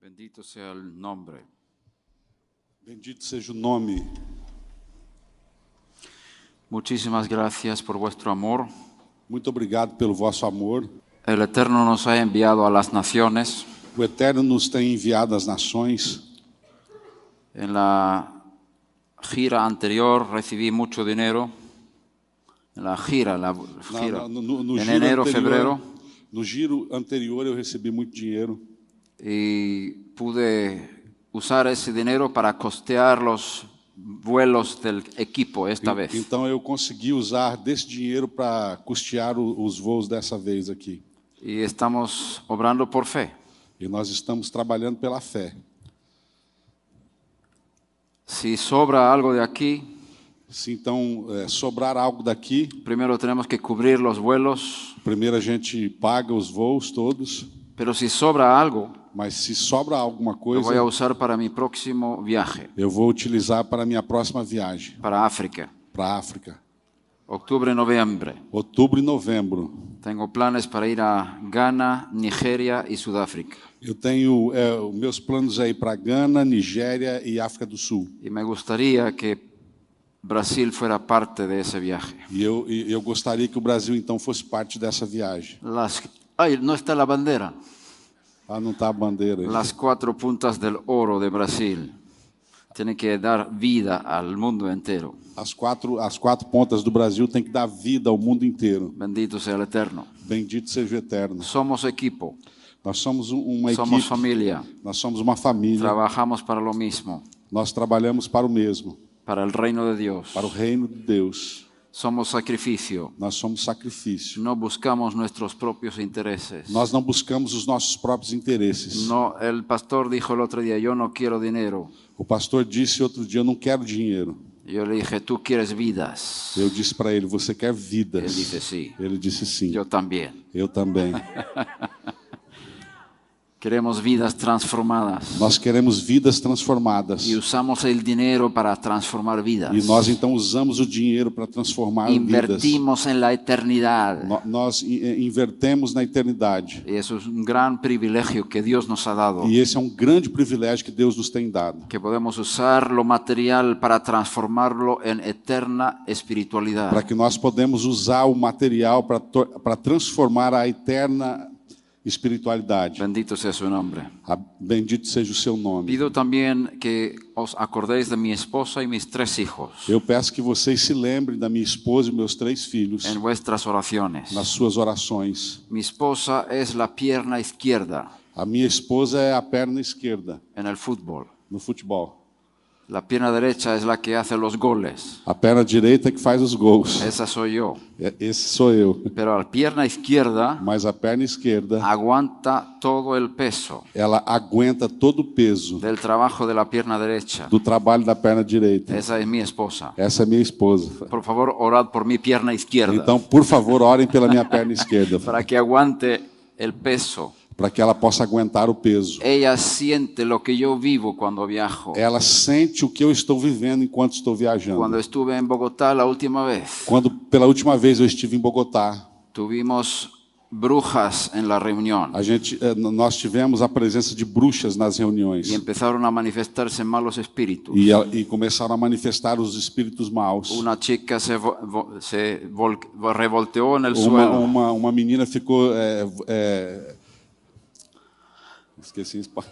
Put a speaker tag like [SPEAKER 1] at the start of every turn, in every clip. [SPEAKER 1] Bendito sea el nombre.
[SPEAKER 2] Bendito seja o nome.
[SPEAKER 1] Muchísimas gracias por vuestro amor.
[SPEAKER 2] Muito obrigado pelo vosso amor.
[SPEAKER 1] El Eterno nos ha enviado a las naciones.
[SPEAKER 2] O Eterno nos tem enviado às nações.
[SPEAKER 1] En la gira anterior recibí mucho dinero. En la gira, la
[SPEAKER 2] Na-
[SPEAKER 1] gira.
[SPEAKER 2] na- no, no
[SPEAKER 1] en
[SPEAKER 2] giro
[SPEAKER 1] enero,
[SPEAKER 2] anterior,
[SPEAKER 1] febrero.
[SPEAKER 2] No giro anterior eu recebi muito dinheiro
[SPEAKER 1] Y pude usar ese dinero para costear los vuelos del equipo esta
[SPEAKER 2] E-
[SPEAKER 1] vez.
[SPEAKER 2] Então eu consegui usar desse dinheiro para custear o- os voos dessa vez aqui.
[SPEAKER 1] Y estamos obrando por fe.
[SPEAKER 2] E nós estamos trabalhando pela fé.
[SPEAKER 1] Si sobra algo de aquí,
[SPEAKER 2] Se então eh, sobrar algo daqui,
[SPEAKER 1] primero tenemos que cubrir los vuelos.
[SPEAKER 2] primeiro a gente paga os voos todos,
[SPEAKER 1] Pero si sobra algo,
[SPEAKER 2] mas se sobra alguma
[SPEAKER 1] lo
[SPEAKER 2] coisa,
[SPEAKER 1] voy a usar para mi próximo viaje,
[SPEAKER 2] eu vou utilizar para a minha próxima viagem
[SPEAKER 1] para África,
[SPEAKER 2] para a África.
[SPEAKER 1] octubre, noviembre.
[SPEAKER 2] Outubro e novembro.
[SPEAKER 1] Tengo planes para ir a Ghana, Nigeria y Sudáfrica.
[SPEAKER 2] Eu tenho é, os meus planos aí para Gana, Nigéria e África do Sul.
[SPEAKER 1] Y me gustaría que Brasil fuera parte de ese viaje.
[SPEAKER 2] E eu, e eu gostaria que o Brasil então fosse parte dessa viagem.
[SPEAKER 1] Las, ay, no está la bandera.
[SPEAKER 2] Ah, não está a bandeira. aí.
[SPEAKER 1] Las cuatro puntas del oro de Brasil tienen que dar vida al mundo entero.
[SPEAKER 2] As quatro as quatro pontas do Brasil têm que dar vida ao mundo inteiro.
[SPEAKER 1] Bendito sea el Eterno.
[SPEAKER 2] Bendito seja o eterno.
[SPEAKER 1] Somos equipo,
[SPEAKER 2] Nós somos um- uma
[SPEAKER 1] somos
[SPEAKER 2] equipe.
[SPEAKER 1] familia,
[SPEAKER 2] Nós somos uma família.
[SPEAKER 1] trabajamos para lo mismo.
[SPEAKER 2] Nós trabalhamos para o mesmo,
[SPEAKER 1] para el reino de Dios.
[SPEAKER 2] para o reino de Deus.
[SPEAKER 1] Somos sacrificio.
[SPEAKER 2] Nós somos sacrifício.
[SPEAKER 1] No buscamos nuestros propios intereses.
[SPEAKER 2] Nós não buscamos os nossos próprios interesses.
[SPEAKER 1] No, el pastor dijo el otro día, yo no quiero dinero.
[SPEAKER 2] O pastor disse outro dia: Eu não quero dinheiro.
[SPEAKER 1] Yo le dije, tú quieres vidas.
[SPEAKER 2] Eu disse para ele: Você quer
[SPEAKER 1] Él
[SPEAKER 2] vidas?
[SPEAKER 1] dice, sí,
[SPEAKER 2] Ele disse sim.
[SPEAKER 1] yo también.
[SPEAKER 2] Eu também.
[SPEAKER 1] Queremos vidas transformadas.
[SPEAKER 2] Nós queremos vidas transformadas.
[SPEAKER 1] Y usamos el dinero para transformar vidas.
[SPEAKER 2] E nós então usamos o dinheiro para transformar vidas.
[SPEAKER 1] Invertimos en la eternidad.
[SPEAKER 2] No- Nós i- eh, invertemos na eternidade.
[SPEAKER 1] Y eso es un gran privilegio que Dios nos ha dado.
[SPEAKER 2] E esse é um grande privilégio que Deus nos tem dado.
[SPEAKER 1] Que podemos usar lo material para transformarlo en eterna espiritualidad.
[SPEAKER 2] Para que nós podemos usar o material para tor- para transformar a eterna espiritualidade.
[SPEAKER 1] Bendito sea su nombre.
[SPEAKER 2] A- Bendito seja o seu nome.
[SPEAKER 1] Pido también que os acordéis de mi esposa y mis tres hijos
[SPEAKER 2] Eu peço que vocês se lembrem da minha esposa e meus três filhos
[SPEAKER 1] en vuestras oraciones.
[SPEAKER 2] nas suas orações.
[SPEAKER 1] Mi esposa es la pierna izquierda
[SPEAKER 2] A minha esposa é a perna esquerda
[SPEAKER 1] en el fútbol.
[SPEAKER 2] no futebol.
[SPEAKER 1] La pierna derecha es la que hace los goles.
[SPEAKER 2] A perna direita é que faz os gols.
[SPEAKER 1] Esa soy yo.
[SPEAKER 2] É- Esse sou eu.
[SPEAKER 1] Pero la pierna izquierda
[SPEAKER 2] Mas a perna esquerda,
[SPEAKER 1] aguanta todo el peso
[SPEAKER 2] ela aguenta todo o peso
[SPEAKER 1] del trabajo de la pierna derecha.
[SPEAKER 2] do trabalho da perna direita.
[SPEAKER 1] Esa es mi esposa.
[SPEAKER 2] Essa é minha esposa.
[SPEAKER 1] Por favor, orad por mi pierna izquierda
[SPEAKER 2] Então, por favor, orem pela minha perna esquerda,
[SPEAKER 1] para que aguante el peso.
[SPEAKER 2] para que ela possa aguentar o peso.
[SPEAKER 1] Ella siente lo que yo vivo cuando viajo.
[SPEAKER 2] Ela sente o que eu estou vivendo enquanto estou
[SPEAKER 1] Cuando
[SPEAKER 2] viajando.
[SPEAKER 1] estuve en Bogotá la última vez,
[SPEAKER 2] Quando pela última vez eu estive em Bogotá,
[SPEAKER 1] tuvimos brujas en la reunión
[SPEAKER 2] a gente, eh, n- nós tivemos a presença de bruxas nas reuniões
[SPEAKER 1] y empezaron a manifestarse malos espíritus.
[SPEAKER 2] e, a- e começaram a manifestar os espíritos maus.
[SPEAKER 1] Una chica se, vo- vo- se vol- revolteó en el
[SPEAKER 2] Uma,
[SPEAKER 1] suelo
[SPEAKER 2] uma, uma menina ficou. é, é, esqueci isso. pá.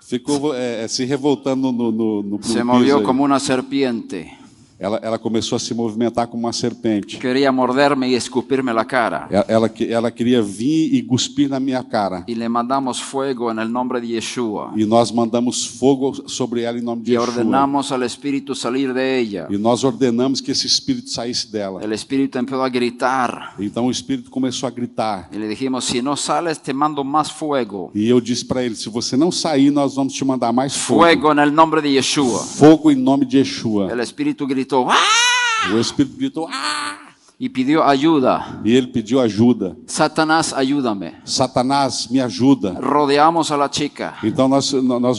[SPEAKER 2] Ficou é, é, se revoltando no, no, no, no
[SPEAKER 1] se
[SPEAKER 2] piso
[SPEAKER 1] movió
[SPEAKER 2] aí.
[SPEAKER 1] como una serpiente
[SPEAKER 2] Ela, ela começou a se movimentar como uma serpente.
[SPEAKER 1] Quería morderme y escupirme la cara.
[SPEAKER 2] Ela, ela, que- ela queria vir e cuspir na minha cara.
[SPEAKER 1] Y le mandamos fuego en el nombre de Yeshua.
[SPEAKER 2] E nós mandamos fogo sobre ela em nome de
[SPEAKER 1] Y
[SPEAKER 2] Yeshua.
[SPEAKER 1] ordenamos al espíritu salir de ella.
[SPEAKER 2] E nós ordenamos que esse espírito saísse dela.
[SPEAKER 1] El espíritu empezó a gritar.
[SPEAKER 2] Então o espírito começou a gritar.
[SPEAKER 1] Y le dijimos, si no sales, te mando más fuego.
[SPEAKER 2] E eu disse para ele: se você não sair, nós vamos te mandar mais fogo.
[SPEAKER 1] Fuego en el nombre de Yeshua.
[SPEAKER 2] Fogo em nome de Yeshua.
[SPEAKER 1] El espíritu gritó ¡Ah!
[SPEAKER 2] O espírito gritou: ah!
[SPEAKER 1] y pidió ayuda.
[SPEAKER 2] E ele pediu ajuda.
[SPEAKER 1] Satanás, ayúdame.
[SPEAKER 2] Satanás, me ajuda.
[SPEAKER 1] Rodeamos a la chica,
[SPEAKER 2] Então nós, nós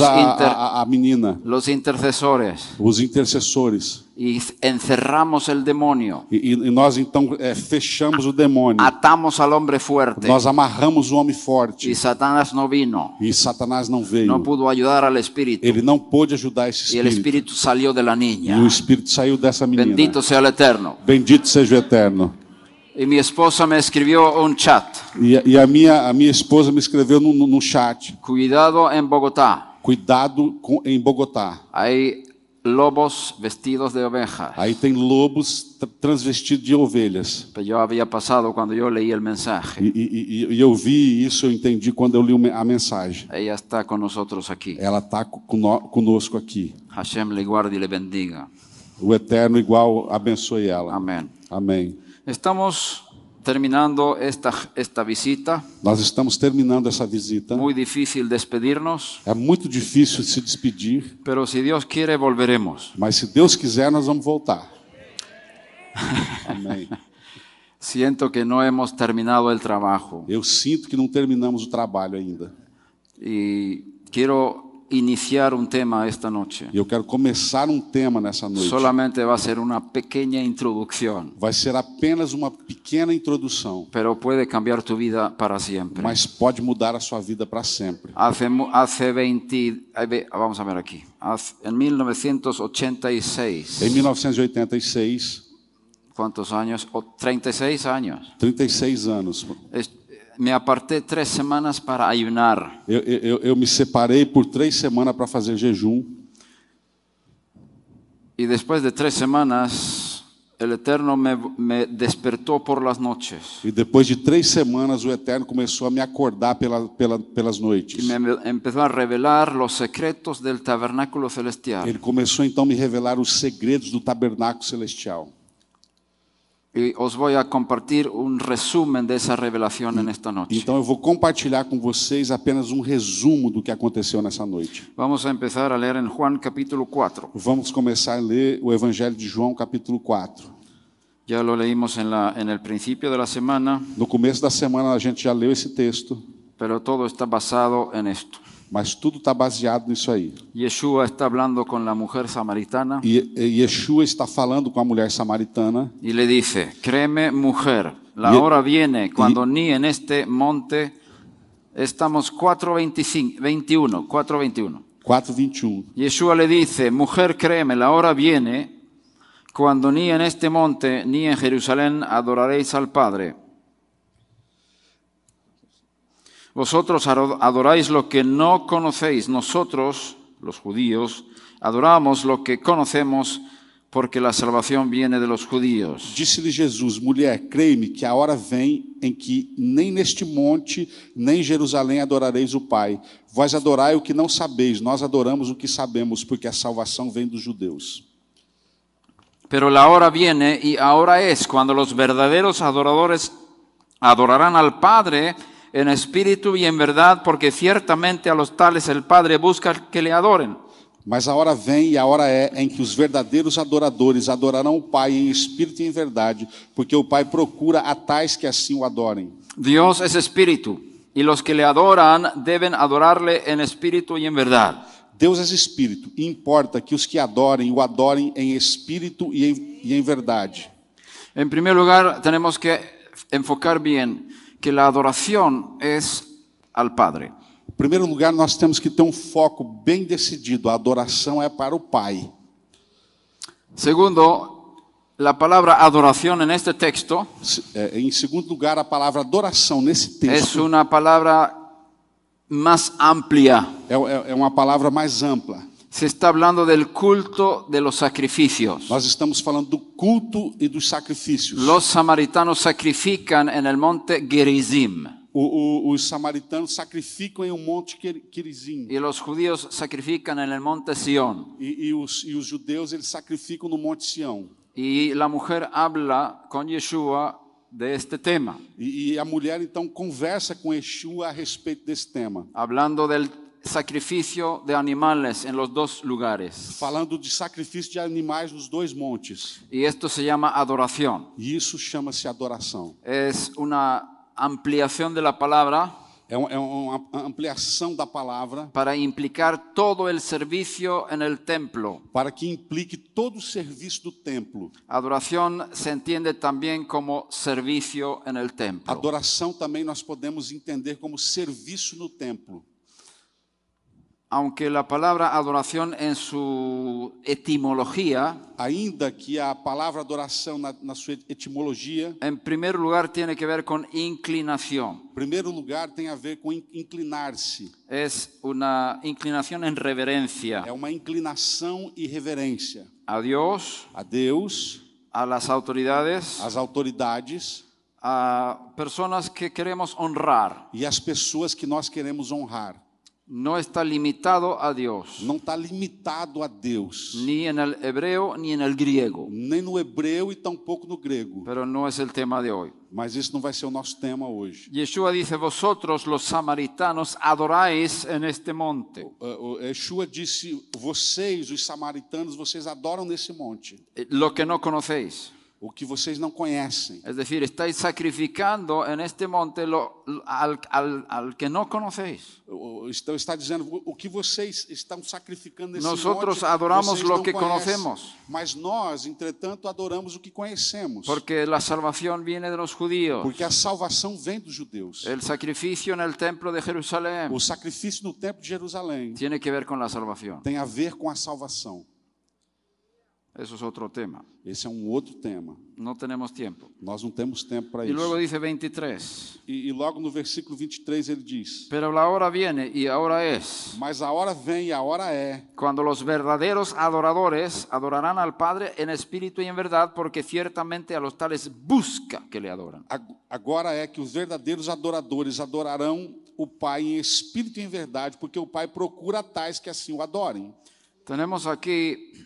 [SPEAKER 1] Los
[SPEAKER 2] a,
[SPEAKER 1] inter-
[SPEAKER 2] a, a menina,
[SPEAKER 1] los intercesores,
[SPEAKER 2] os intercessores.
[SPEAKER 1] y encerramos el demonio.
[SPEAKER 2] E, e- e nós então é, fechamos o demônio.
[SPEAKER 1] Atamos al hombre fuerte.
[SPEAKER 2] Nós amarramos o homem forte.
[SPEAKER 1] Y Satanás no vino.
[SPEAKER 2] E Satanás não
[SPEAKER 1] No
[SPEAKER 2] veio.
[SPEAKER 1] pudo ayudar al espíritu.
[SPEAKER 2] Ele não pôde ajudar esse
[SPEAKER 1] Y el
[SPEAKER 2] espírito.
[SPEAKER 1] espíritu salió de la
[SPEAKER 2] E o
[SPEAKER 1] niña.
[SPEAKER 2] espírito saiu dessa menina.
[SPEAKER 1] Bendito sea el eterno.
[SPEAKER 2] Bendito seja o eterno.
[SPEAKER 1] Y mi esposa me escribió un chat.
[SPEAKER 2] E, a- e a, minha, a minha esposa me escreveu no, no- no chat:
[SPEAKER 1] Cuidado en Bogotá.
[SPEAKER 2] cuidado com, em Bogotá.
[SPEAKER 1] Hay lobos vestidos de ovejas.
[SPEAKER 2] Aí tem lobos tra- transvestidos de ovelhas.
[SPEAKER 1] Pero Yo había pasado cuando yo leí el mensaje.
[SPEAKER 2] E, e- e- e eu vi isso, eu entendi quando eu li o me- a mensagem.
[SPEAKER 1] Ella está con nosotros aquí.
[SPEAKER 2] Ela tá está conosco aqui.
[SPEAKER 1] Hashem le guarde y le bendiga.
[SPEAKER 2] O eterno igual abençoe ela.
[SPEAKER 1] Amén.
[SPEAKER 2] Amém.
[SPEAKER 1] Estamos terminando esta, esta visita.
[SPEAKER 2] Nós estamos terminando essa visita.
[SPEAKER 1] Muy difícil despedirnos,
[SPEAKER 2] É muito difícil se despedir,
[SPEAKER 1] pero si Dios quiere volveremos.
[SPEAKER 2] mas se Deus quiser, nós vamos voltar. Amém.
[SPEAKER 1] Siento que no hemos terminado el trabajo
[SPEAKER 2] Eu sinto que não terminamos o trabalho ainda.
[SPEAKER 1] y quiero iniciar un tema esta noche.
[SPEAKER 2] E eu quero começar um tema nessa noite.
[SPEAKER 1] Solamente va a ser una pequeña introducción,
[SPEAKER 2] Vai ser apenas uma pequena introdução,
[SPEAKER 1] pero puede cambiar tu vida para siempre.
[SPEAKER 2] mas pode mudar a sua vida para sempre.
[SPEAKER 1] Hace, mu- hace 20, ahí ve- vamos a ver aquí, Hace- en 1986,
[SPEAKER 2] Em 1986,
[SPEAKER 1] ¿cuántos años? O- 36 años.
[SPEAKER 2] 36 anos,
[SPEAKER 1] Es- me aparté tres semanas para ayunar.
[SPEAKER 2] eu, eu, eu- eu me separei por três semanas para fazer jejum.
[SPEAKER 1] Y después de tres semanas, el Eterno me, me despertó por las noches
[SPEAKER 2] E depois de três semanas, o Eterno começou a me acordar pela, pela, pelas
[SPEAKER 1] y
[SPEAKER 2] noites.
[SPEAKER 1] me me empezó a revelar los secretos del tabernáculo celestial.
[SPEAKER 2] Ele começou então a me revelar os segredos do tabernáculo celestial.
[SPEAKER 1] Y os voy a compartir un resumen de esa revelación en esta noche.
[SPEAKER 2] Então eu vou compartilhar com vocês apenas um resumo do que aconteceu nessa noite.
[SPEAKER 1] Vamos a empezar a leer en Juan capítulo 4.
[SPEAKER 2] Vamos começar a ler o Evangelho de João, capítulo 4.
[SPEAKER 1] Ya lo leímos en, la, en el principio de la semana,
[SPEAKER 2] No começo da semana a gente já leu esse texto,
[SPEAKER 1] pero todo está basado en esto.
[SPEAKER 2] mas tudo está baseado nisso aí.
[SPEAKER 1] Yeshua está hablando con la mujer samaritana
[SPEAKER 2] E e Yeshua está falando com a mulher samaritana
[SPEAKER 1] y le dice, créeme mujer, la
[SPEAKER 2] Ye-
[SPEAKER 1] hora viene cuando ni en este monte estamos 4.25, 21, 4.21.
[SPEAKER 2] 4:21.
[SPEAKER 1] Yeshua le dice, mujer, créeme, la hora viene cuando ni en este monte ni en Jerusalén adoraréis al Padre. Vosotros aro- adoráis lo que no conocéis, nosotros, los judíos, adoramos lo que conocemos porque la salvación viene de los judíos.
[SPEAKER 2] Disse-lhe Jesus: Mulher, creio-me que a hora vem em que nem neste monte, nem em Jerusalém adorareis o Pai. Vós adorai o que não sabeis, nós adoramos o que sabemos, porque a salvação vem dos judeus.
[SPEAKER 1] Pero la hora viene y ahora es cuando los verdaderos adoradores adorarán al Padre en espíritu y en verdad, porque ciertamente a los tales el Padre busca que le adoren.
[SPEAKER 2] Mas a hora vem e a hora é em que os verdadeiros adoradores adorarão o Pai em espírito e em verdade, porque o Pai procura a tais que assim o adorem.
[SPEAKER 1] Dios es espíritu y los que le adoran deben adorarle en espíritu y en verdad.
[SPEAKER 2] Deus é espírito, e importa que os que adorem o adorem em espírito e em, e em verdade.
[SPEAKER 1] En primer lugar, tenemos que enfocar bien que la adoración es al Padre.
[SPEAKER 2] Em primeiro lugar, nós temos que ter um foco bem decidido: a adoração é para o Pai.
[SPEAKER 1] Segundo, la palabra adoración en este texto
[SPEAKER 2] Se- é, Em segundo lugar, a palavra adoração nesse
[SPEAKER 1] es
[SPEAKER 2] texto
[SPEAKER 1] una palabra más amplia.
[SPEAKER 2] é, é- é uma palavra mais ampla.
[SPEAKER 1] Se está hablando del culto de los sacrificios.
[SPEAKER 2] Nós estamos falando do culto e dos sacrifícios.
[SPEAKER 1] Los samaritanos sacrifican en el monte Gerizim
[SPEAKER 2] O- o- os samaritanos sacrificam em um monte Quer- Querizim.
[SPEAKER 1] y los judíos sacrifican en el monte Sión.
[SPEAKER 2] E, e os, e os judeus eles sacrificam no Monte Sião.
[SPEAKER 1] Y la mujer habla con Yeshua de este tema,
[SPEAKER 2] E, e a mulher então conversa com Yeshua a respeito desse tema,
[SPEAKER 1] hablando del sacrificio de animales en los dos lugares.
[SPEAKER 2] falando de sacrifício de animais nos dois montes.
[SPEAKER 1] Y esto se llama adoración.
[SPEAKER 2] E isso chama-se adoração.
[SPEAKER 1] Es una ampliación de la palabra
[SPEAKER 2] É, um- é uma ampliação da palavra
[SPEAKER 1] para implicar todo el servicio en el templo.
[SPEAKER 2] para que implique todo o serviço do templo.
[SPEAKER 1] Adoración se entiende también como servicio en el templo.
[SPEAKER 2] Adoração também nós podemos entender como serviço no templo.
[SPEAKER 1] Aunque la palabra adoración en su etimología,
[SPEAKER 2] Ainda que a palavra adoração, na, na sua etimologia,
[SPEAKER 1] en primer lugar tiene que ver con inclinación.
[SPEAKER 2] em primeiro lugar, tem a ver com in- inclinar-se.
[SPEAKER 1] Es una inclinación en reverencia
[SPEAKER 2] É uma inclinação e reverência
[SPEAKER 1] a Dios,
[SPEAKER 2] a Deus,
[SPEAKER 1] a las autoridades,
[SPEAKER 2] às autoridades
[SPEAKER 1] a personas que queremos honrar.
[SPEAKER 2] e às pessoas que nós queremos honrar.
[SPEAKER 1] No está limitado a Dios,
[SPEAKER 2] Não está limitado a Deus,
[SPEAKER 1] ni en el hebreo ni en el griego,
[SPEAKER 2] nem no hebreu e tampouco no grego.
[SPEAKER 1] pero no es el tema de hoy.
[SPEAKER 2] Mas isso não vai ser o nosso tema hoje.
[SPEAKER 1] Yeshua dice, vosotros los samaritanos adoráis en este monte.
[SPEAKER 2] Uh, uh, Yeshua disse: Vocês, os samaritanos, vocês adoram nesse monte.
[SPEAKER 1] Eh, Lo que no conocéis.
[SPEAKER 2] o que vocês não conhecem.
[SPEAKER 1] Es decir, estáis sacrificando en este monte lo- lo- al, al- al que no conocéis.
[SPEAKER 2] O- o- Está, está dizendo o- o que vocês estão sacrificando nesse
[SPEAKER 1] Nosotros
[SPEAKER 2] monte,
[SPEAKER 1] adoramos
[SPEAKER 2] vocês
[SPEAKER 1] lo
[SPEAKER 2] não
[SPEAKER 1] que
[SPEAKER 2] conhecem.
[SPEAKER 1] conocemos.
[SPEAKER 2] Mas nós, entretanto, adoramos o que conhecemos.
[SPEAKER 1] Porque la salvación viene de los judíos.
[SPEAKER 2] Porque a salvação vem dos judeus.
[SPEAKER 1] El sacrificio en el templo de Jerusalén
[SPEAKER 2] O sacrifício no templo de Jerusalém
[SPEAKER 1] tiene que ver con la salvación.
[SPEAKER 2] tem a ver com a salvação.
[SPEAKER 1] Eso es otro tema.
[SPEAKER 2] Esse é um outro tema.
[SPEAKER 1] No tenemos tiempo.
[SPEAKER 2] Nós não temos tempo para
[SPEAKER 1] Y
[SPEAKER 2] isso.
[SPEAKER 1] luego dice 23.
[SPEAKER 2] E, e logo no versículo 23 ele diz:
[SPEAKER 1] Pero la hora viene y ahora es
[SPEAKER 2] Mas a hora vem e a hora é,
[SPEAKER 1] Cuando los verdaderos adoradores adorarán al Padre en espíritu y en verdad, porque ciertamente a los tales busca que le adoran.
[SPEAKER 2] Ag- Agora é que os verdadeiros adoradores adorarão o Pai em espírito e em verdade, porque o Pai procura tais que assim o adorem.
[SPEAKER 1] Tenemos aquí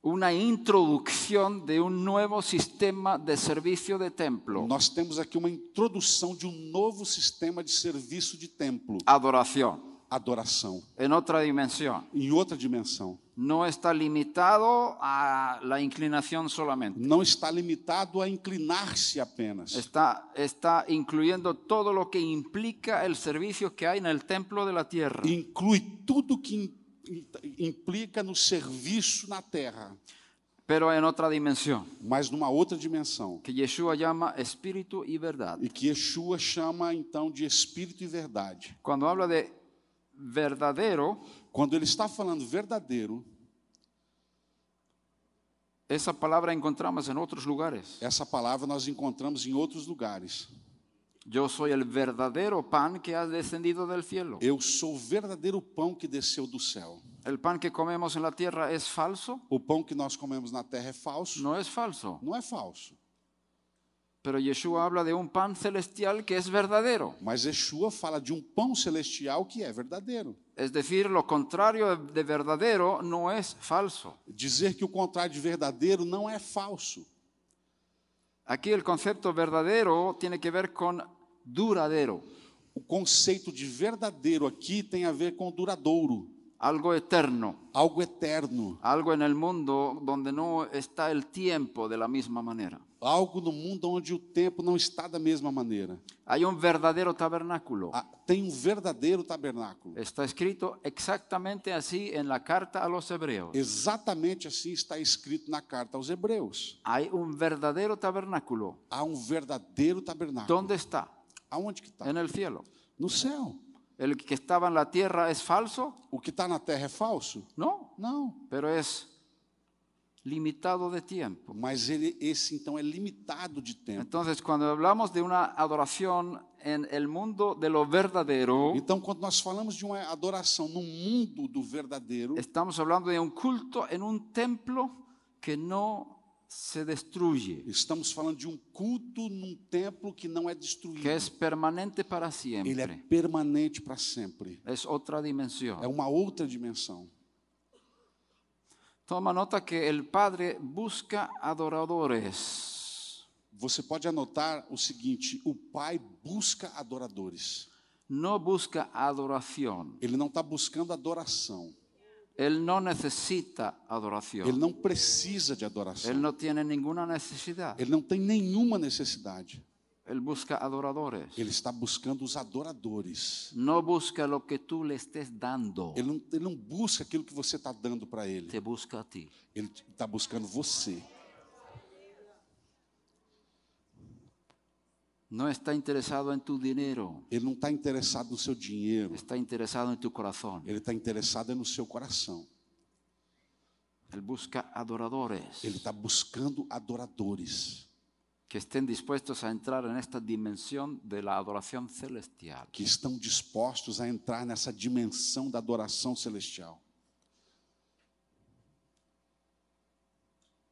[SPEAKER 1] una introducción de un nuevo sistema de servicio de templo,
[SPEAKER 2] Nós temos aqui uma introdução de um novo sistema de serviço de templo,
[SPEAKER 1] adoración,
[SPEAKER 2] adoração,
[SPEAKER 1] en otra dimensión.
[SPEAKER 2] em outra dimensão.
[SPEAKER 1] No está limitado a la inclinación solamente.
[SPEAKER 2] Não está limitado a inclinar-se apenas.
[SPEAKER 1] Está, está incluyendo todo lo que implica el servicio que hay en el templo de la tierra.
[SPEAKER 2] Inclui tudo que im- im- implica no serviço na terra,
[SPEAKER 1] pero en otra dimensión,
[SPEAKER 2] mas numa outra dimensão.
[SPEAKER 1] que Yeshua llama espíritu y verdad.
[SPEAKER 2] E que Yeshua chama então de espírito e verdade.
[SPEAKER 1] Cuando habla de verdadero,
[SPEAKER 2] Quando ele está falando verdadeiro,
[SPEAKER 1] esa palabra encontramos en otros lugares.
[SPEAKER 2] essa palavra nós encontramos em outros lugares.
[SPEAKER 1] Yo soy el verdadero pan que ha descendido del cielo.
[SPEAKER 2] Eu sou o verdadeiro pão que desceu do céu.
[SPEAKER 1] ¿El pan que comemos en la tierra es falso?
[SPEAKER 2] O pão que nós comemos na terra é falso?
[SPEAKER 1] No es falso.
[SPEAKER 2] Não é falso.
[SPEAKER 1] Pero Yeshua habla de un pan celestial que es verdadero.
[SPEAKER 2] Mas Yeshua fala de um pão celestial que é verdadeiro.
[SPEAKER 1] Es decir, lo contrario de verdadero no es falso.
[SPEAKER 2] Dizer que o contrário de verdadeiro não é falso.
[SPEAKER 1] Aquí el concepto verdadero tiene que ver con duradero,
[SPEAKER 2] O conceito de verdadeiro aqui tem a ver com duradouro,
[SPEAKER 1] algo eterno.
[SPEAKER 2] algo eterno,
[SPEAKER 1] algo en el mundo donde no está el tiempo de la misma manera.
[SPEAKER 2] algo no mundo onde o tempo não está da mesma maneira.
[SPEAKER 1] Hay un verdadero tabernáculo.
[SPEAKER 2] Ah, Tem um verdadeiro tabernáculo.
[SPEAKER 1] Está escrito exactamente así en la carta a los hebreos.
[SPEAKER 2] Exatamente assim está escrito na carta aos Hebreus.
[SPEAKER 1] Hay un verdadero tabernáculo.
[SPEAKER 2] Há um verdadeiro tabernáculo.
[SPEAKER 1] ¿Dónde está?
[SPEAKER 2] Aonde que está?
[SPEAKER 1] En el cielo.
[SPEAKER 2] Então, é No céu.
[SPEAKER 1] ¿El que estaba en la tierra es falso?
[SPEAKER 2] O que está na terra é falso?
[SPEAKER 1] No,
[SPEAKER 2] Não.
[SPEAKER 1] pero es limitado de tiempo.
[SPEAKER 2] Mas ele, esse então é limitado de tempo.
[SPEAKER 1] Entonces, cuando hablamos de una adoración en el mundo de lo verdadero,
[SPEAKER 2] Então, quando nós falamos de uma adoração no mundo do verdadeiro,
[SPEAKER 1] estamos hablando de un culto en un templo que no se destruye,
[SPEAKER 2] estamos falando de um culto num templo que não é destruído.
[SPEAKER 1] que es permanente para
[SPEAKER 2] Ele é
[SPEAKER 1] siempre.
[SPEAKER 2] permanente para sempre.
[SPEAKER 1] Es otra dimensión.
[SPEAKER 2] É uma outra dimensão.
[SPEAKER 1] Toma nota que el Padre busca adoradores,
[SPEAKER 2] Você pode anotar o seguinte: o Pai busca adoradores.
[SPEAKER 1] no busca adoración.
[SPEAKER 2] Ele não está buscando adoração.
[SPEAKER 1] Él no necesita adoración.
[SPEAKER 2] Ele não precisa de adoração.
[SPEAKER 1] Él no tiene ninguna necesidad.
[SPEAKER 2] Ele não tem nenhuma necessidade.
[SPEAKER 1] Él busca adoradores.
[SPEAKER 2] Ele está buscando os adoradores.
[SPEAKER 1] No busca lo que tú le estés dando.
[SPEAKER 2] Ele não, ele não busca aquilo que você está dando para ele.
[SPEAKER 1] Te busca a ti.
[SPEAKER 2] Ele está buscando você.
[SPEAKER 1] No está interesado en tu dinero.
[SPEAKER 2] Ele não está interessado no seu dinheiro.
[SPEAKER 1] Está interesado en tu corazón.
[SPEAKER 2] Ele está interessado é no seu coração.
[SPEAKER 1] Él busca adoradores
[SPEAKER 2] Ele está buscando adoradores
[SPEAKER 1] que estén dispuestos a entrar en esta dimensión de la adoración celestial.
[SPEAKER 2] que estão dispostos a entrar nessa dimensão da adoração celestial.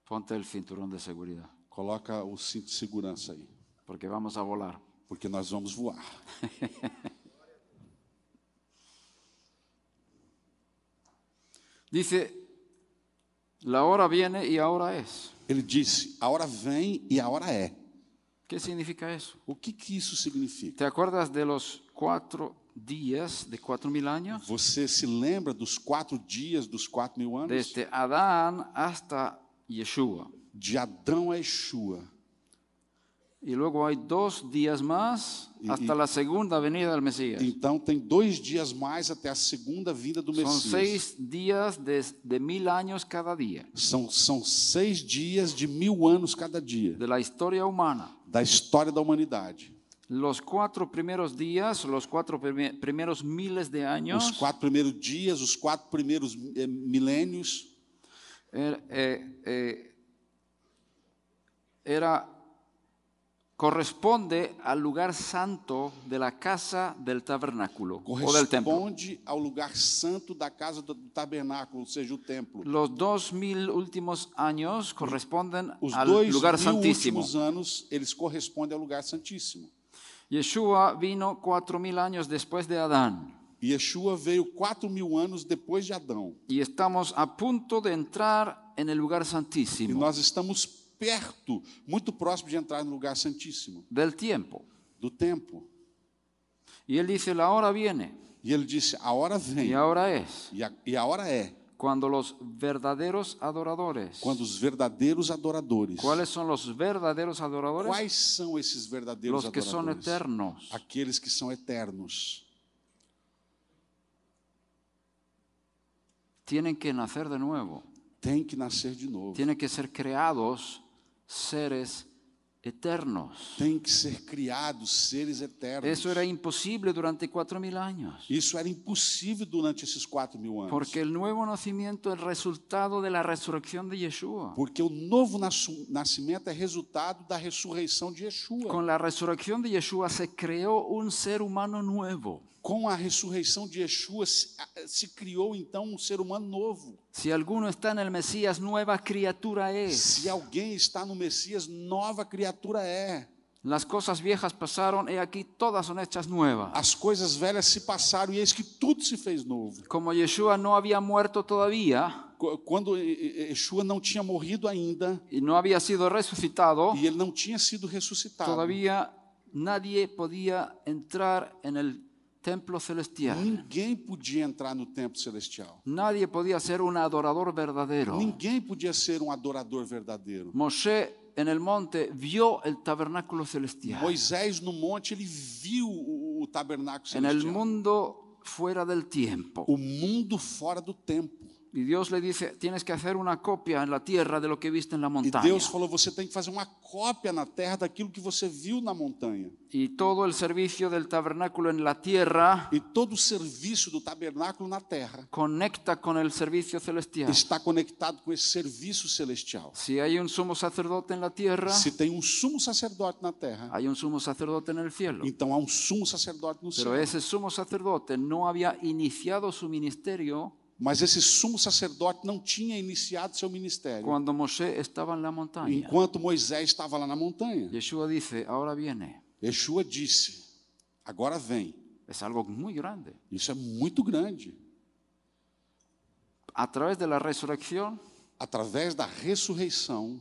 [SPEAKER 1] Ponte el cinturón de seguridad,
[SPEAKER 2] Coloca o cinto de segurança aí,
[SPEAKER 1] porque vamos a volar.
[SPEAKER 2] porque nós vamos voar.
[SPEAKER 1] Dice, la hora viene y ahora es.
[SPEAKER 2] Ele disse: a hora vem e a hora é.
[SPEAKER 1] ¿Qué significa eso?
[SPEAKER 2] O que, que isso significa?
[SPEAKER 1] ¿Te acuerdas de los cuatro días de cuatro mil años?
[SPEAKER 2] Você se lembra dos quatro dias dos quatro mil anos?
[SPEAKER 1] Desde este Adán hasta Yeshua.
[SPEAKER 2] De Adão a Eshua.
[SPEAKER 1] Y luego hay dos días más hasta la segunda venida del Mesías.
[SPEAKER 2] Então tem dois dias mais até a segunda vinda do
[SPEAKER 1] Son
[SPEAKER 2] Messias.
[SPEAKER 1] seis días de, de mil años cada día
[SPEAKER 2] São, são seis dias de mil anos cada dia
[SPEAKER 1] de la historia humana.
[SPEAKER 2] da história da humanidade.
[SPEAKER 1] Los cuatro primeros días, los cuatro prime- primeros miles de
[SPEAKER 2] Os
[SPEAKER 1] años
[SPEAKER 2] quatro primeiros dias, os quatro primeiros eh, milênios,
[SPEAKER 1] er- eh, eh, era corresponde al lugar santo de la casa del tabernáculo o del templo.
[SPEAKER 2] corresponde ao lugar santo da casa do do tabernáculo, ou seja, o templo.
[SPEAKER 1] Los dos mil últimos años corresponden
[SPEAKER 2] Os
[SPEAKER 1] al
[SPEAKER 2] dois
[SPEAKER 1] lugar
[SPEAKER 2] mil
[SPEAKER 1] santísimo.
[SPEAKER 2] últimos anos, eles correspondem ao lugar santíssimo.
[SPEAKER 1] Yeshua vino cuatro mil años después de Adán
[SPEAKER 2] E Yeshua veio quatro mil anos depois de Adão.
[SPEAKER 1] y estamos a punto de entrar en el lugar
[SPEAKER 2] E
[SPEAKER 1] santísimo
[SPEAKER 2] nós estamos perto, muito próximo de entrar no lugar santíssimo,
[SPEAKER 1] del tiempo.
[SPEAKER 2] do tempo.
[SPEAKER 1] Y él dice, la hora viene
[SPEAKER 2] E ele disse, a hora vem,
[SPEAKER 1] y ahora es
[SPEAKER 2] e a- e a hora é.
[SPEAKER 1] cuando los verdaderos adoradores.
[SPEAKER 2] quando os verdadeiros adoradores.
[SPEAKER 1] ¿Cuáles son los verdaderos adoradores?
[SPEAKER 2] Quais são esses verdadeiros
[SPEAKER 1] Los que son
[SPEAKER 2] adoradores?
[SPEAKER 1] eternos.
[SPEAKER 2] Aqueles que são eternos.
[SPEAKER 1] Tienen que nacer de nuevo.
[SPEAKER 2] Tem que nascer de novo.
[SPEAKER 1] Tienen que ser creados seres eternos.
[SPEAKER 2] Tem que ser criados seres eternos.
[SPEAKER 1] Eso era imposible durante cuatro mil años.
[SPEAKER 2] Isso era impossível durante esses quatro mil anos.
[SPEAKER 1] Porque el nuevo nacimiento es resultado de la resurrección de Yeshua.
[SPEAKER 2] Porque o novo nascu- nascimento é resultado da ressurreição de Yeshua.
[SPEAKER 1] Con la resurrección de Yeshua se creó un ser humano nuevo.
[SPEAKER 2] Com a ressurreição de Yeshua se, a- se criou então um ser humano novo.
[SPEAKER 1] Si alguno está en el Mesías, nueva criatura es.
[SPEAKER 2] Se alguém está no Messias, nova criatura é.
[SPEAKER 1] Las cosas viejas pasaron, he aquí todas son hechas nuevas.
[SPEAKER 2] As coisas velhas se passaram e eis que tudo se fez novo.
[SPEAKER 1] Como Yeshua no había muerto todavía
[SPEAKER 2] Qu- Quando E- E- Yeshua não tinha morrido ainda
[SPEAKER 1] y no había sido resucitado,
[SPEAKER 2] e ele não tinha sido ressuscitado,
[SPEAKER 1] todavía nadie podía entrar en el templo celestial.
[SPEAKER 2] ninguém podia entrar no templo celestial.
[SPEAKER 1] Nadie podía ser un adorador verdadero.
[SPEAKER 2] Ninguém podia ser um adorador verdadeiro.
[SPEAKER 1] Moshe en el monte vio el tabernáculo celestial.
[SPEAKER 2] Moisés no monte ele viu o, o tabernáculo
[SPEAKER 1] En el Uh.
[SPEAKER 2] celestial,
[SPEAKER 1] mundo fuera del tiempo.
[SPEAKER 2] o mundo fora do tempo.
[SPEAKER 1] Y Dios le dice, tienes que hacer una copia en la tierra de lo que viste en la
[SPEAKER 2] E
[SPEAKER 1] montaña.
[SPEAKER 2] Deus falou: você tem que fazer uma cópia na terra daquilo que você viu na montanha.
[SPEAKER 1] Y todo el servicio del tabernáculo en la tierra
[SPEAKER 2] E todo o serviço do tabernáculo na terra
[SPEAKER 1] conecta con el servicio celestial.
[SPEAKER 2] está conectado com esse serviço celestial.
[SPEAKER 1] Si hay un sumo sacerdote en la tierra,
[SPEAKER 2] Se tem um sumo sacerdote na terra,
[SPEAKER 1] hay un sumo sacerdote en el cielo.
[SPEAKER 2] então há um sumo sacerdote no céu.
[SPEAKER 1] Pero é- ese sumo sacerdote no había iniciado su ministerio
[SPEAKER 2] Mas esse sumo sacerdote não tinha iniciado seu ministério
[SPEAKER 1] cuando Moshe estaba en la montaña.
[SPEAKER 2] enquanto Moisés estava lá na montanha.
[SPEAKER 1] Yeshua dice, ahora viene.
[SPEAKER 2] Yeshua disse: agora vem.
[SPEAKER 1] Es algo muy grande.
[SPEAKER 2] Isso é muito grande.
[SPEAKER 1] A través de la resurrección
[SPEAKER 2] Através da ressurreição,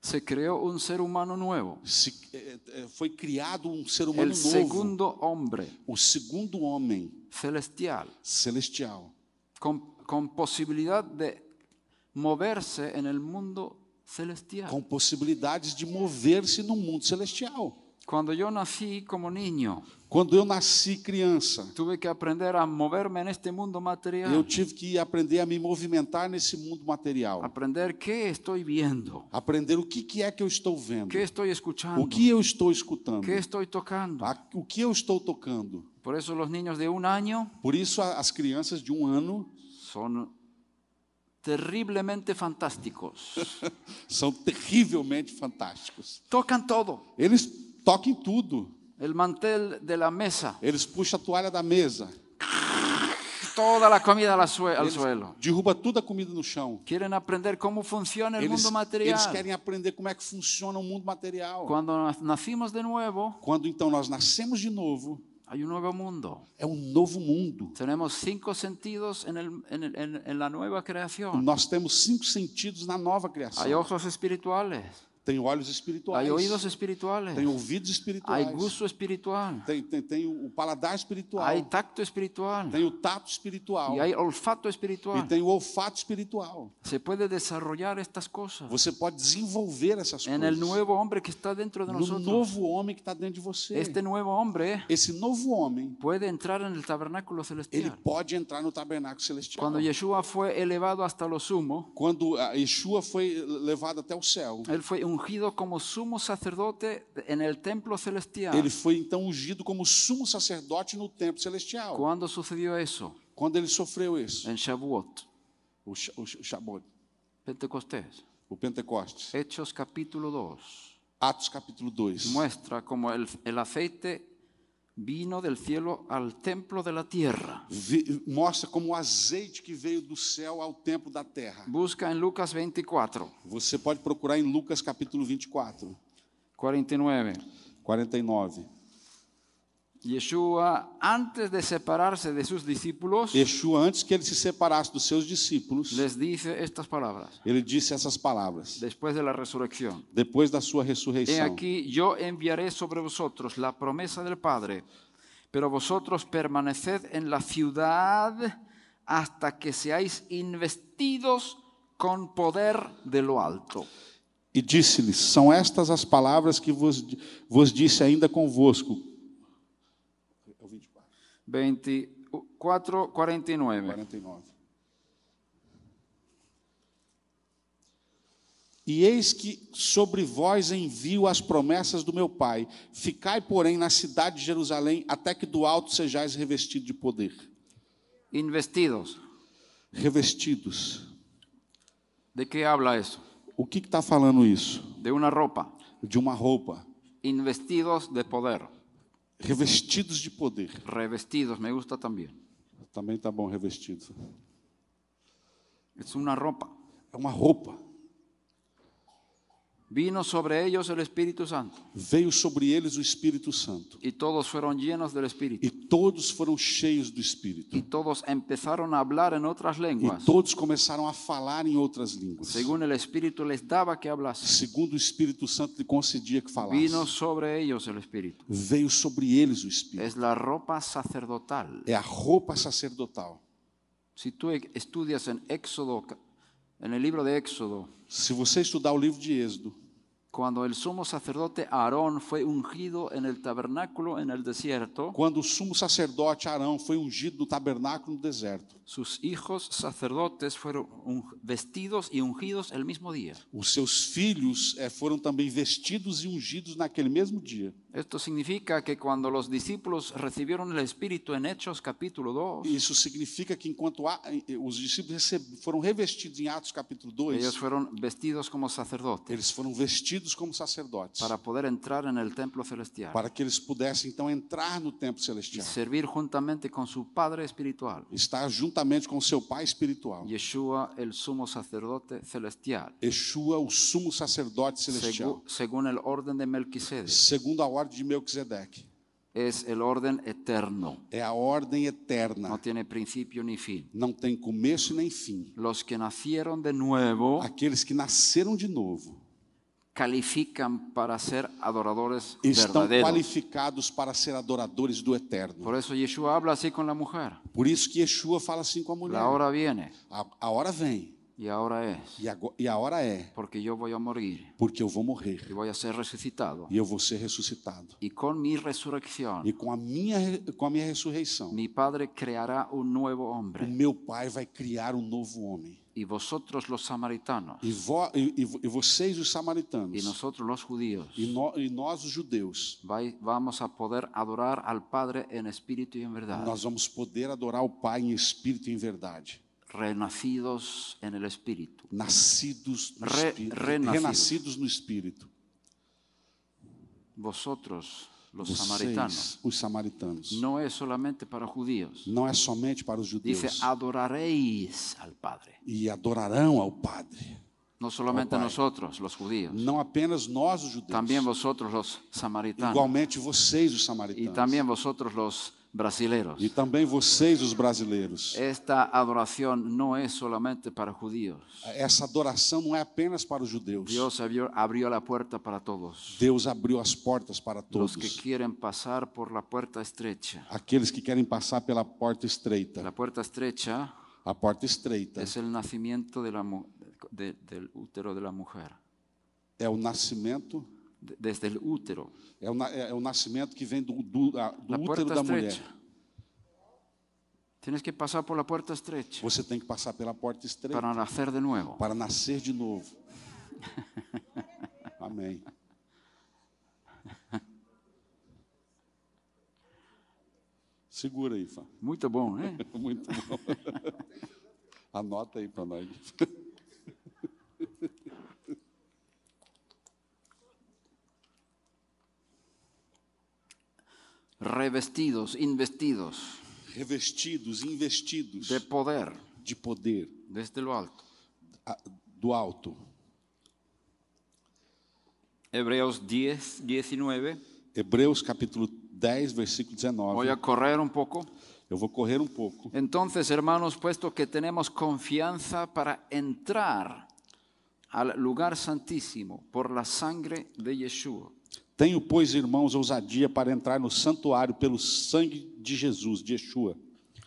[SPEAKER 1] se creó un ser humano nuevo,
[SPEAKER 2] se- é, é, foi criado um ser humano
[SPEAKER 1] el
[SPEAKER 2] novo,
[SPEAKER 1] segundo hombre
[SPEAKER 2] o segundo homem
[SPEAKER 1] celestial,
[SPEAKER 2] celestial,
[SPEAKER 1] con, con posibilidad de moverse en el mundo celestial.
[SPEAKER 2] com possibilidades de mover-se no mundo celestial.
[SPEAKER 1] Cuando yo nací como niño,
[SPEAKER 2] Quando eu nasci criança,
[SPEAKER 1] tuve que aprender a moverme en este mundo
[SPEAKER 2] eu
[SPEAKER 1] material,
[SPEAKER 2] tive que aprender a me movimentar nesse mundo material,
[SPEAKER 1] aprender qué estoy viendo,
[SPEAKER 2] aprender o que que é que eu estou vendo,
[SPEAKER 1] qué estoy escuchando,
[SPEAKER 2] o que eu estou escutando,
[SPEAKER 1] qué estoy tocando.
[SPEAKER 2] a- o que eu estou tocando.
[SPEAKER 1] Por eso los niños de un año
[SPEAKER 2] Por isso a- as crianças de um ano
[SPEAKER 1] son terriblemente fantásticos.
[SPEAKER 2] são terrivelmente fantásticos.
[SPEAKER 1] Tocan todo.
[SPEAKER 2] Eles tocam em tudo.
[SPEAKER 1] El mantel de la mesa,
[SPEAKER 2] Eles puxam a toalha da mesa,
[SPEAKER 1] toda la comida al, sue- al suelo.
[SPEAKER 2] derruba toda a comida no chão.
[SPEAKER 1] Quieren aprender cómo funciona el
[SPEAKER 2] Eles,
[SPEAKER 1] É mundo material.
[SPEAKER 2] eles querem aprender como é que funciona o mundo material.
[SPEAKER 1] Cuando na- nacimos de nuevo,
[SPEAKER 2] Quando então nós nascemos de novo,
[SPEAKER 1] hay un nuevo mundo.
[SPEAKER 2] é um novo mundo.
[SPEAKER 1] Tenemos cinco sentidos en, el- en el- en- en la nueva creación.
[SPEAKER 2] Nós temos cinco sentidos na nova criação.
[SPEAKER 1] Hay ojos espirituales,
[SPEAKER 2] Tem olhos espirituais,
[SPEAKER 1] hay oídos espirituales,
[SPEAKER 2] tem ouvidos
[SPEAKER 1] hay
[SPEAKER 2] espirituais,
[SPEAKER 1] gusto espiritual,
[SPEAKER 2] tem, tem, tem o paladar espiritual,
[SPEAKER 1] hay tacto espiritual
[SPEAKER 2] tem o tato espiritual
[SPEAKER 1] y hay olfato
[SPEAKER 2] e
[SPEAKER 1] espiritual.
[SPEAKER 2] tem o olfato espiritual.
[SPEAKER 1] Se puede desarrollar estas cosas
[SPEAKER 2] Você pode desenvolver essas
[SPEAKER 1] en
[SPEAKER 2] coisas
[SPEAKER 1] el nuevo hombre que está dentro de
[SPEAKER 2] pues, no pues,
[SPEAKER 1] nosotros.
[SPEAKER 2] novo homem que está dentro de você.
[SPEAKER 1] Este nuevo hombre
[SPEAKER 2] Esse novo homem,
[SPEAKER 1] puede entrar en el tabernáculo
[SPEAKER 2] ele
[SPEAKER 1] celestial.
[SPEAKER 2] pode entrar no tabernáculo celestial.
[SPEAKER 1] Cuando Yeshua fue elevado hasta lo sumo,
[SPEAKER 2] Quando a Yeshua foi levado até o céu,
[SPEAKER 1] él fue ungido como sumo sacerdote en el templo
[SPEAKER 2] ele
[SPEAKER 1] celestial.
[SPEAKER 2] foi então ungido como sumo sacerdote no templo celestial.
[SPEAKER 1] ¿Cuándo sucedió eso?
[SPEAKER 2] Quando ele sofreu isso,
[SPEAKER 1] En Shavuot,
[SPEAKER 2] o, Sha- o, Sha- o Shabat,
[SPEAKER 1] Pentecostés.
[SPEAKER 2] o Pentecostes,
[SPEAKER 1] Hechos capítulo 2
[SPEAKER 2] Atos capítulo 2,
[SPEAKER 1] muestra como el, el aceite vino del cielo al templo de la tierra.
[SPEAKER 2] vi- mostra como o azeite que veio do céu ao templo da terra.
[SPEAKER 1] Busca en Lucas 24,
[SPEAKER 2] Você pode procurar em Lucas capítulo 24,
[SPEAKER 1] 49.
[SPEAKER 2] 49.
[SPEAKER 1] Yeshua, antes de separarse de sus discípulos,
[SPEAKER 2] Yeshua, antes que ele se separasse dos seus discípulos,
[SPEAKER 1] les dice estas palabras,
[SPEAKER 2] ele disse essas palavras.
[SPEAKER 1] después de la resurrección.
[SPEAKER 2] Depois da sua
[SPEAKER 1] He
[SPEAKER 2] ressurreição,
[SPEAKER 1] aquí, yo enviaré sobre vosotros la promesa del Padre, pero vosotros permaneced en la ciudad hasta que seáis investidos con poder de lo alto.
[SPEAKER 2] e disse-lhes: São estas as palavras que vos, vos disse ainda convosco. É o 24,
[SPEAKER 1] 24, 49.
[SPEAKER 2] 49. E eis que sobre vós envio as promessas do meu Pai. Ficai, porém, na cidade de Jerusalém, até que do alto sejais revestidos de poder.
[SPEAKER 1] Investidos.
[SPEAKER 2] Revestidos.
[SPEAKER 1] ¿De qué habla eso?
[SPEAKER 2] O que está falando isso?
[SPEAKER 1] De una ropa.
[SPEAKER 2] De uma roupa.
[SPEAKER 1] Investidos de poder.
[SPEAKER 2] Revestidos de poder.
[SPEAKER 1] Revestidos, me gusta también.
[SPEAKER 2] Também tá bom revestido.
[SPEAKER 1] Es una ropa.
[SPEAKER 2] É uma roupa.
[SPEAKER 1] Vino sobre ellos el Espíritu Santo
[SPEAKER 2] Veio sobre eles o Espírito Santo.
[SPEAKER 1] y todos fueron llenos del Espíritu.
[SPEAKER 2] E todos foram cheios do
[SPEAKER 1] Y
[SPEAKER 2] Espírito.
[SPEAKER 1] todos empezaron a hablar en otras lenguas,
[SPEAKER 2] E todos começaram a falar em outras línguas.
[SPEAKER 1] según el Espíritu les daba que hablase.
[SPEAKER 2] Segundo o Espírito Santo lhe concedia que falasse.
[SPEAKER 1] Vino sobre ellos el Espíritu.
[SPEAKER 2] Veio sobre eles o Espírito.
[SPEAKER 1] Es la ropa sacerdotal.
[SPEAKER 2] É a roupa sacerdotal.
[SPEAKER 1] Si tú e- estudias en Éxodo, ca- en el libro de Éxodo,
[SPEAKER 2] Se você estudar o livro de Êxodo,
[SPEAKER 1] cuando el sumo sacerdote Aarón fue ungido en el tabernáculo en el desierto,
[SPEAKER 2] Quando o sumo sacerdote Arão foi ungido do tabernáculo no deserto,
[SPEAKER 1] sus hijos sacerdotes fueron un- vestidos y ungidos el mismo día.
[SPEAKER 2] os seus filhos eh, foram também vestidos e ungidos naquele mesmo dia.
[SPEAKER 1] Esto significa que cuando los discípulos recibieron el Espíritu en Hechos capítulo 2,
[SPEAKER 2] Isso significa que enquanto a- eh, os discípulos receb- foram revestidos em Atos capítulo 2,
[SPEAKER 1] ellos fueron vestidos como sacerdotes
[SPEAKER 2] eles foram vestidos como sacerdotes, para,
[SPEAKER 1] para poder entrar en el templo celestial
[SPEAKER 2] que eles pudessem então entrar no templo
[SPEAKER 1] y
[SPEAKER 2] celestial,
[SPEAKER 1] servir juntamente con su Padre espiritual,
[SPEAKER 2] estar juntamente com seu pai espiritual.
[SPEAKER 1] Yeshua el sumo sacerdote celestial,
[SPEAKER 2] Yeshua, o sumo sacerdote celestial,
[SPEAKER 1] segu- según el orden de Melquisedes.
[SPEAKER 2] segundo a ordem de Melquisedeque.
[SPEAKER 1] Es el orden eterno,
[SPEAKER 2] É a ordem
[SPEAKER 1] no
[SPEAKER 2] eterna,
[SPEAKER 1] tiene principio ni fin.
[SPEAKER 2] não tem começo nem fim.
[SPEAKER 1] Los que nacieron de nuevo
[SPEAKER 2] Aqueles que nasceram de novo
[SPEAKER 1] califican para ser adoradores
[SPEAKER 2] estão
[SPEAKER 1] verdaderos.
[SPEAKER 2] qualificados para ser adoradores do eterno.
[SPEAKER 1] Por eso Yeshua habla así con la mujer.
[SPEAKER 2] Por isso que Yeshua fala assim com a mulher.
[SPEAKER 1] La hora viene
[SPEAKER 2] A, a hora vem
[SPEAKER 1] y ahora es,
[SPEAKER 2] e ago- e a hora é,
[SPEAKER 1] porque yo voy a morir
[SPEAKER 2] porque eu vou
[SPEAKER 1] y
[SPEAKER 2] morrer
[SPEAKER 1] voy a ser resucitado.
[SPEAKER 2] e eu vou ser ressuscitado.
[SPEAKER 1] Y con mi resurrección,
[SPEAKER 2] E com a minha, re- com a minha ressurreição,
[SPEAKER 1] mi Padre creará un nuevo
[SPEAKER 2] o
[SPEAKER 1] hombre.
[SPEAKER 2] meu Pai vai criar um novo homem.
[SPEAKER 1] Y vosotros los samaritanos,
[SPEAKER 2] E, vo- e- e vo- e vocês, os
[SPEAKER 1] y
[SPEAKER 2] samaritanos,
[SPEAKER 1] nosotros los judíos,
[SPEAKER 2] e, no- e nós, os judeus,
[SPEAKER 1] vai- vamos a poder adorar al Padre en espíritu y en verdad.
[SPEAKER 2] nós vamos poder adorar o Pai em espírito e em verdade.
[SPEAKER 1] renacidos en el Espíritu.
[SPEAKER 2] Nascidos no
[SPEAKER 1] Re-
[SPEAKER 2] espírito,
[SPEAKER 1] renascidos.
[SPEAKER 2] renascidos no espírito.
[SPEAKER 1] Vosotros, los samaritanos,
[SPEAKER 2] Vocês, os samaritanos.
[SPEAKER 1] no es solamente para judíos.
[SPEAKER 2] Não é somente para os
[SPEAKER 1] Dice,
[SPEAKER 2] judeus.
[SPEAKER 1] adoraréis al Padre.
[SPEAKER 2] E adorarão ao Padre.
[SPEAKER 1] No solamente
[SPEAKER 2] Al Padre.
[SPEAKER 1] nosotros, los judíos,
[SPEAKER 2] Não apenas nós, os judeus.
[SPEAKER 1] también vosotros, los samaritanos,
[SPEAKER 2] Igualmente vocês, os
[SPEAKER 1] y
[SPEAKER 2] samaritanos.
[SPEAKER 1] también vosotros, los brasileros.
[SPEAKER 2] E também vocês, os brasileiros.
[SPEAKER 1] Esta adoración no es solamente para judíos.
[SPEAKER 2] Essa adoração não é apenas para os judeus.
[SPEAKER 1] Dios abrió, abrió la puerta para todos.
[SPEAKER 2] Deus abriu as portas para
[SPEAKER 1] Los que
[SPEAKER 2] todos.
[SPEAKER 1] quieren pasar por la puerta estrecha.
[SPEAKER 2] Aqueles que querem passar pela porta estreita.
[SPEAKER 1] La puerta estrecha
[SPEAKER 2] A porta estreita
[SPEAKER 1] es el nacimiento de la mu- de- del útero de la mujer.
[SPEAKER 2] é o nascimento.
[SPEAKER 1] De- desde el útero.
[SPEAKER 2] É o, na- é o nascimento que vem do, do, a- do
[SPEAKER 1] La
[SPEAKER 2] útero
[SPEAKER 1] puerta
[SPEAKER 2] da
[SPEAKER 1] estrecha.
[SPEAKER 2] mulher.
[SPEAKER 1] Tienes que pasar por la puerta estrecha
[SPEAKER 2] Você tem que passar pela porta estreita
[SPEAKER 1] para nacer de nuevo.
[SPEAKER 2] para nascer de novo. Amém. Segura aí, Fá.
[SPEAKER 1] Muy bom, ¿eh?
[SPEAKER 2] Muito bom. Anota aí para nós.
[SPEAKER 1] Revestidos, investidos
[SPEAKER 2] Revestidos, investidos
[SPEAKER 1] de poder
[SPEAKER 2] de poder
[SPEAKER 1] desde lo alto.
[SPEAKER 2] a- do alto.
[SPEAKER 1] Hebreos 10, 19.
[SPEAKER 2] Hebreus capítulo 10, versículo
[SPEAKER 1] Voy
[SPEAKER 2] 19.
[SPEAKER 1] a correr un poco.
[SPEAKER 2] Eu vou correr um pouco.
[SPEAKER 1] Entonces, hermanos, puesto que tenemos confianza para entrar al lugar santísimo por la sangre de Yeshua.
[SPEAKER 2] Tenho, pois, irmãos, ousadia para entrar no santuário pelo sangue de Jesus, de Yeshua,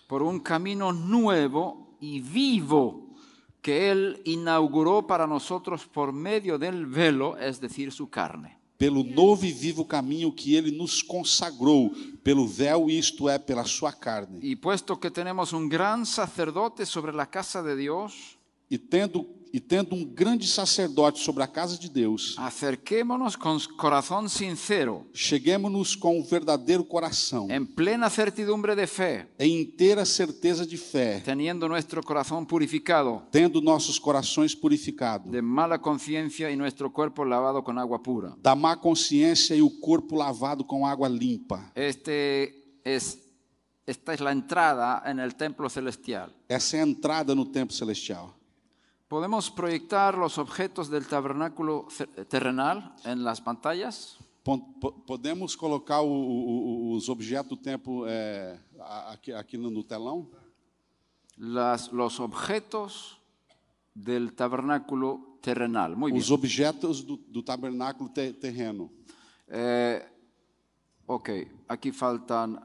[SPEAKER 1] por un camino nuevo y vivo que Él inauguró para nosotros por medio del velo, es decir, su carne.
[SPEAKER 2] pelo novo e vivo caminho que ele nos consagrou, pelo véu, isto é, pela sua carne.
[SPEAKER 1] Y puesto que tenemos un gran sacerdote sobre la casa de Dios,
[SPEAKER 2] E tendo, e tendo um grande sacerdote sobre a casa de Deus,
[SPEAKER 1] acerquémonos con corazón sincero,
[SPEAKER 2] cheguemos-nos com um verdadeiro coração,
[SPEAKER 1] en plena certidumbre de fe,
[SPEAKER 2] em inteira certeza de fé,
[SPEAKER 1] teniendo nuestro corazón purificado
[SPEAKER 2] tendo nossos corações purificados,
[SPEAKER 1] de mala conciencia y nuestro cuerpo lavado con agua pura.
[SPEAKER 2] da má consciência e o corpo lavado com água limpa.
[SPEAKER 1] Este es, esta es la entrada en el templo celestial.
[SPEAKER 2] Essa é a entrada no tempo celestial.
[SPEAKER 1] ¿Podemos proyectar los objetos del tabernáculo ce- terrenal en las pantallas?
[SPEAKER 2] Pon- po- Podemos colocar o- o- o- os objetos do tempo é, a- aqui, aqui no no telão?
[SPEAKER 1] Las- los objetos del tabernáculo terrenal. Muy bien.
[SPEAKER 2] Os objetos do, do tabernáculo te- terreno.
[SPEAKER 1] Eh, ok, aquí faltan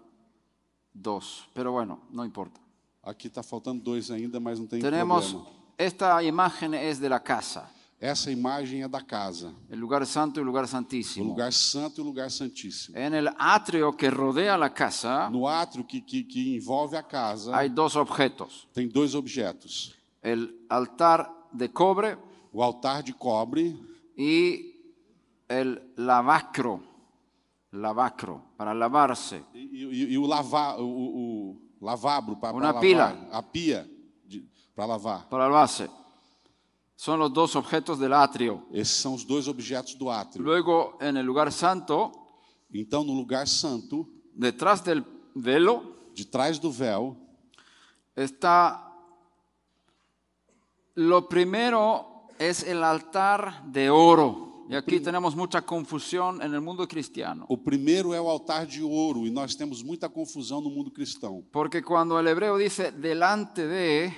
[SPEAKER 1] dos, pero bueno, no importa.
[SPEAKER 2] Aqui está faltando dois tá ainda, mas não tem
[SPEAKER 1] Tenemos,
[SPEAKER 2] problema.
[SPEAKER 1] esta imagen es de la casa.
[SPEAKER 2] Essa imagem é da casa,
[SPEAKER 1] el lugar santo y el lugar
[SPEAKER 2] o
[SPEAKER 1] santísimo.
[SPEAKER 2] lugar santo e o lugar santíssimo.
[SPEAKER 1] En el atrio que rodea la casa
[SPEAKER 2] No átrio que, que, que envolve a casa,
[SPEAKER 1] hay dos objetos.
[SPEAKER 2] tem dois objetos:
[SPEAKER 1] El altar de cobre
[SPEAKER 2] o altar de cobre
[SPEAKER 1] y el lavacro. Lavacro, para lavarse.
[SPEAKER 2] e, e- e o lavar, o, o, o lavabro para
[SPEAKER 1] Uma
[SPEAKER 2] lavar,
[SPEAKER 1] pila.
[SPEAKER 2] a pia para lavar.
[SPEAKER 1] Para lavarse. Son los dos objetos del atrio.
[SPEAKER 2] Esses são os dois objetos do átrio.
[SPEAKER 1] Luego, en el lugar santo,
[SPEAKER 2] Então, no lugar santo,
[SPEAKER 1] detrás del velo,
[SPEAKER 2] de trás do véu,
[SPEAKER 1] está lo primero es el altar de oro. Y aquí tenemos mucha confusión en el mundo cristiano.
[SPEAKER 2] o primeiro é o altar de ouro, e nós temos muita confusão no mundo cristão.
[SPEAKER 1] Porque cuando el hebreo dice delante de,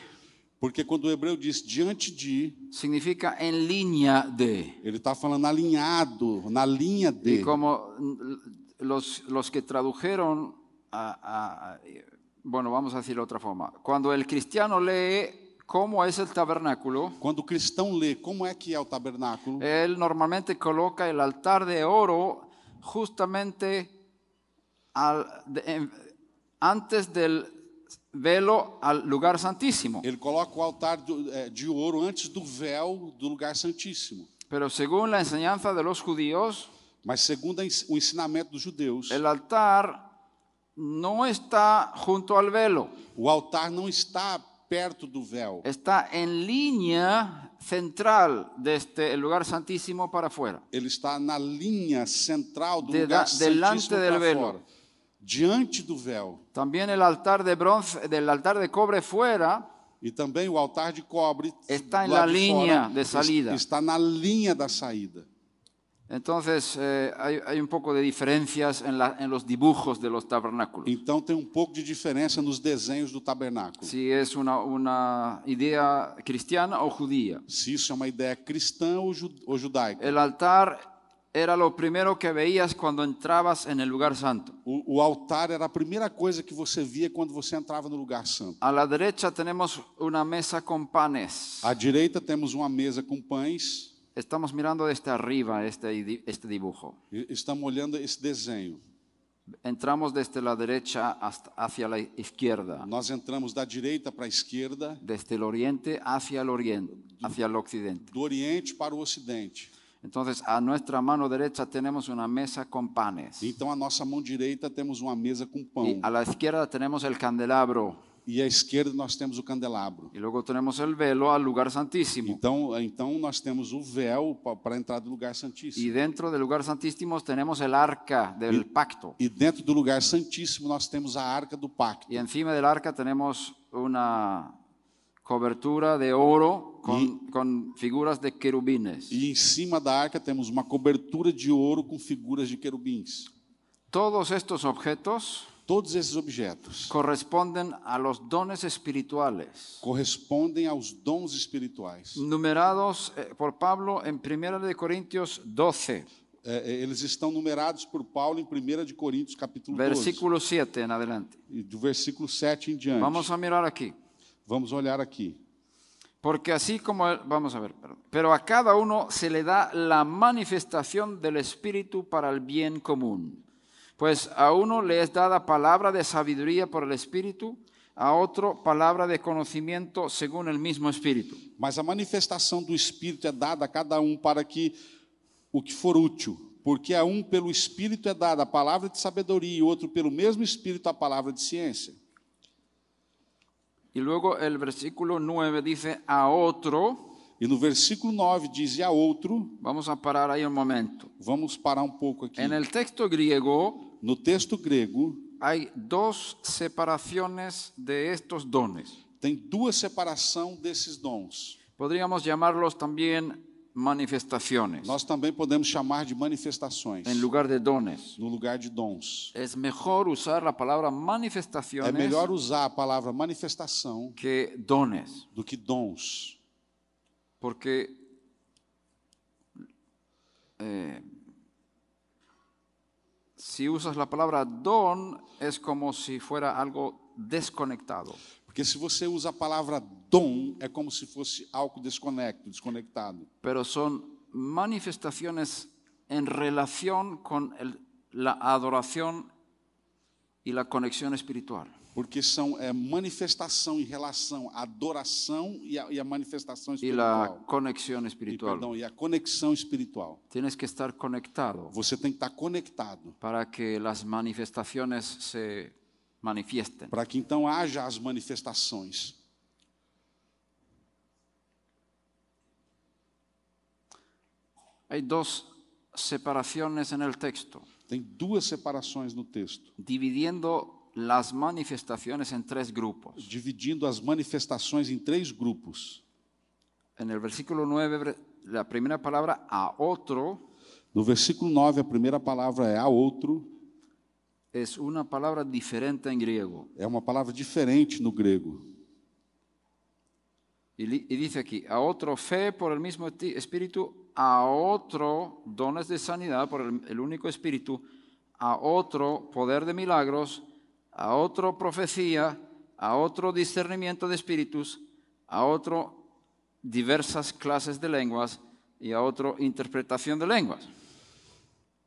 [SPEAKER 2] Porque quando o hebreu diz diante de,
[SPEAKER 1] significa en línea de.
[SPEAKER 2] ele está falando alinhado, na linha
[SPEAKER 1] Y
[SPEAKER 2] de.
[SPEAKER 1] como mm, los, los que tradujeron a- a- a- Bueno, vamos a decirlo de otra forma. Cuando el cristiano lee cómo es el tabernáculo,
[SPEAKER 2] Quando o cristão lê como é que é o tabernáculo,
[SPEAKER 1] Él normalmente coloca el altar de oro justamente al- de- en- antes del velo al lugar santísimo.
[SPEAKER 2] ele coloca o altar do- eh, de ouro antes do véu do lugar santíssimo.
[SPEAKER 1] Pero según la enseñanza de los judíos,
[SPEAKER 2] Mas segundo a ens- o ensinamento dos judeus,
[SPEAKER 1] el altar no está junto al velo,
[SPEAKER 2] o altar não está perto do véu,
[SPEAKER 1] está en línea central desde el lugar santísimo para afuera.
[SPEAKER 2] ele está na linha central do
[SPEAKER 1] De-
[SPEAKER 2] lugar
[SPEAKER 1] da- delante
[SPEAKER 2] santíssimo
[SPEAKER 1] del
[SPEAKER 2] para
[SPEAKER 1] velo.
[SPEAKER 2] fora, diante do véu.
[SPEAKER 1] También el altar de bronce, del altar de cobre fuera,
[SPEAKER 2] E também o altar de cobre
[SPEAKER 1] Está
[SPEAKER 2] do
[SPEAKER 1] em la
[SPEAKER 2] lado
[SPEAKER 1] linha
[SPEAKER 2] fora,
[SPEAKER 1] de salida.
[SPEAKER 2] es- Está na linha da saída.
[SPEAKER 1] Entonces eh, hay, hay un poco de diferencias en, la- en los dibujos de los tabernáculos.
[SPEAKER 2] Então tem um pouco de diferença nos desenhos do tabernáculo.
[SPEAKER 1] Si es una, una idea cristiana o judía.
[SPEAKER 2] Se isso é uma ideia cristã ou, ju- ou judaica.
[SPEAKER 1] El altar era lo primero que veías cuando entrabas en el lugar santo.
[SPEAKER 2] O, o altar era a primeira coisa que você via quando você entrava no lugar santo.
[SPEAKER 1] A la derecha tenemos una mesa con panes.
[SPEAKER 2] À direita temos uma mesa com pães.
[SPEAKER 1] Estamos mirando desde arriba este, idi- este dibujo.
[SPEAKER 2] E- Estamos olhando esse desenho.
[SPEAKER 1] Entramos desde la derecha hasta- hacia la izquierda,
[SPEAKER 2] Nós entramos da direita para a esquerda,
[SPEAKER 1] desde el oriente hacia el oriente, hacia el occidente.
[SPEAKER 2] do oriente para o ocidente.
[SPEAKER 1] Entonces, a nuestra mano derecha tenemos una mesa con panes. Y
[SPEAKER 2] Então, à nossa mão direita temos uma mesa com pão.
[SPEAKER 1] a la izquierda tenemos el candelabro.
[SPEAKER 2] E à esquerda nós temos o candelabro.
[SPEAKER 1] Y luego tenemos el velo al lugar santísimo.
[SPEAKER 2] Então, então nós temos o véu para entrar do lugar santíssimo.
[SPEAKER 1] Y dentro del lugar santísimo tenemos el arca del pacto.
[SPEAKER 2] E dentro do lugar santíssimo nós temos a arca do pacto.
[SPEAKER 1] Y encima del arca tenemos una cobertura de oro con, con figuras de querubines.
[SPEAKER 2] E em cima da arca temos uma cobertura de ouro com figuras de querubins.
[SPEAKER 1] Todos estos objetos
[SPEAKER 2] Todos esses objetos
[SPEAKER 1] corresponden a los dones espirituales,
[SPEAKER 2] correspondem aos dons espirituais.
[SPEAKER 1] Hum. numerados eh, por Pablo en 1 de Corintios 12.
[SPEAKER 2] É, é, eles estão numerados por Paulo em 1 de Coríntios, capítulo 12,
[SPEAKER 1] Versículo 7 en adelante.
[SPEAKER 2] e do versículo 7 em diante.
[SPEAKER 1] Vamos a mirar aquí.
[SPEAKER 2] Vamos olhar aqui.
[SPEAKER 1] Porque así como... el- vamos a ver, perdón. Pero a cada uno se le da la manifestación del Espíritu para el bien común. Pues a uno le es dada palabra de sabiduría por el Espíritu, a otro palabra de conocimiento según el mismo Espíritu.
[SPEAKER 2] Mas a manifestação do Espírito é dada a cada um para que o que for útil. Porque a um pelo Espírito é dada a palavra de sabedoria e outro pelo mesmo Espírito a palavra de ciência.
[SPEAKER 1] Y luego el versículo 9 dice a otro,
[SPEAKER 2] E no versículo 9 diz, e a outro,
[SPEAKER 1] vamos a parar ahí un momento.
[SPEAKER 2] vamos parar um pouco aqui.
[SPEAKER 1] En el texto griego
[SPEAKER 2] No texto grego,
[SPEAKER 1] hay dos separaciones de estos dones.
[SPEAKER 2] tem duas separação desses dons.
[SPEAKER 1] Podríamos llamarlos también manifestaciones
[SPEAKER 2] Nós também podemos chamar de manifestações,
[SPEAKER 1] en lugar de dones.
[SPEAKER 2] no lugar de dons.
[SPEAKER 1] Es mejor usar la palabra
[SPEAKER 2] É
[SPEAKER 1] manifestaciones
[SPEAKER 2] melhor usar a palavra manifestação
[SPEAKER 1] que dones,
[SPEAKER 2] do que dons,
[SPEAKER 1] porque eh, si usas la palabra don es como si fuera algo desconectado.
[SPEAKER 2] porque Porque se você usa a palavra dom, é como se fosse algo desconecto, desconectado.
[SPEAKER 1] pero son manifestaciones en relación con el- la adoración y la conexión espiritual.
[SPEAKER 2] Porque são é, manifestação em relação à adoração e à e à manifestação
[SPEAKER 1] Y la
[SPEAKER 2] espiritual.
[SPEAKER 1] conexión
[SPEAKER 2] E,
[SPEAKER 1] espiritual.
[SPEAKER 2] perdão, e a conexão espiritual.
[SPEAKER 1] Tienes que estar conectado
[SPEAKER 2] Você tem que estar conectado
[SPEAKER 1] para que las manifestaciones se manifiesten.
[SPEAKER 2] para que então haja as manifestações.
[SPEAKER 1] Hay dos separaciones en el texto,
[SPEAKER 2] Tem duas separações no texto,
[SPEAKER 1] dividiendo las manifestaciones en tres grupos.
[SPEAKER 2] dividindo as manifestações em três grupos.
[SPEAKER 1] En el versículo 9, la primera palabra a otro
[SPEAKER 2] No versículo 9, a primeira palavra é a outro,
[SPEAKER 1] es una palabra diferente en griego.
[SPEAKER 2] é uma palavra diferente no grego.
[SPEAKER 1] Y, li- y dice aquí, a otro fe por el mismo ti- espíritu, a otro dones de sanidad por el, el único espíritu, a otro poder de milagros, a otro profecía, a otro discernimiento de espíritus, a otro diversas clases de lenguas y a otro interpretación de lenguas.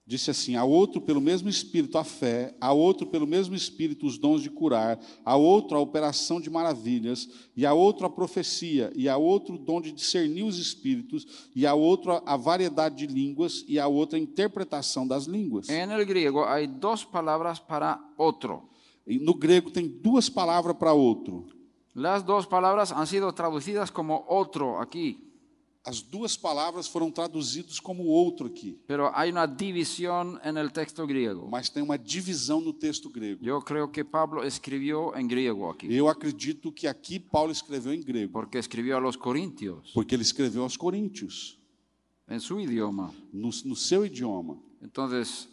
[SPEAKER 2] Disse assim: a outro pelo mesmo Espírito a fé, a outro pelo mesmo Espírito os dons de curar, a outro a operação de maravilhas, e a outro a profecia, e a outro o dom de discernir os Espíritos, e a outro a variedade de línguas, e a outra a interpretação das línguas.
[SPEAKER 1] En el griego hay dos palabras para otro.
[SPEAKER 2] E No grego tem duas palavras para outro.
[SPEAKER 1] Las dos palabras han sido traducidas como otro aquí.
[SPEAKER 2] As duas palavras foram traduzidas como outro aqui,
[SPEAKER 1] Pero hay una división en el texto griego.
[SPEAKER 2] mas tem uma divisão no texto grego.
[SPEAKER 1] Yo creo que Pablo escribió en griego aquí,
[SPEAKER 2] Eu acredito que aqui Paulo escreveu em grego,
[SPEAKER 1] porque escribió a los corintios
[SPEAKER 2] porque ele escreveu aos coríntios,
[SPEAKER 1] en su idioma.
[SPEAKER 2] no, no seu idioma.
[SPEAKER 1] Entonces,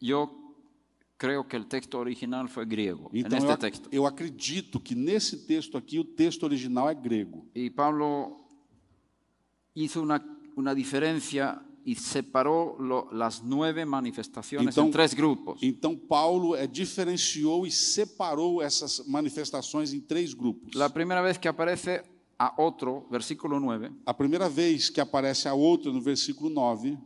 [SPEAKER 1] yo creo que el texto original fue griego, en
[SPEAKER 2] Então,
[SPEAKER 1] este
[SPEAKER 2] eu, ac-
[SPEAKER 1] texto.
[SPEAKER 2] eu acredito que nesse texto aqui, o texto original é grego.
[SPEAKER 1] Y Pablo hizo una, una diferencia y separó lo- las nueve manifestaciones en
[SPEAKER 2] Então-
[SPEAKER 1] tres grupos.
[SPEAKER 2] Então, Paulo é, diferenciou e separou essas manifestações em três grupos.
[SPEAKER 1] La primera vez que aparece a otro, versículo 9,
[SPEAKER 2] A primeira vez que aparece a outra, no versículo 9,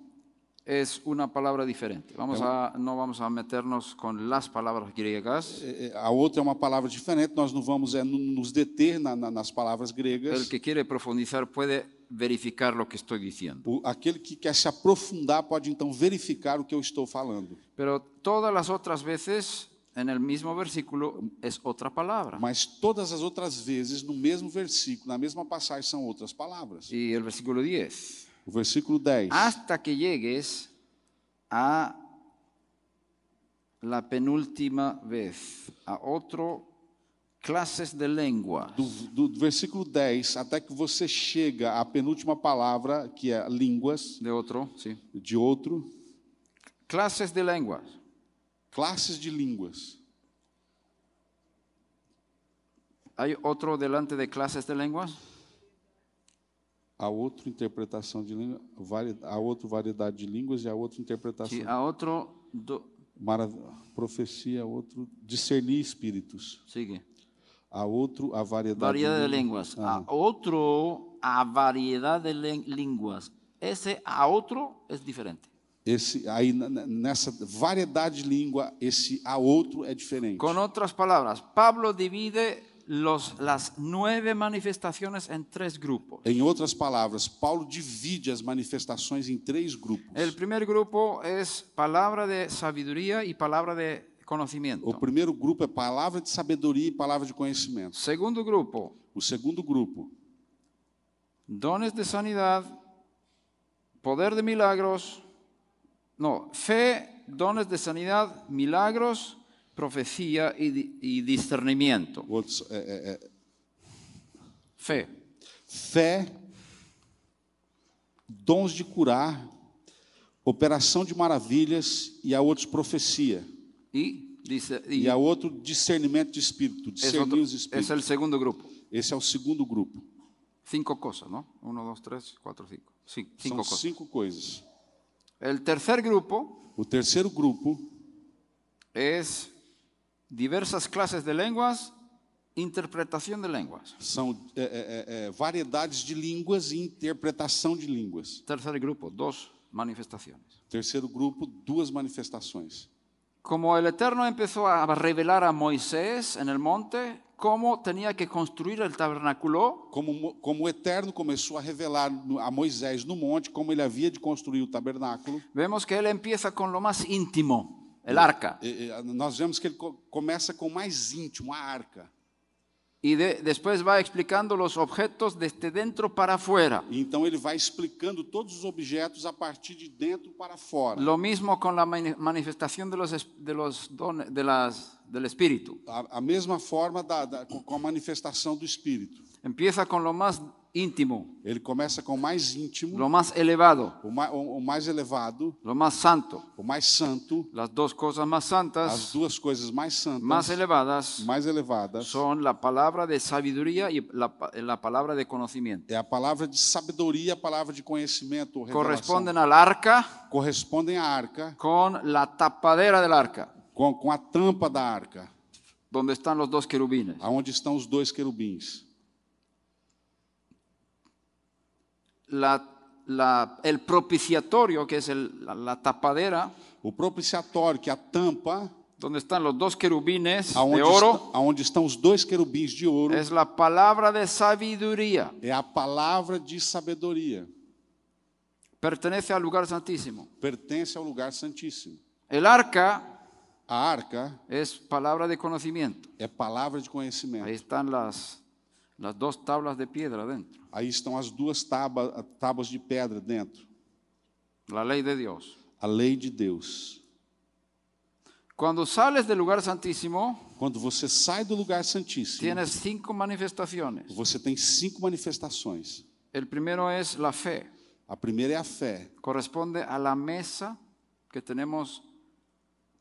[SPEAKER 1] es una palabra diferente. Vamos a, no vamos a meternos con las palabras griegas.
[SPEAKER 2] é, é, a outra é uma palavra diferente, nós não vamos é, nu- nos deter na- na- nas palavras
[SPEAKER 1] El
[SPEAKER 2] gregas.
[SPEAKER 1] que quiere profundizar puede verificar lo que estoy diciendo.
[SPEAKER 2] O, aquele que quer se aprofundar pode então verificar o que eu estou falando.
[SPEAKER 1] Pero todas las otras veces, en el mismo versículo, es otra palabra.
[SPEAKER 2] Mas todas as outras vezes, no mesmo versículo, na mesma passagem, são outras palavras.
[SPEAKER 1] Y el versículo 10.
[SPEAKER 2] O versículo 10.
[SPEAKER 1] Hasta que llegues a la penúltima vez, a otro clases de lengua.
[SPEAKER 2] do, do- do versículo 10 até que você chega à penúltima palavra, que é línguas,
[SPEAKER 1] De otro, sí.
[SPEAKER 2] de outro,
[SPEAKER 1] Clases de lenguas.
[SPEAKER 2] classes de línguas.
[SPEAKER 1] ¿Hay otro delante de clases de lenguas?
[SPEAKER 2] A outra interpretação de língua, vari- a outra variedade de línguas e a outra interpretação.
[SPEAKER 1] Sí, a otro. do-
[SPEAKER 2] Mara, profecia, a outro discernir espíritos.
[SPEAKER 1] sigue.
[SPEAKER 2] A outro a variedade
[SPEAKER 1] Variedad de
[SPEAKER 2] línguas.
[SPEAKER 1] lenguas.
[SPEAKER 2] Ah,
[SPEAKER 1] A otro, a variedad de len- lenguas. Ese a otro es diferente.
[SPEAKER 2] esse aí na- na- nessa variedade de língua, esse a outro é diferente.
[SPEAKER 1] Con otras palabras, Pablo divide los, las nueve manifestaciones en tres grupos.
[SPEAKER 2] Em outras palavras, Paulo divide as manifestações em três grupos.
[SPEAKER 1] El primer grupo es palabra de sabiduría y palabra de
[SPEAKER 2] O
[SPEAKER 1] conocimiento.
[SPEAKER 2] primeiro grupo é palavra de sabedoria e palavra de conhecimento.
[SPEAKER 1] Segundo grupo,
[SPEAKER 2] O segundo grupo,
[SPEAKER 1] dones de sanidad, poder de milagros, no, fe, dones de sanidad, milagros, profecía y, di- y discernimiento.
[SPEAKER 2] o outro, é, é, é,
[SPEAKER 1] Fe,
[SPEAKER 2] fé, dons de curar, operação de maravilhas e a outros profecia.
[SPEAKER 1] y dice, y
[SPEAKER 2] E a outro discernimento de espírito,
[SPEAKER 1] es,
[SPEAKER 2] discernir
[SPEAKER 1] otro-
[SPEAKER 2] os
[SPEAKER 1] es
[SPEAKER 2] espíritos.
[SPEAKER 1] el segundo grupo.
[SPEAKER 2] Esse é o segundo grupo.
[SPEAKER 1] Cinco cosas, ¿no? Uno, dos, tres, cuatro, cinco. Sí, cinco
[SPEAKER 2] São
[SPEAKER 1] cosas.
[SPEAKER 2] cinco coisas.
[SPEAKER 1] El tercer grupo
[SPEAKER 2] O terceiro grupo,
[SPEAKER 1] es diversas clases de lenguas, interpretación de lenguas.
[SPEAKER 2] São é, é, é, é, variedades de línguas e interpretação de línguas.
[SPEAKER 1] Tercer grupo, dos manifestaciones.
[SPEAKER 2] Terceiro grupo, duas manifestações.
[SPEAKER 1] Como el Eterno empezó a revelar a Moisés en el monte cómo tenía que construir el tabernáculo,
[SPEAKER 2] Como, Mo- como o Eterno começou a revelar no- a Moisés no monte como ele havia de construir o tabernáculo,
[SPEAKER 1] vemos que él empieza con lo más íntimo, el arca.
[SPEAKER 2] e- e, nós vemos que ele co- começa com o mais íntimo, a arca.
[SPEAKER 1] Y de- después va explicando los objetos desde dentro para afuera.
[SPEAKER 2] E então ele vai explicando todos os objetos a partir de dentro para fora.
[SPEAKER 1] Lo mismo con la mani- manifestación de los, es- de los dones- de las, del Espíritu.
[SPEAKER 2] A, a mesma forma da, da- com com a manifestação do Espírito.
[SPEAKER 1] Empieza con lo más íntimo,
[SPEAKER 2] Ele começa com o mais íntimo,
[SPEAKER 1] lo más elevado,
[SPEAKER 2] o mai- o- o mais elevado,
[SPEAKER 1] lo más santo.
[SPEAKER 2] o mais santo.
[SPEAKER 1] Las dos cosas más
[SPEAKER 2] As
[SPEAKER 1] santas,
[SPEAKER 2] duas coisas mais santas,
[SPEAKER 1] más elevadas,
[SPEAKER 2] mais elevadas,
[SPEAKER 1] son la palabra de sabiduría y la, pa- la palabra de conocimiento.
[SPEAKER 2] é a palavra de sabedoria, e a palavra de conhecimento. ou revelação.
[SPEAKER 1] Corresponden al arca
[SPEAKER 2] correspondem à arca,
[SPEAKER 1] con la tapadera del arca,
[SPEAKER 2] com, com a tampa da arca,
[SPEAKER 1] donde están los dos querubines.
[SPEAKER 2] aonde estão os dois querubins.
[SPEAKER 1] La- la- el propiciatorio, que es el- la, la tapadera,
[SPEAKER 2] O propiciatório, que é a tampa,
[SPEAKER 1] donde están los dos querubines
[SPEAKER 2] aonde,
[SPEAKER 1] de oro,
[SPEAKER 2] está- aonde estão os dois querubins de ouro,
[SPEAKER 1] es la palabra de sabiduría.
[SPEAKER 2] é a palavra de sabedoria.
[SPEAKER 1] Pertenece al lugar santísimo.
[SPEAKER 2] Pertence ao lugar santíssimo.
[SPEAKER 1] El arca
[SPEAKER 2] A arca
[SPEAKER 1] es palabra de conocimiento.
[SPEAKER 2] é palavra de
[SPEAKER 1] Ahí
[SPEAKER 2] conhecimento.
[SPEAKER 1] están las, las dos tablas de piedra dentro.
[SPEAKER 2] Aí estão as duas tábua, tábuas de pedra dentro.
[SPEAKER 1] La ley de Dios.
[SPEAKER 2] A lei de Deus.
[SPEAKER 1] Cuando sales del lugar santísimo,
[SPEAKER 2] Quando você sai do lugar santíssimo,
[SPEAKER 1] tienes cinco manifestaciones.
[SPEAKER 2] você tem cinco manifestações.
[SPEAKER 1] El primero es la fe.
[SPEAKER 2] A primeira é a fé,
[SPEAKER 1] Corresponde a la mesa que tenemos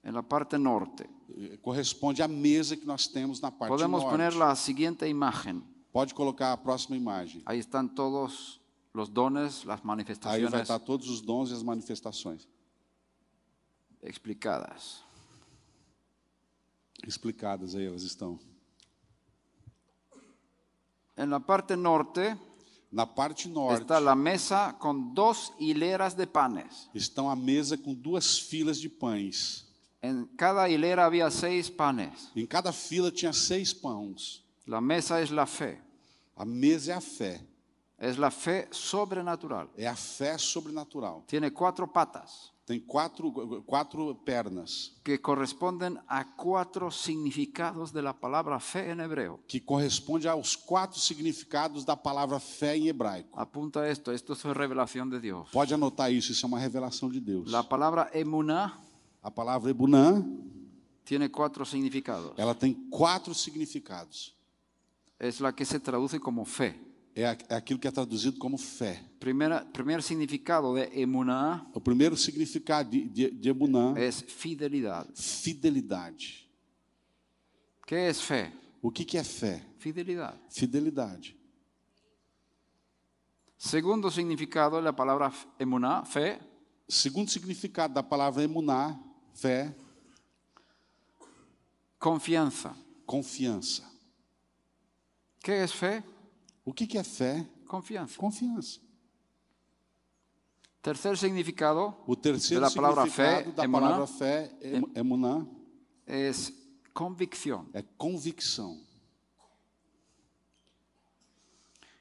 [SPEAKER 1] en la parte norte.
[SPEAKER 2] eh, corresponde à mesa que nós temos na parte
[SPEAKER 1] Podemos
[SPEAKER 2] norte.
[SPEAKER 1] poner la siguiente imagen.
[SPEAKER 2] Pode colocar a próxima imagem.
[SPEAKER 1] Ahí están todos los dones, las
[SPEAKER 2] Aí vai
[SPEAKER 1] manifestaciones
[SPEAKER 2] estar todos os dons e as manifestações
[SPEAKER 1] explicadas.
[SPEAKER 2] explicadas aí, elas estão.
[SPEAKER 1] En la parte norte
[SPEAKER 2] Na parte norte
[SPEAKER 1] está la mesa con dos hileras de panes.
[SPEAKER 2] estão a mesa com duas filas de pães.
[SPEAKER 1] En cada hilera había seis panes.
[SPEAKER 2] Em cada fila tinha seis pães.
[SPEAKER 1] La mesa es la fe.
[SPEAKER 2] A mesa é a fé,
[SPEAKER 1] Es la fe sobrenatural.
[SPEAKER 2] é a fé sobrenatural.
[SPEAKER 1] Tiene cuatro patas
[SPEAKER 2] Tem quatro, quatro pernas
[SPEAKER 1] que corresponden a cuatro significados de la palabra fe en hebreo.
[SPEAKER 2] que corresponde aos quatro significados da palavra fé em hebraico.
[SPEAKER 1] Apunta esto, esto es revelación de Dios.
[SPEAKER 2] Pode anotar isso, isso é uma revelação de Deus.
[SPEAKER 1] La palabra emuná
[SPEAKER 2] A palavra ebunã,
[SPEAKER 1] tiene cuatro significados.
[SPEAKER 2] ela tem quatro significados.
[SPEAKER 1] Es la que se traduce como fe.
[SPEAKER 2] É a- é aquilo que é traduzido como fé.
[SPEAKER 1] Primera- primer significado de emuná
[SPEAKER 2] O primeiro significado de, de, de ebunã é
[SPEAKER 1] es fidelidad.
[SPEAKER 2] fidelidade.
[SPEAKER 1] ¿Qué es fe?
[SPEAKER 2] O que, que é fé?
[SPEAKER 1] Fidelidad.
[SPEAKER 2] Fidelidade.
[SPEAKER 1] Segundo significado de la palabra f- emuná, fe,
[SPEAKER 2] Segundo significado da palavra emuná, fé,
[SPEAKER 1] confianza.
[SPEAKER 2] confiança.
[SPEAKER 1] ¿Qué es fe?
[SPEAKER 2] O que, que é fé?
[SPEAKER 1] Confianza.
[SPEAKER 2] Confiança.
[SPEAKER 1] Tercer significado
[SPEAKER 2] O terceiro
[SPEAKER 1] Da palavra
[SPEAKER 2] significado
[SPEAKER 1] fé,
[SPEAKER 2] da
[SPEAKER 1] emuná. É.
[SPEAKER 2] palavra fé, em- emuná,
[SPEAKER 1] es convicción.
[SPEAKER 2] é convicção.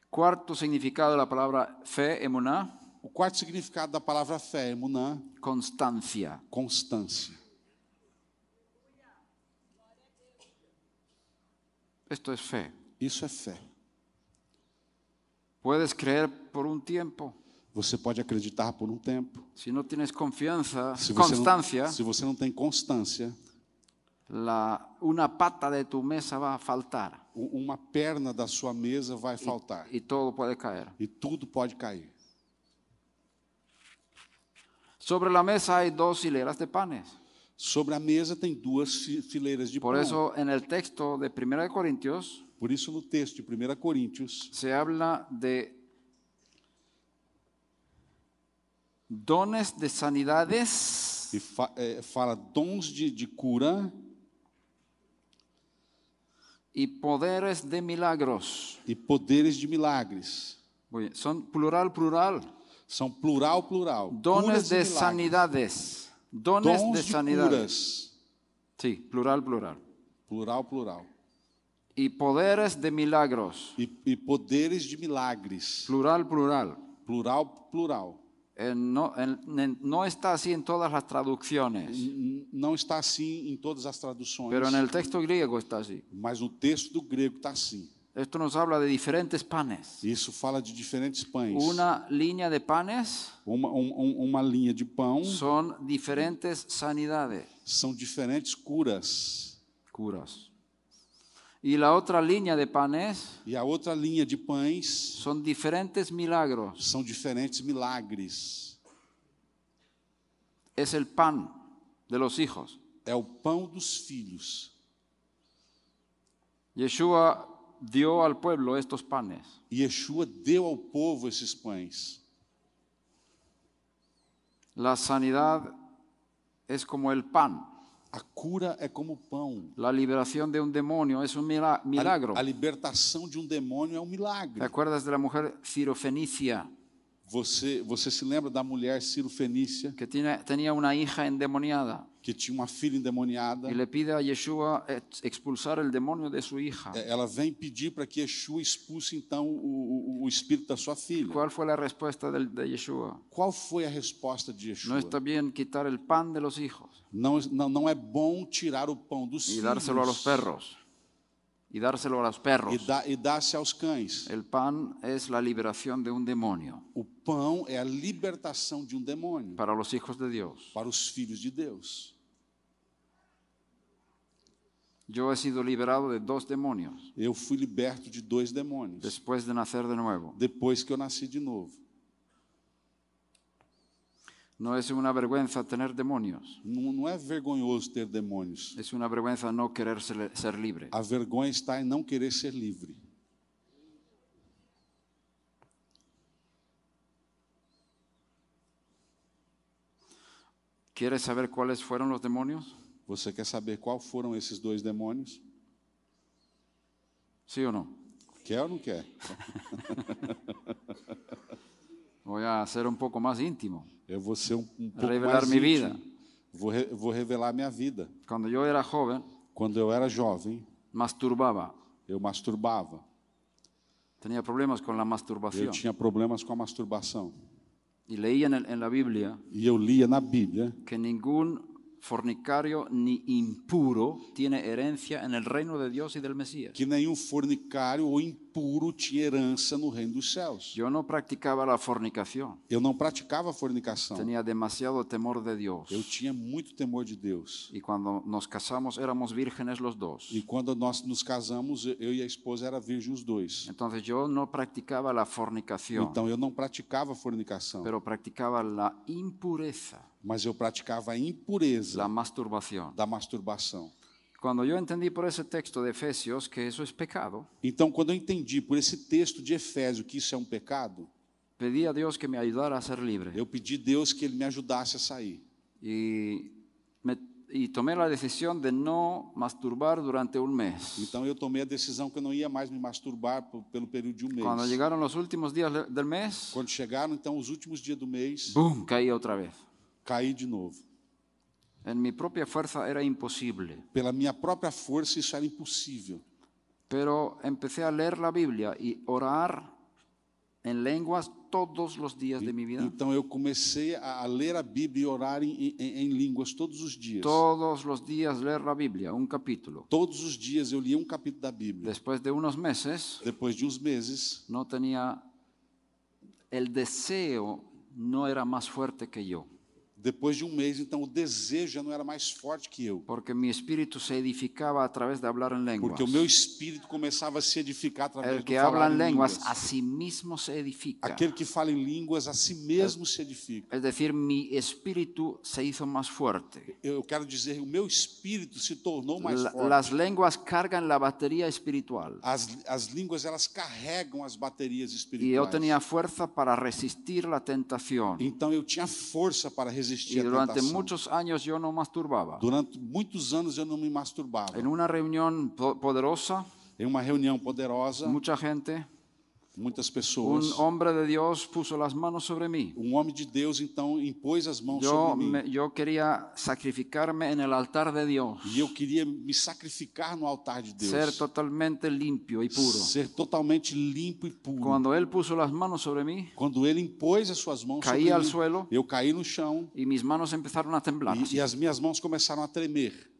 [SPEAKER 1] Cuarto significado de la palabra fe, emuná,
[SPEAKER 2] O quarto significado da palavra fé, emuná,
[SPEAKER 1] constancia.
[SPEAKER 2] constância.
[SPEAKER 1] Esto es fe.
[SPEAKER 2] Isso é fé.
[SPEAKER 1] Puedes creer por un tiempo.
[SPEAKER 2] Você pode acreditar por um tempo.
[SPEAKER 1] Si no tienes confianza,
[SPEAKER 2] Se você
[SPEAKER 1] constancia,
[SPEAKER 2] Não, se você não tem constância,
[SPEAKER 1] la, una pata de tu mesa va a faltar
[SPEAKER 2] u- uma perna da sua mesa vai faltar
[SPEAKER 1] y todo puede caer.
[SPEAKER 2] e tudo pode cair.
[SPEAKER 1] Sobre la mesa hay dos hileras de panes.
[SPEAKER 2] Sobre a mesa tem duas fi- fileiras de
[SPEAKER 1] Por
[SPEAKER 2] pão.
[SPEAKER 1] eso en el texto de 1 de Corintios
[SPEAKER 2] Por isso no texto de 1 Coríntios
[SPEAKER 1] se habla de dones de sanidades
[SPEAKER 2] e é, fa- eh, fala dons de, de cura
[SPEAKER 1] y poderes de milagros.
[SPEAKER 2] e poderes de milagres.
[SPEAKER 1] Muy bien, Son plural, plural.
[SPEAKER 2] São plural, plural. Curas
[SPEAKER 1] Dones
[SPEAKER 2] e
[SPEAKER 1] de
[SPEAKER 2] milagres.
[SPEAKER 1] sanidades. Dones
[SPEAKER 2] Dons
[SPEAKER 1] de
[SPEAKER 2] de
[SPEAKER 1] sanidades.
[SPEAKER 2] curas.
[SPEAKER 1] Sí, plural, plural.
[SPEAKER 2] Plural, plural.
[SPEAKER 1] Y poderes de milagros.
[SPEAKER 2] E, e poderes de milagres.
[SPEAKER 1] Plural, plural.
[SPEAKER 2] Plural, plural.
[SPEAKER 1] Eh, no, en- en- no está así en todas las traducciones,
[SPEAKER 2] N- Não está assim em todas as traduções.
[SPEAKER 1] pero en el texto griego está así.
[SPEAKER 2] Mas o texto do grego está assim.
[SPEAKER 1] Esto nos habla de diferentes panes.
[SPEAKER 2] Isso fala de diferentes pães.
[SPEAKER 1] Una línea de panes
[SPEAKER 2] Uma, um- um- uma linha de pão
[SPEAKER 1] son diferentes sanidades,
[SPEAKER 2] são diferentes curas.
[SPEAKER 1] curas. Y la otra línea de panes
[SPEAKER 2] E a outra linha de pães
[SPEAKER 1] son diferentes milagros.
[SPEAKER 2] são diferentes milagres.
[SPEAKER 1] Es el pan de los hijos.
[SPEAKER 2] É o pão dos filhos.
[SPEAKER 1] Yeshua dio al pueblo estos panes.
[SPEAKER 2] E Yeshua deu ao povo esses pães.
[SPEAKER 1] La sanidad es como el pan.
[SPEAKER 2] A cura é como o pão.
[SPEAKER 1] La liberación de un demonio es un mila-
[SPEAKER 2] A-
[SPEAKER 1] milagro.
[SPEAKER 2] A, libertação de um demônio é um
[SPEAKER 1] ¿Te
[SPEAKER 2] milagre.
[SPEAKER 1] acuerdas de la mujer cirofenicia
[SPEAKER 2] Você, você se lembra da mulher Ciro-Fenícia,
[SPEAKER 1] que tiene- tenía una hija endemoniada
[SPEAKER 2] que tinha uma filha endemoniada?
[SPEAKER 1] y le pide a Yeshua ex- expulsar el demonio de su hija?
[SPEAKER 2] É, Ela vem pedir para que Yeshua expulse então o, o, o espírito da sua filha.
[SPEAKER 1] ¿Cuál fue la respuesta del- de, Yeshua?
[SPEAKER 2] Qual foi a resposta de
[SPEAKER 1] No
[SPEAKER 2] Yeshua?
[SPEAKER 1] está bien quitar el pan de los hijos
[SPEAKER 2] Não, não, não é bom tirar o pão dos
[SPEAKER 1] y
[SPEAKER 2] filhos
[SPEAKER 1] dárselo a los perros. Y dárselo a los perros.
[SPEAKER 2] e dá- e dá-se aos cães.
[SPEAKER 1] El pan es la liberación de un demonio
[SPEAKER 2] O pão é a libertação de um demônio
[SPEAKER 1] para los hijos de Dios.
[SPEAKER 2] para os filhos de Deus.
[SPEAKER 1] Yo he sido liberado de dos demonios.
[SPEAKER 2] Eu fui liberto de dois demônios
[SPEAKER 1] después de nacer de nuevo.
[SPEAKER 2] depois que eu nasci de novo.
[SPEAKER 1] No es una vergüenza tener demonios,
[SPEAKER 2] Não, não é vergonhoso ter demônios.
[SPEAKER 1] es una vergüenza no querer ser, ser libre.
[SPEAKER 2] A vergonha está em não querer ser livre.
[SPEAKER 1] ¿Quieres saber cuáles fueron los demonios?
[SPEAKER 2] Você quer saber qual foram esses dois demônios?
[SPEAKER 1] ¿Sí o no?
[SPEAKER 2] Quer ou não quer?
[SPEAKER 1] Voy a ser um pouco mais íntimo.
[SPEAKER 2] Eu vou ser um, um pouco
[SPEAKER 1] Revelar
[SPEAKER 2] mais
[SPEAKER 1] minha
[SPEAKER 2] íntimo.
[SPEAKER 1] vida.
[SPEAKER 2] Vou, re, vou revelar minha vida.
[SPEAKER 1] Cuando yo era joven,
[SPEAKER 2] Quando eu era jovem,
[SPEAKER 1] masturbaba.
[SPEAKER 2] eu masturbava.
[SPEAKER 1] Tenía problemas con la
[SPEAKER 2] Eu
[SPEAKER 1] masturbación.
[SPEAKER 2] tinha problemas com a masturbação.
[SPEAKER 1] Y leía en, el- en la Biblia
[SPEAKER 2] E eu lia na Bíblia
[SPEAKER 1] que ningún fornicario ni impuro tiene herencia en el reino de Dios y del Mesías.
[SPEAKER 2] que nenhum fornicário ou impuro tinha herança no reino dos céus.
[SPEAKER 1] Yo no practicaba la fornicación.
[SPEAKER 2] Eu não praticava fornicação.
[SPEAKER 1] Tenía demasiado temor de Dios.
[SPEAKER 2] Eu tinha muito temor de Deus.
[SPEAKER 1] Y cuando nos casamos éramos vírgenes los dos.
[SPEAKER 2] E quando nós nos casamos, eu e a esposa era virgem os dois.
[SPEAKER 1] Entonces yo no practicaba la fornicación,
[SPEAKER 2] Então eu não praticava fornicação,
[SPEAKER 1] pero practicaba la impureza,
[SPEAKER 2] mas eu praticava a impureza
[SPEAKER 1] la masturbación.
[SPEAKER 2] da masturbação.
[SPEAKER 1] Cuando yo entendí por ese texto de Efesios que eso es pecado,
[SPEAKER 2] Então, quando eu entendi por esse texto de Efésio que isso é um pecado,
[SPEAKER 1] pedí a Dios que me ayudara a ser libre.
[SPEAKER 2] eu pedi a Deus que ele me ajudasse a sair.
[SPEAKER 1] Y, me- y tomé la decisión de no masturbar durante un mes.
[SPEAKER 2] Então eu tomei a decisão que eu não ia mais me masturbar p- pelo período de um mês.
[SPEAKER 1] Cuando llegaron los últimos días le- del mes,
[SPEAKER 2] Quando chegaram então os últimos dias do mês,
[SPEAKER 1] ¡boom!, caí otra vez.
[SPEAKER 2] caí de novo.
[SPEAKER 1] En mi propia fuerza era imposible.
[SPEAKER 2] Pela minha própria força isso era impossível.
[SPEAKER 1] Pero empecé a leer la Biblia y orar en lenguas todos los días de mi vida.
[SPEAKER 2] Então eu comecei a a ler a Bíblia e orar em, em- em línguas todos os dias.
[SPEAKER 1] Todos los días leer la Biblia, un capítulo.
[SPEAKER 2] Todos os dias eu lia um capítulo da Bíblia.
[SPEAKER 1] Después de unos meses
[SPEAKER 2] Depois de uns meses,
[SPEAKER 1] no tenía, el deseo no era más fuerte que yo,
[SPEAKER 2] depois de um mês, então o desejo já não era mais forte que eu,
[SPEAKER 1] porque mi espíritu se edificaba a través de hablar en lenguas.
[SPEAKER 2] porque o meu espírito começava a se edificar através
[SPEAKER 1] El
[SPEAKER 2] do
[SPEAKER 1] É que
[SPEAKER 2] falar
[SPEAKER 1] habla
[SPEAKER 2] em
[SPEAKER 1] en lenguas
[SPEAKER 2] línguas.
[SPEAKER 1] a sí mismo se edifica.
[SPEAKER 2] Aquele que fala em línguas a si
[SPEAKER 1] É.
[SPEAKER 2] mesmo se edifica.
[SPEAKER 1] Es decir, mi espíritu se hizo más fuerte.
[SPEAKER 2] Eu quero dizer, o meu espírito se tornou mais
[SPEAKER 1] La-
[SPEAKER 2] forte.
[SPEAKER 1] las lenguas cargan la batería espiritual.
[SPEAKER 2] As, as línguas elas carregam as baterias
[SPEAKER 1] Y
[SPEAKER 2] espirituais.
[SPEAKER 1] yo tenía fuerza para resistir la tentación.
[SPEAKER 2] Então eu tinha força para resistir
[SPEAKER 1] Y
[SPEAKER 2] à
[SPEAKER 1] durante
[SPEAKER 2] tentação.
[SPEAKER 1] muchos años yo no masturbaba.
[SPEAKER 2] Durante muitos anos eu não me masturbava.
[SPEAKER 1] En una reunión po- poderosa,
[SPEAKER 2] Em uma reunião poderosa,
[SPEAKER 1] Mucha gente,
[SPEAKER 2] muitas
[SPEAKER 1] um un
[SPEAKER 2] pessoas.
[SPEAKER 1] hombre de Dios puso las manos sobre mí.
[SPEAKER 2] Um homem de Deus então impôs as mãos
[SPEAKER 1] Yo,
[SPEAKER 2] sobre mim.
[SPEAKER 1] me- yo quería sacrificarme en el altar de Dios,
[SPEAKER 2] E eu queria me sacrificar no altar de Deus.
[SPEAKER 1] ser totalmente limpio y puro.
[SPEAKER 2] Ser totalmente limpo e puro. Quando,
[SPEAKER 1] Cuando Él puso las manos sobre mim
[SPEAKER 2] ele impôs as suas mãos
[SPEAKER 1] Caí
[SPEAKER 2] sobre
[SPEAKER 1] ao
[SPEAKER 2] mim,
[SPEAKER 1] suelo.
[SPEAKER 2] eu caí no chão
[SPEAKER 1] y mis manos empezaron a temblar
[SPEAKER 2] e, e as minhas mãos começaram a tremer.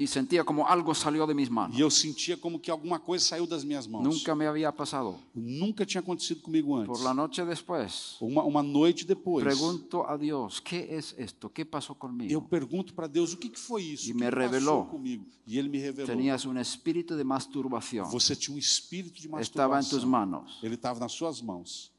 [SPEAKER 1] y sentía como algo salió de mis manos.
[SPEAKER 2] E eu sentia como que alguma coisa saiu das minhas mãos.
[SPEAKER 1] Nunca me había pasado.
[SPEAKER 2] Nunca tinha acontecido comigo antes.
[SPEAKER 1] Por la noche después,
[SPEAKER 2] Uma, uma noite depois,
[SPEAKER 1] pregunto a Dios, ¿qué es esto? ¿Qué pasó
[SPEAKER 2] eu
[SPEAKER 1] conmigo?
[SPEAKER 2] pergunto para Deus o que, que foi isso.
[SPEAKER 1] E
[SPEAKER 2] o que
[SPEAKER 1] me
[SPEAKER 2] que passou
[SPEAKER 1] revelou.
[SPEAKER 2] comigo. E ele me revelou.
[SPEAKER 1] Tenías un espíritu de masturbación.
[SPEAKER 2] Você tinha um espírito de
[SPEAKER 1] Estaba en
[SPEAKER 2] masturbação.
[SPEAKER 1] tus manos.
[SPEAKER 2] Ele estava nas suas mãos.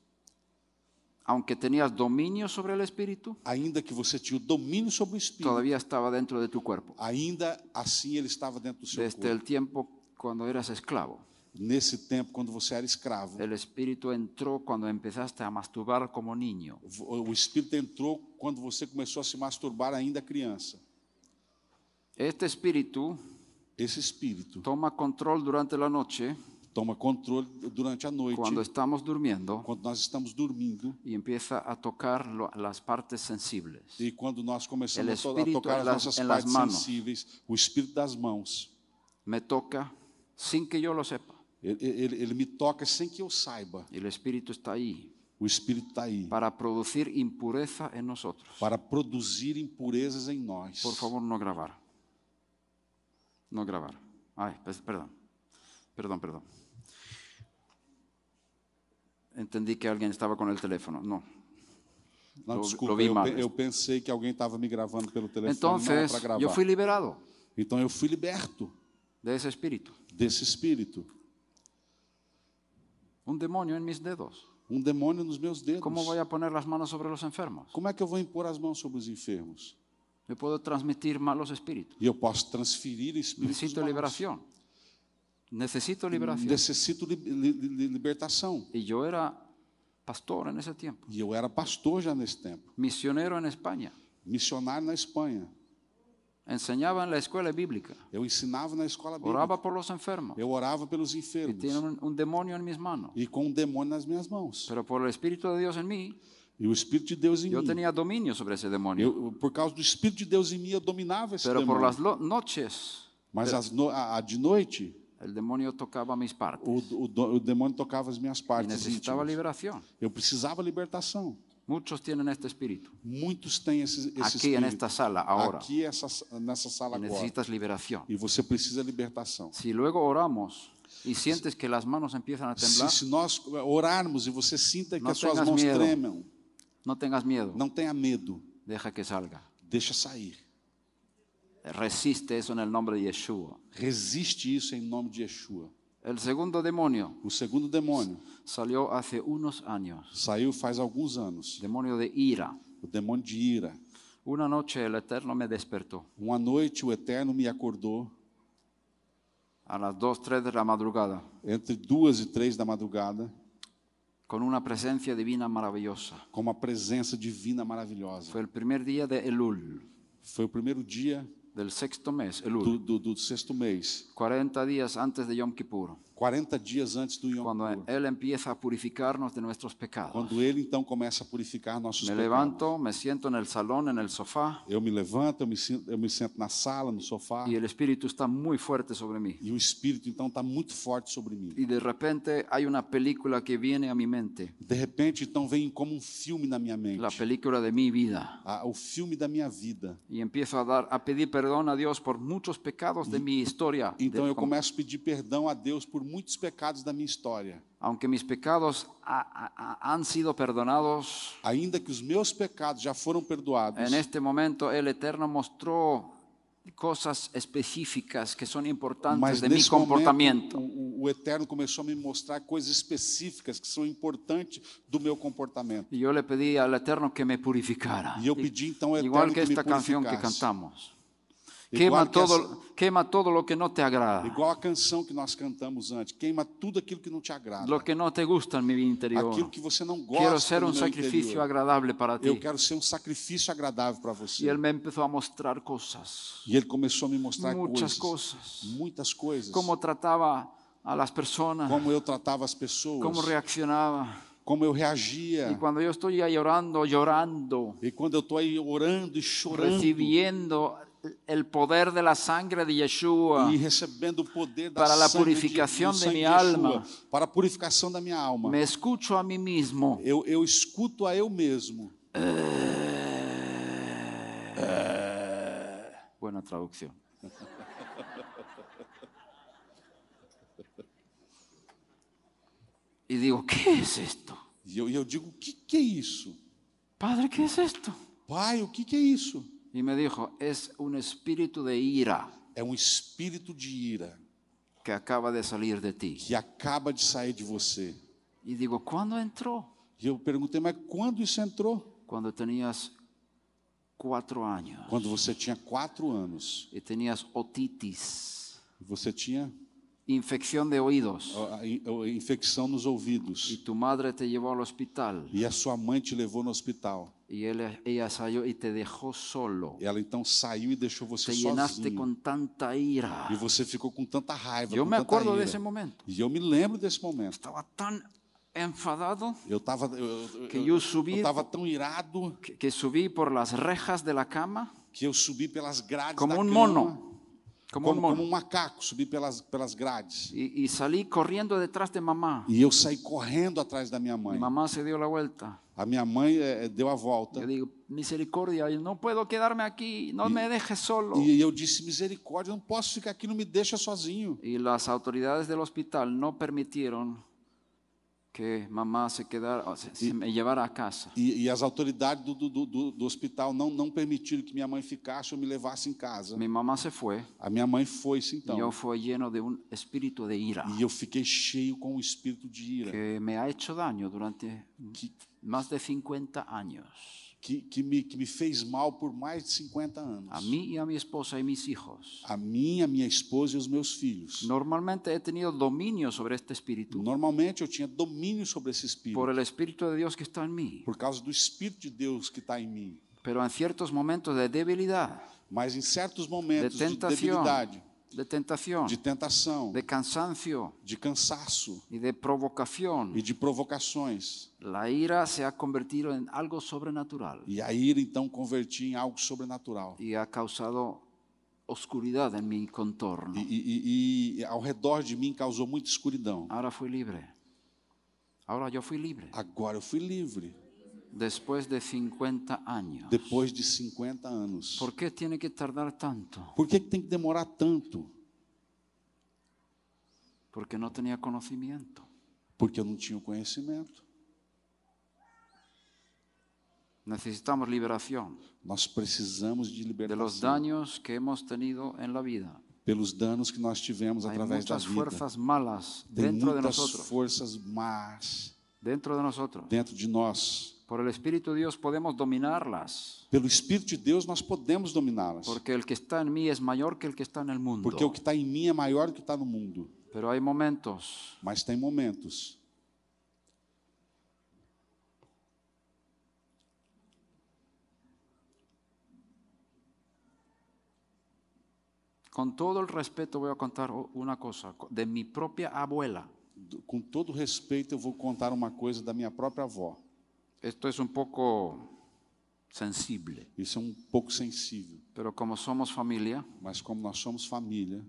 [SPEAKER 1] Aunque tenías dominio sobre el espíritu,
[SPEAKER 2] Ainda que você tinha o domínio sobre o espírito,
[SPEAKER 1] todavía estaba dentro de tu cuerpo.
[SPEAKER 2] ainda assim ele estava dentro do seu
[SPEAKER 1] Desde
[SPEAKER 2] corpo.
[SPEAKER 1] el tiempo cuando eras esclavo.
[SPEAKER 2] Nesse tempo, quando você era escravo,
[SPEAKER 1] El espíritu entró cuando empezaste a masturbar como niño.
[SPEAKER 2] v- o espírito entrou quando você começou a se masturbar ainda criança.
[SPEAKER 1] Este espíritu
[SPEAKER 2] Esse espírito
[SPEAKER 1] toma control durante la noche,
[SPEAKER 2] toma controle durante a noite,
[SPEAKER 1] cuando estamos durmiendo,
[SPEAKER 2] quando nós estamos dormindo
[SPEAKER 1] y empieza a tocar lo- las partes sensibles.
[SPEAKER 2] e quando nós começamos
[SPEAKER 1] El
[SPEAKER 2] a to- a
[SPEAKER 1] espírito
[SPEAKER 2] tocar
[SPEAKER 1] em
[SPEAKER 2] as
[SPEAKER 1] las-
[SPEAKER 2] nossas
[SPEAKER 1] em las
[SPEAKER 2] partes
[SPEAKER 1] manos.
[SPEAKER 2] sensíveis, o espírito das mãos.
[SPEAKER 1] Me toca sin que yo lo sepa.
[SPEAKER 2] Ele, ele- ele me toca sem que eu saiba.
[SPEAKER 1] El espíritu está ahí
[SPEAKER 2] O espírito está aí
[SPEAKER 1] para producir impureza en nosotros.
[SPEAKER 2] para produzir impurezas em nós.
[SPEAKER 1] Por favor, no grabar. No grabar. Ay, pues, perdón. Perdón, perdón. Entendí que alguien estaba con el teléfono. No.
[SPEAKER 2] Não,
[SPEAKER 1] eu-
[SPEAKER 2] desculpa,
[SPEAKER 1] eu vi
[SPEAKER 2] eu,
[SPEAKER 1] mal.
[SPEAKER 2] pe- eu pensei que alguém estava me gravando pelo telefone. não era
[SPEAKER 1] Entonces,
[SPEAKER 2] pra gravar.
[SPEAKER 1] yo fui liberado
[SPEAKER 2] Então eu fui liberto
[SPEAKER 1] de ese espíritu.
[SPEAKER 2] desse espírito.
[SPEAKER 1] Un demonio en mis dedos.
[SPEAKER 2] Um demônio nos meus dedos.
[SPEAKER 1] ¿Cómo voy a poner las manos sobre los enfermos?
[SPEAKER 2] Como é que eu vou impor as mãos sobre os enfermos?
[SPEAKER 1] Me puedo transmitir malos espíritus.
[SPEAKER 2] E eu posso transferir espíritos.
[SPEAKER 1] Necesito
[SPEAKER 2] maus.
[SPEAKER 1] liberación. Necesito liberación.
[SPEAKER 2] Necessito li- li- li- libertação.
[SPEAKER 1] Y yo era pastor en ese tiempo,
[SPEAKER 2] E eu era pastor já nesse tempo,
[SPEAKER 1] misionero en España.
[SPEAKER 2] missionário na Espanha.
[SPEAKER 1] Enseñaba en la escuela bíblica.
[SPEAKER 2] Eu ensinava na escola bíblica.
[SPEAKER 1] Oraba por los enfermos.
[SPEAKER 2] Eu orava pelos
[SPEAKER 1] Y
[SPEAKER 2] enfermos.
[SPEAKER 1] tiene un, un demonio en mis manos.
[SPEAKER 2] E com um demônio nas minhas mãos.
[SPEAKER 1] Pero por el Espíritu de Dios en mí,
[SPEAKER 2] E o Espírito de Deus em
[SPEAKER 1] yo
[SPEAKER 2] mim.
[SPEAKER 1] tenía dominio sobre ese demonio.
[SPEAKER 2] Eu, por causa do Espírito de Deus em mim, eu dominava esse
[SPEAKER 1] Pero por
[SPEAKER 2] demônio.
[SPEAKER 1] las lo- noches,
[SPEAKER 2] Mas as no- a, a de noite,
[SPEAKER 1] el demonio tocaba mis partes.
[SPEAKER 2] o, o do- o demônio tocava as minhas
[SPEAKER 1] Y
[SPEAKER 2] partes
[SPEAKER 1] necesitaba
[SPEAKER 2] íntimas.
[SPEAKER 1] liberación.
[SPEAKER 2] Eu precisava libertação.
[SPEAKER 1] Muchos tienen este espíritu.
[SPEAKER 2] Muitos têm esse, esse
[SPEAKER 1] Aquí en
[SPEAKER 2] espírito.
[SPEAKER 1] esta sala, ahora.
[SPEAKER 2] Aqui essa, nessa sala
[SPEAKER 1] Y
[SPEAKER 2] agora.
[SPEAKER 1] necesitas liberación.
[SPEAKER 2] E você precisa libertação.
[SPEAKER 1] Si luego oramos y sientes que las manos empiezan a
[SPEAKER 2] Se,
[SPEAKER 1] temblar,
[SPEAKER 2] se nós eh, orarmos e você sinta que
[SPEAKER 1] Não
[SPEAKER 2] as suas
[SPEAKER 1] tenhas
[SPEAKER 2] mãos
[SPEAKER 1] medo.
[SPEAKER 2] tremam,
[SPEAKER 1] no tengas miedo.
[SPEAKER 2] não tenha medo,
[SPEAKER 1] Deja que salga.
[SPEAKER 2] deixa sair.
[SPEAKER 1] Resiste eso en el nombre de Yeshua.
[SPEAKER 2] Resiste isso em nome de Yeshua.
[SPEAKER 1] El segundo demonio
[SPEAKER 2] O segundo demônio
[SPEAKER 1] salió hace unos años.
[SPEAKER 2] saiu faz alguns anos.
[SPEAKER 1] Demonio de ira.
[SPEAKER 2] O demônio de ira.
[SPEAKER 1] Una noche el Eterno me despertó
[SPEAKER 2] Uma noite o Eterno me acordou
[SPEAKER 1] a las 2, 3 de la madrugada
[SPEAKER 2] entre duas e três da madrugada
[SPEAKER 1] con una presencia divina maravillosa.
[SPEAKER 2] com uma presença divina maravilhosa.
[SPEAKER 1] Fue el primer día de Elul,
[SPEAKER 2] Foi o primeiro dia
[SPEAKER 1] del sexto mes,
[SPEAKER 2] do,
[SPEAKER 1] Elul,
[SPEAKER 2] do, do sexto mês,
[SPEAKER 1] 40 días antes de Yom Kippur,
[SPEAKER 2] 40 dias antes do Yom
[SPEAKER 1] cuando
[SPEAKER 2] Kippur,
[SPEAKER 1] Él empieza a purificarnos de nuestros pecados.
[SPEAKER 2] quando ele então começa a purificar nossos
[SPEAKER 1] Me
[SPEAKER 2] pecados.
[SPEAKER 1] levanto, me siento en el salón, en el sofá,
[SPEAKER 2] Eu me levanto, eu me, sinto, eu me sento na sala, no sofá,
[SPEAKER 1] y el Espíritu está muy fuerte sobre mí.
[SPEAKER 2] e o Espírito então está muito forte sobre mim.
[SPEAKER 1] Y de repente hay una película que viene a mi mente,
[SPEAKER 2] De repente, então vem como um filme na minha mente,
[SPEAKER 1] la película de mi vida.
[SPEAKER 2] a- o filme da minha vida.
[SPEAKER 1] Y empiezo a, dar, a pedir perdón a Dios por muchos pecados de mi historia.
[SPEAKER 2] Então
[SPEAKER 1] de-
[SPEAKER 2] eu começo a pedir perdão a Deus por muitos pecados da minha história.
[SPEAKER 1] Aunque mis pecados ha- ha- ha- han sido perdonados,
[SPEAKER 2] Ainda que os meus pecados já foram perdoados,
[SPEAKER 1] en este momento el Eterno mostró cosas específicas que son importantes
[SPEAKER 2] Mas
[SPEAKER 1] de mi
[SPEAKER 2] nesse momento,
[SPEAKER 1] comportamiento.
[SPEAKER 2] o, o Eterno começou a me mostrar coisas específicas que são importantes do meu comportamento.
[SPEAKER 1] Y yo le pedí al Eterno que me purificara.
[SPEAKER 2] E eu pedi, então, ao Eterno
[SPEAKER 1] Igual que
[SPEAKER 2] que me
[SPEAKER 1] esta canción que
[SPEAKER 2] purificasse.
[SPEAKER 1] cantamos.
[SPEAKER 2] Igual
[SPEAKER 1] Quema
[SPEAKER 2] que essa-
[SPEAKER 1] todo, quema todo lo que no te agrada,
[SPEAKER 2] Igual a canção que nós cantamos antes, queima tudo aquilo que não te agrada,
[SPEAKER 1] lo que no te gusta en mi interior.
[SPEAKER 2] aquilo que você não gosta.
[SPEAKER 1] Quiero ser um un
[SPEAKER 2] no meu
[SPEAKER 1] sacrificio
[SPEAKER 2] interior.
[SPEAKER 1] agradable para ti.
[SPEAKER 2] Eu quero ser um sacrifício agradável para você.
[SPEAKER 1] Y él me empezó a mostrar cosas,
[SPEAKER 2] E ele começou a me mostrar
[SPEAKER 1] muchas
[SPEAKER 2] coisas,
[SPEAKER 1] cosas,
[SPEAKER 2] muitas coisas.
[SPEAKER 1] cómo trataba a las personas,
[SPEAKER 2] como eu tratava as pessoas,
[SPEAKER 1] cómo reaccionaba.
[SPEAKER 2] como eu
[SPEAKER 1] Y
[SPEAKER 2] reagia.
[SPEAKER 1] cuando yo estoy ahí orando, llorando,
[SPEAKER 2] E quando eu estou aí orando e chorando
[SPEAKER 1] recibiendo el poder de la sangre de Yeshua,
[SPEAKER 2] e recebendo o poder da
[SPEAKER 1] Para la
[SPEAKER 2] sangue de- do
[SPEAKER 1] purificação de
[SPEAKER 2] sangue
[SPEAKER 1] minha
[SPEAKER 2] Yeshua,
[SPEAKER 1] alma.
[SPEAKER 2] para a purificação da minha alma,
[SPEAKER 1] me escucho a mí mismo.
[SPEAKER 2] eu, eu escuto a eu mesmo.
[SPEAKER 1] Eh, Buena traducción. Y digo, ¿qué es esto?
[SPEAKER 2] E eu, e eu digo: o que, que é isso?
[SPEAKER 1] Padre, ¿qué es esto?
[SPEAKER 2] Pai, o que, que é isso?
[SPEAKER 1] Y me dijo, es un espíritu de ira
[SPEAKER 2] É um espírito de ira
[SPEAKER 1] que acaba de salir de ti.
[SPEAKER 2] que acaba de sair de você.
[SPEAKER 1] Y digo, ¿cuándo entró?
[SPEAKER 2] E eu perguntei: mas quando isso entrou?
[SPEAKER 1] Cuando tenías cuatro años
[SPEAKER 2] Quando você tinha quatro anos.
[SPEAKER 1] y tenías otitis,
[SPEAKER 2] Você tinha
[SPEAKER 1] infección de oídos,
[SPEAKER 2] ó, a in- ó, infecção nos
[SPEAKER 1] y
[SPEAKER 2] ouvidos.
[SPEAKER 1] tu madre te llevó al hospital
[SPEAKER 2] E a sua mãe te levou no hospital.
[SPEAKER 1] y él- ella salió y te dejó solo.
[SPEAKER 2] Ela então saiu e deixou você
[SPEAKER 1] Te llenaste
[SPEAKER 2] sozinho.
[SPEAKER 1] con tanta ira.
[SPEAKER 2] E você ficou com tanta raiva.
[SPEAKER 1] Yo
[SPEAKER 2] com
[SPEAKER 1] me
[SPEAKER 2] tanta
[SPEAKER 1] acuerdo
[SPEAKER 2] ira.
[SPEAKER 1] de ese momento.
[SPEAKER 2] E eu me lembro desse momento.
[SPEAKER 1] Estaba tan enfadado
[SPEAKER 2] Eu estava eu, eu,
[SPEAKER 1] Que
[SPEAKER 2] eu-
[SPEAKER 1] eu subi-
[SPEAKER 2] eu tava tão irado
[SPEAKER 1] que, que subí por las rejas de la cama
[SPEAKER 2] que eu subi pelas grades
[SPEAKER 1] como
[SPEAKER 2] da
[SPEAKER 1] un
[SPEAKER 2] cama,
[SPEAKER 1] mono. Como
[SPEAKER 2] como,
[SPEAKER 1] un
[SPEAKER 2] como
[SPEAKER 1] mono.
[SPEAKER 2] um macaco, subi pelas, pelas grades.
[SPEAKER 1] Y, y salí corriendo detrás de mamá.
[SPEAKER 2] E eu saí correndo atrás da minha mãe.
[SPEAKER 1] Mi mamá se dio la vuelta.
[SPEAKER 2] A minha mãe eh, eh, deu a volta.
[SPEAKER 1] Yo digo, misericordia, yo no puedo quedarme aquí, no me dejes solo.
[SPEAKER 2] E eu disse: misericórdia, eu não posso ficar aqui, não me deixa sozinho.
[SPEAKER 1] Y las autoridades del hospital no permitieron que mamá se quedara, o se, se me llevara a casa.
[SPEAKER 2] E, e as autoridades do, do, do- do, do hospital não, não permitiram que minha mãe ficasse ou me levasse em casa.
[SPEAKER 1] Mi mamá se fue
[SPEAKER 2] A minha mãe foi-se então.
[SPEAKER 1] y yo fui lleno de un espíritu de ira
[SPEAKER 2] E eu fiquei cheio com o espírito de ira
[SPEAKER 1] que me ha hecho daño durante
[SPEAKER 2] que,
[SPEAKER 1] más de 50 anos.
[SPEAKER 2] que, que, me, que me fez mal por mais de 50 anos.
[SPEAKER 1] A mí y a mi esposa y mis hijos.
[SPEAKER 2] A mim, a minha esposa e os meus filhos.
[SPEAKER 1] Normalmente he tenido dominio sobre este espíritu
[SPEAKER 2] Normalmente eu tinha domínio sobre esse espírito
[SPEAKER 1] por el espíritu de Dios que está en mí.
[SPEAKER 2] por causa do espírito de Deus que está em mim.
[SPEAKER 1] Pero en ciertos momentos de debilidad,
[SPEAKER 2] Mas em certos
[SPEAKER 1] de
[SPEAKER 2] momentos de
[SPEAKER 1] tentación,
[SPEAKER 2] debilidade,
[SPEAKER 1] de tentación,
[SPEAKER 2] de tentação,
[SPEAKER 1] de cansancio
[SPEAKER 2] de cansaço
[SPEAKER 1] y de provocación,
[SPEAKER 2] e de provocações,
[SPEAKER 1] la ira se ha convertido en algo sobrenatural
[SPEAKER 2] e a ira então convertia em algo sobrenatural.
[SPEAKER 1] y ha causado oscuridad en mi
[SPEAKER 2] E,
[SPEAKER 1] contorno.
[SPEAKER 2] e- e- e ao redor de mim causou muita escuridão.
[SPEAKER 1] Ahora fui libre. Ahora yo fui libre.
[SPEAKER 2] Agora eu fui livre,
[SPEAKER 1] Después de 50 años.
[SPEAKER 2] depois de 50 anos.
[SPEAKER 1] ¿Por qué tiene que tardar tanto?
[SPEAKER 2] Por que, que tem que demorar tanto?
[SPEAKER 1] Porque no tenía conocimiento.
[SPEAKER 2] Porque eu não tinha o conhecimento.
[SPEAKER 1] Necesitamos liberación
[SPEAKER 2] Nós precisamos de
[SPEAKER 1] de
[SPEAKER 2] libertação
[SPEAKER 1] los daños que hemos tenido en la vida.
[SPEAKER 2] pelos danos que nós tivemos
[SPEAKER 1] Hay
[SPEAKER 2] através da
[SPEAKER 1] muchas
[SPEAKER 2] vida.
[SPEAKER 1] fuerzas malas
[SPEAKER 2] Tem
[SPEAKER 1] dentro de
[SPEAKER 2] muitas
[SPEAKER 1] nosotros.
[SPEAKER 2] forças más
[SPEAKER 1] Dentro de nosotros.
[SPEAKER 2] dentro de nós.
[SPEAKER 1] Por el Espíritu de Dios podemos dominarlas.
[SPEAKER 2] Pelo Espírito de Deus nós podemos dominá-las.
[SPEAKER 1] Porque el que está en mí es mayor que el que está en el mundo.
[SPEAKER 2] Porque o que está em mim é maior do que está no mundo.
[SPEAKER 1] Pero hay momentos
[SPEAKER 2] Mas tem momentos
[SPEAKER 1] Con todo el respeto voy a contar o- una cosa co- de mi propia abuela.
[SPEAKER 2] do- com todo respeito, eu vou contar uma coisa da minha própria avó.
[SPEAKER 1] Esto es un poco sensible,
[SPEAKER 2] Isso é um pouco sensível,
[SPEAKER 1] pero como somos familia,
[SPEAKER 2] mas como nós somos família,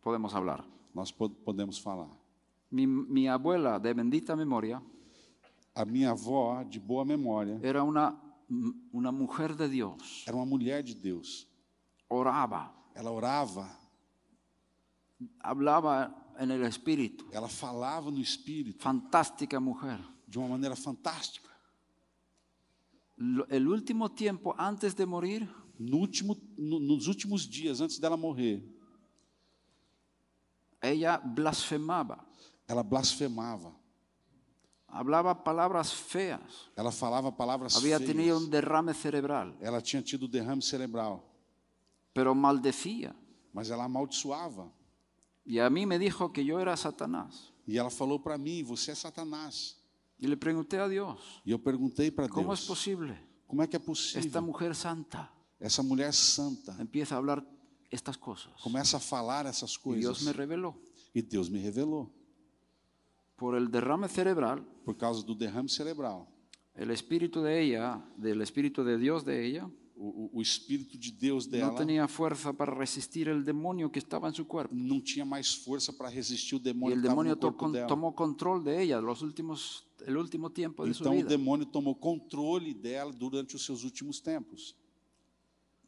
[SPEAKER 1] podemos hablar.
[SPEAKER 2] nós po- podemos falar.
[SPEAKER 1] Mi, mi abuela, de bendita memoria,
[SPEAKER 2] A minha avó, de boa memória,
[SPEAKER 1] era una, m- una mujer de Dios.
[SPEAKER 2] era uma mulher de Deus.
[SPEAKER 1] Oraba,
[SPEAKER 2] Ela orava,
[SPEAKER 1] hablaba en el Espíritu.
[SPEAKER 2] ela falava no Espírito
[SPEAKER 1] Fantástica mujer.
[SPEAKER 2] de uma maneira fantástica.
[SPEAKER 1] Lo- El último tiempo antes de morir,
[SPEAKER 2] No último, no- nos últimos dias, antes dela morrer,
[SPEAKER 1] ella blasfemaba,
[SPEAKER 2] ela blasfemava.
[SPEAKER 1] hablaba palabras feas.
[SPEAKER 2] Ela falava palavras
[SPEAKER 1] Había
[SPEAKER 2] feias.
[SPEAKER 1] tenido un derrame cerebral,
[SPEAKER 2] Ela tinha tido derrame cerebral,
[SPEAKER 1] pero maldecía.
[SPEAKER 2] mas ela amaldiçoava.
[SPEAKER 1] Y a mí me dijo que yo era Satanás.
[SPEAKER 2] E ela falou para mim: Você é Satanás.
[SPEAKER 1] Y le pregunté a Dios,
[SPEAKER 2] E eu perguntei para
[SPEAKER 1] ¿cómo es
[SPEAKER 2] Deus:
[SPEAKER 1] posible?
[SPEAKER 2] Como é que é possível?
[SPEAKER 1] Esta mujer santa
[SPEAKER 2] Essa mulher santa
[SPEAKER 1] empieza a hablar estas cosas.
[SPEAKER 2] Começa a falar essas
[SPEAKER 1] Y Dios me
[SPEAKER 2] coisas.
[SPEAKER 1] reveló
[SPEAKER 2] E Deus me revelou.
[SPEAKER 1] por el derrame cerebral,
[SPEAKER 2] Por causa do derrame cerebral.
[SPEAKER 1] el espíritu de ella, del espíritu de Dios de ella,
[SPEAKER 2] O, o- o Espírito de Deus
[SPEAKER 1] no
[SPEAKER 2] dela
[SPEAKER 1] tenía fuerza para resistir el demonio que estaba en su cuerpo.
[SPEAKER 2] não tinha mais força para resistir o
[SPEAKER 1] Y
[SPEAKER 2] demônio
[SPEAKER 1] el
[SPEAKER 2] que estava
[SPEAKER 1] demonio
[SPEAKER 2] no corpo
[SPEAKER 1] tocó-
[SPEAKER 2] dela.
[SPEAKER 1] tomou control de ella los últimos, el último tiempo de su
[SPEAKER 2] Então o
[SPEAKER 1] vida.
[SPEAKER 2] demônio tomou controle dela durante os seus últimos tempos.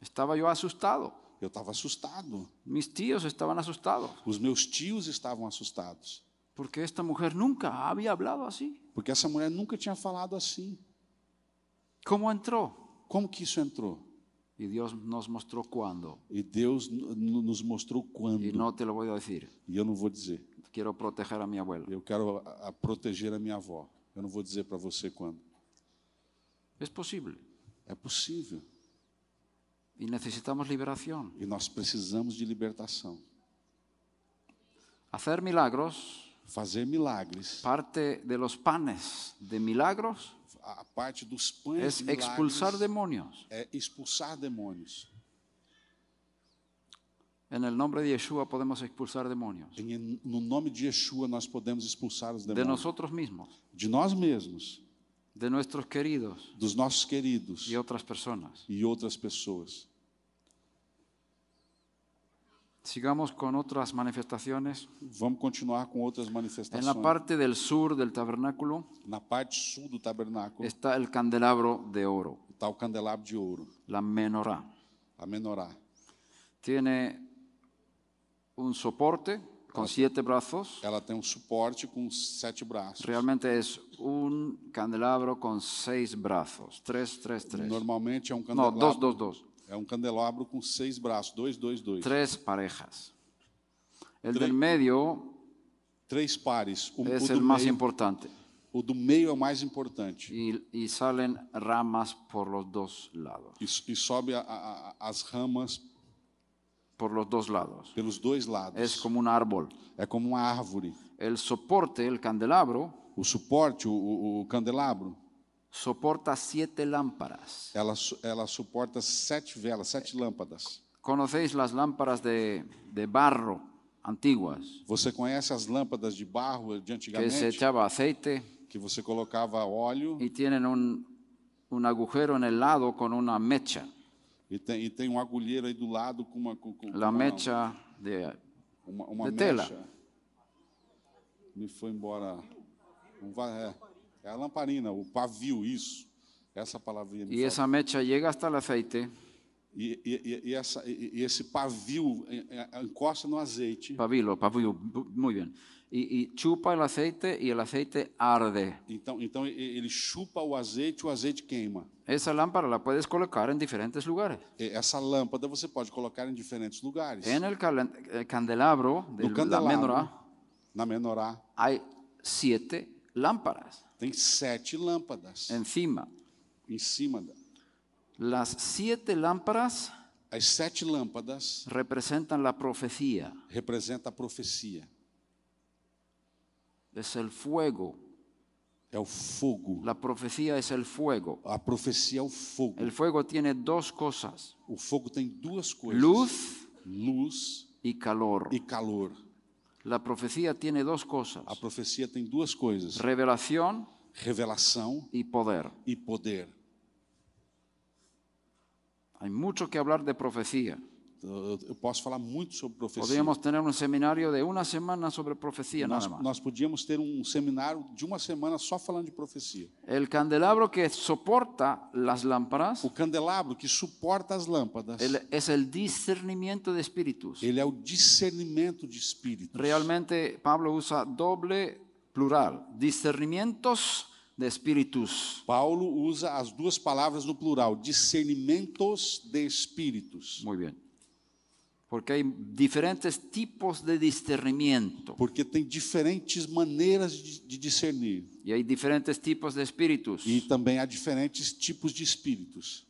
[SPEAKER 1] Estaba yo asustado.
[SPEAKER 2] Eu estava assustado.
[SPEAKER 1] Mis tíos estaban asustados.
[SPEAKER 2] Os meus tios estavam assustados.
[SPEAKER 1] Porque esta mujer nunca había hablado así.
[SPEAKER 2] Porque essa mulher nunca tinha falado assim.
[SPEAKER 1] ¿Cómo entró?
[SPEAKER 2] Como que isso entrou?
[SPEAKER 1] Y Dios nos mostró cuándo.
[SPEAKER 2] E Deus n- n- nos mostrou quando.
[SPEAKER 1] Y
[SPEAKER 2] E,
[SPEAKER 1] no te lo voy a decir.
[SPEAKER 2] eu não vou dizer.
[SPEAKER 1] Quiero proteger a mi abuelo.
[SPEAKER 2] Eu quero a- a proteger a minha avó. Eu não vou dizer para você quando.
[SPEAKER 1] Es posible.
[SPEAKER 2] É possível.
[SPEAKER 1] Y necesitamos liberación.
[SPEAKER 2] E nós precisamos de libertação.
[SPEAKER 1] Hacer milagros,
[SPEAKER 2] Fazer milagres.
[SPEAKER 1] parte de los panes de milagros,
[SPEAKER 2] A a parte dos pães
[SPEAKER 1] es
[SPEAKER 2] milagres
[SPEAKER 1] expulsar demonios.
[SPEAKER 2] é expulsar demônios.
[SPEAKER 1] En el nombre de Yeshua podemos expulsar demonios.
[SPEAKER 2] Em- no nome de Yeshua nós podemos expulsar os
[SPEAKER 1] De
[SPEAKER 2] demônios.
[SPEAKER 1] nosotros mismos,
[SPEAKER 2] De nós mesmos,
[SPEAKER 1] de nuestros queridos
[SPEAKER 2] dos nossos queridos
[SPEAKER 1] y otras personas.
[SPEAKER 2] e outras pessoas.
[SPEAKER 1] Sigamos con otras manifestaciones.
[SPEAKER 2] Vamos continuar com outras
[SPEAKER 1] En
[SPEAKER 2] manifestações.
[SPEAKER 1] la É parte del sur del tabernáculo
[SPEAKER 2] Na parte sul do tabernáculo
[SPEAKER 1] está el candelabro de oro,
[SPEAKER 2] está o candelabro de ouro,
[SPEAKER 1] la menorá.
[SPEAKER 2] a menorá.
[SPEAKER 1] Tiene un soporte con siete brazos.
[SPEAKER 2] Ela tem um suporte com sete braços.
[SPEAKER 1] Realmente es un candelabro con seis brazos. Tres, tres, tres.
[SPEAKER 2] Normalmente é um
[SPEAKER 1] No,
[SPEAKER 2] candelabro,
[SPEAKER 1] dos, dos, dos.
[SPEAKER 2] é um candelabro com seis braços, dois, dois, dois,
[SPEAKER 1] Tres parejas. El
[SPEAKER 2] Tres.
[SPEAKER 1] del medio
[SPEAKER 2] três pares. O, o
[SPEAKER 1] es
[SPEAKER 2] do
[SPEAKER 1] el más
[SPEAKER 2] meio,
[SPEAKER 1] importante
[SPEAKER 2] o do meio é o mais importante.
[SPEAKER 1] y, y salen ramas por los dos lados.
[SPEAKER 2] E, e sobe a- a- a- as ramas
[SPEAKER 1] Por los dos lados.
[SPEAKER 2] pelos dois lados.
[SPEAKER 1] Es como un árbol.
[SPEAKER 2] É como uma árvore.
[SPEAKER 1] El soporte, el candelabro,
[SPEAKER 2] O suporte, o, o- o candelabro,
[SPEAKER 1] soporta siete lámparas.
[SPEAKER 2] ela, su- ela suporta sete velas, sete lâmpadas.
[SPEAKER 1] ¿Conocéis las lámparas de, de barro antiguas?
[SPEAKER 2] Você conhece as lâmpadas de barro de
[SPEAKER 1] Que se
[SPEAKER 2] antigamente?
[SPEAKER 1] echaba aceite
[SPEAKER 2] Que você colocava óleo
[SPEAKER 1] y tienen un, un agujero en el lado con una mecha.
[SPEAKER 2] e tem, e tem um agulheiro aí do lado com uma, com, com- com
[SPEAKER 1] La
[SPEAKER 2] uma,
[SPEAKER 1] mecha de...
[SPEAKER 2] uma, uma
[SPEAKER 1] de
[SPEAKER 2] mecha.
[SPEAKER 1] tela.
[SPEAKER 2] Me foi embora. Não vai- é, é a lamparina, o pavio, isso. Essa palavrinha me
[SPEAKER 1] Y esa mecha llega hasta el aceite,
[SPEAKER 2] falta. E, e- e- e essa, e, e ese pavio é, é, encosta no azeite.
[SPEAKER 1] pabilo, pabilo, bu- muy bien, y, y chupa el aceite y el aceite arde.
[SPEAKER 2] Então, então e- ele chupa o azeite, o azeite queima.
[SPEAKER 1] Esa lámpara la puedes colocar en diferentes lugares.
[SPEAKER 2] E- Essa lâmpada você pode colocar em diferentes lugares.
[SPEAKER 1] En el, calen- el candelabro de
[SPEAKER 2] No
[SPEAKER 1] la É, menorá
[SPEAKER 2] candelabro, na menorá,
[SPEAKER 1] hay siete lámparas
[SPEAKER 2] tem sete
[SPEAKER 1] É.
[SPEAKER 2] lâmpadas
[SPEAKER 1] encima.
[SPEAKER 2] em cima. Da...
[SPEAKER 1] Las siete lámparas
[SPEAKER 2] As sete lâmpadas
[SPEAKER 1] representan la profecía,
[SPEAKER 2] representa a profecia.
[SPEAKER 1] es el fuego.
[SPEAKER 2] É o fogo.
[SPEAKER 1] La profecía es el fuego.
[SPEAKER 2] A profecia é o fogo.
[SPEAKER 1] El fuego tiene dos cosas,
[SPEAKER 2] O fogo tem duas coisas.
[SPEAKER 1] luz
[SPEAKER 2] Luz
[SPEAKER 1] Pues y Ah, calor.
[SPEAKER 2] e calor.
[SPEAKER 1] La profecía tiene dos cosas,
[SPEAKER 2] A profecia tem duas coisas.
[SPEAKER 1] pues. revelación
[SPEAKER 2] Revelação
[SPEAKER 1] y poder.
[SPEAKER 2] e poder.
[SPEAKER 1] Hay mucho que hablar de profecía.
[SPEAKER 2] Eu eu posso falar muito sobre profecia.
[SPEAKER 1] Podríamos tener un seminario de una semana sobre profecía
[SPEAKER 2] Nós,
[SPEAKER 1] nada más.
[SPEAKER 2] nós podíamos ter um seminário de uma semana só falando de profecia.
[SPEAKER 1] El candelabro que soporta las lámparas
[SPEAKER 2] O candelabro que suporta as lâmpadas,
[SPEAKER 1] el- es el discernimiento de espíritus.
[SPEAKER 2] ele é o discernimento de espíritus.
[SPEAKER 1] Realmente Pablo usa doble plural, discernimientos de espíritus.
[SPEAKER 2] Paulo usa as duas palavras no plural, discernimentos de espíritus,
[SPEAKER 1] Muy bien. Porque hay diferentes tipos de discernimiento
[SPEAKER 2] porque tem diferentes maneiras de, de discernir
[SPEAKER 1] y hay diferentes tipos de espíritus.
[SPEAKER 2] e também há diferentes tipos de espíritus.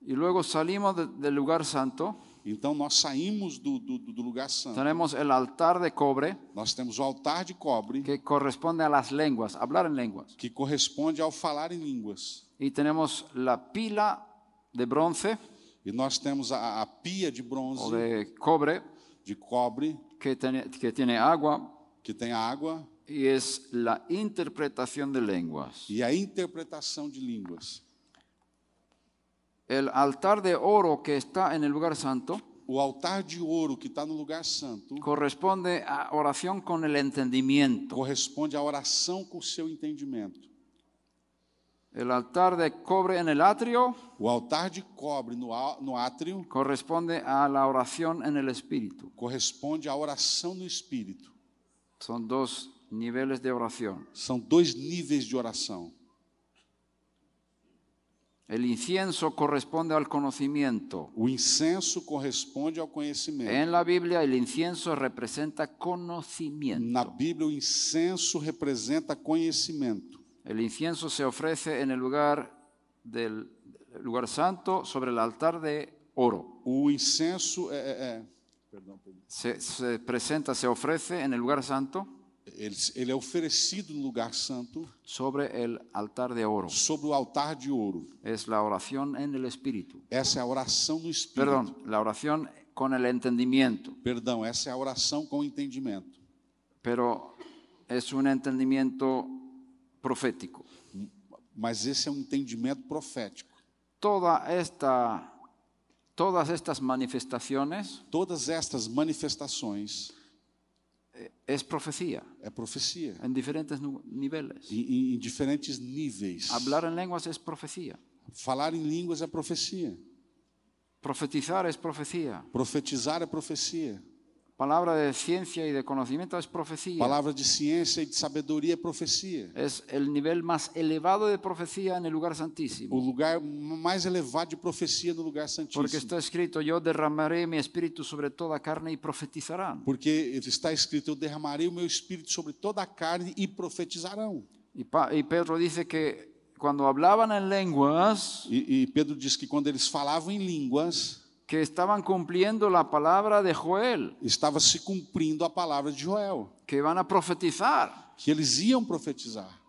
[SPEAKER 1] Y luego salimos de- del lugar santo,
[SPEAKER 2] Então nós saímos do, do, do lugar santo.
[SPEAKER 1] tenemos el altar de cobre
[SPEAKER 2] Nós temos o altar de cobre
[SPEAKER 1] que corresponde a las lenguas, hablar en lenguas.
[SPEAKER 2] que corresponde ao falar em línguas.
[SPEAKER 1] Y tenemos la pila de bronce
[SPEAKER 2] E nós temos a, a pia de bronze,
[SPEAKER 1] o de cobre
[SPEAKER 2] de cobre,
[SPEAKER 1] que tiene, que tiene agua
[SPEAKER 2] que tem água,
[SPEAKER 1] y es la interpretación de lenguas.
[SPEAKER 2] e a interpretação de línguas.
[SPEAKER 1] El altar de oro que está en el lugar santo
[SPEAKER 2] O altar de ouro que está no lugar santo
[SPEAKER 1] corresponde a oración con el entendimiento.
[SPEAKER 2] corresponde à oração com o seu entendimento.
[SPEAKER 1] El altar de cobre en el atrio
[SPEAKER 2] O altar de cobre no, á- no átrio
[SPEAKER 1] corresponde a la oración en el espíritu.
[SPEAKER 2] corresponde à oração no espírito.
[SPEAKER 1] Son dos niveles de oración.
[SPEAKER 2] São dois níveis de oração.
[SPEAKER 1] El incienso corresponde al conocimiento.
[SPEAKER 2] O incenso corresponde ao conhecimento.
[SPEAKER 1] En la Biblia el incienso representa conocimiento.
[SPEAKER 2] Na Bíblia, o incenso representa conhecimento.
[SPEAKER 1] El incienso se ofrece en el lugar del lugar santo sobre el altar de oro.
[SPEAKER 2] O incenso é, é- é- perdão, perdão.
[SPEAKER 1] Se, se presenta, se ofrece en el lugar santo
[SPEAKER 2] ele, ele é oferecido no lugar santo
[SPEAKER 1] sobre el altar de oro.
[SPEAKER 2] sobre o altar de ouro.
[SPEAKER 1] Es la oración en el espíritu.
[SPEAKER 2] Essa é a oração no espírito.
[SPEAKER 1] Perdón, la oración con el entendimiento.
[SPEAKER 2] Perdão, essa é a oração com entendimento.
[SPEAKER 1] pero es un entendimiento profético.
[SPEAKER 2] Mas esse é um entendimento profético.
[SPEAKER 1] Toda esta, todas estas manifestaciones
[SPEAKER 2] Todas estas manifestações
[SPEAKER 1] es profecía
[SPEAKER 2] é profecia.
[SPEAKER 1] en diferentes nu- niveles.
[SPEAKER 2] Em, em- em diferentes níveis.
[SPEAKER 1] Hablar en lenguas es profecía.
[SPEAKER 2] Falar em línguas é profecia.
[SPEAKER 1] Profetizar es profecía.
[SPEAKER 2] Profetizar é profecia.
[SPEAKER 1] Palabra de ciencia y de conocimiento es profecía.
[SPEAKER 2] Palavra de ciência e de sabedoria é profecia.
[SPEAKER 1] Es el nivel más elevado de profecía en el lugar
[SPEAKER 2] O
[SPEAKER 1] santísimo.
[SPEAKER 2] lugar mais elevado de profecia no lugar
[SPEAKER 1] Porque
[SPEAKER 2] santíssimo.
[SPEAKER 1] está escrito, yo derramaré mi espíritu sobre toda carne y profetizarán.
[SPEAKER 2] Porque está escrito: Eu derramarei o meu espírito sobre toda a carne e profetizarão.
[SPEAKER 1] Y, Pa- y Pedro dice que cuando hablaban en lenguas,
[SPEAKER 2] E, e Pedro diz que quando eles falavam em línguas,
[SPEAKER 1] que estaban cumpliendo la palabra de Joel,
[SPEAKER 2] estava se cumprindo a palavra de Joel,
[SPEAKER 1] que van a profetizar.
[SPEAKER 2] que eles iam profetizar.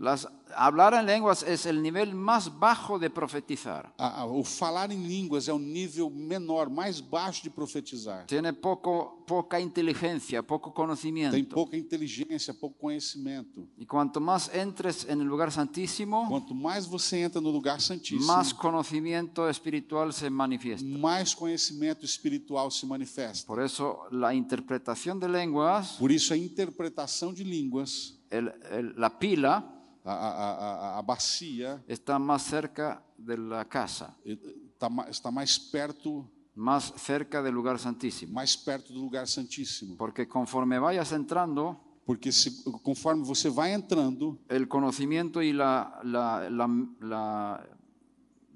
[SPEAKER 1] Las, hablar en lenguas es el nivel más bajo de profetizar.
[SPEAKER 2] A- a- o falar em línguas é o nível menor, mais baixo de profetizar.
[SPEAKER 1] Tiene poco, poca inteligencia, poco
[SPEAKER 2] Tem
[SPEAKER 1] conocimiento.
[SPEAKER 2] pouca inteligência, pouco conhecimento.
[SPEAKER 1] Y cuanto más entres en el lugar santísimo,
[SPEAKER 2] Quanto mais você entra no lugar santíssimo,
[SPEAKER 1] más conocimiento espiritual se manifiesta.
[SPEAKER 2] mais conhecimento espiritual se manifesta.
[SPEAKER 1] Por eso la interpretación de lenguas,
[SPEAKER 2] Por isso, a interpretação de línguas,
[SPEAKER 1] el- el- la pila,
[SPEAKER 2] a, a, a, a- a bacia,
[SPEAKER 1] está más cerca de la casa,
[SPEAKER 2] eh, tá ma- está mais perto,
[SPEAKER 1] más cerca del lugar santísimo.
[SPEAKER 2] mais perto do lugar santíssimo.
[SPEAKER 1] Porque conforme vayas entrando,
[SPEAKER 2] Porque se, conforme você vai entrando,
[SPEAKER 1] el conocimiento y la, la, la, la-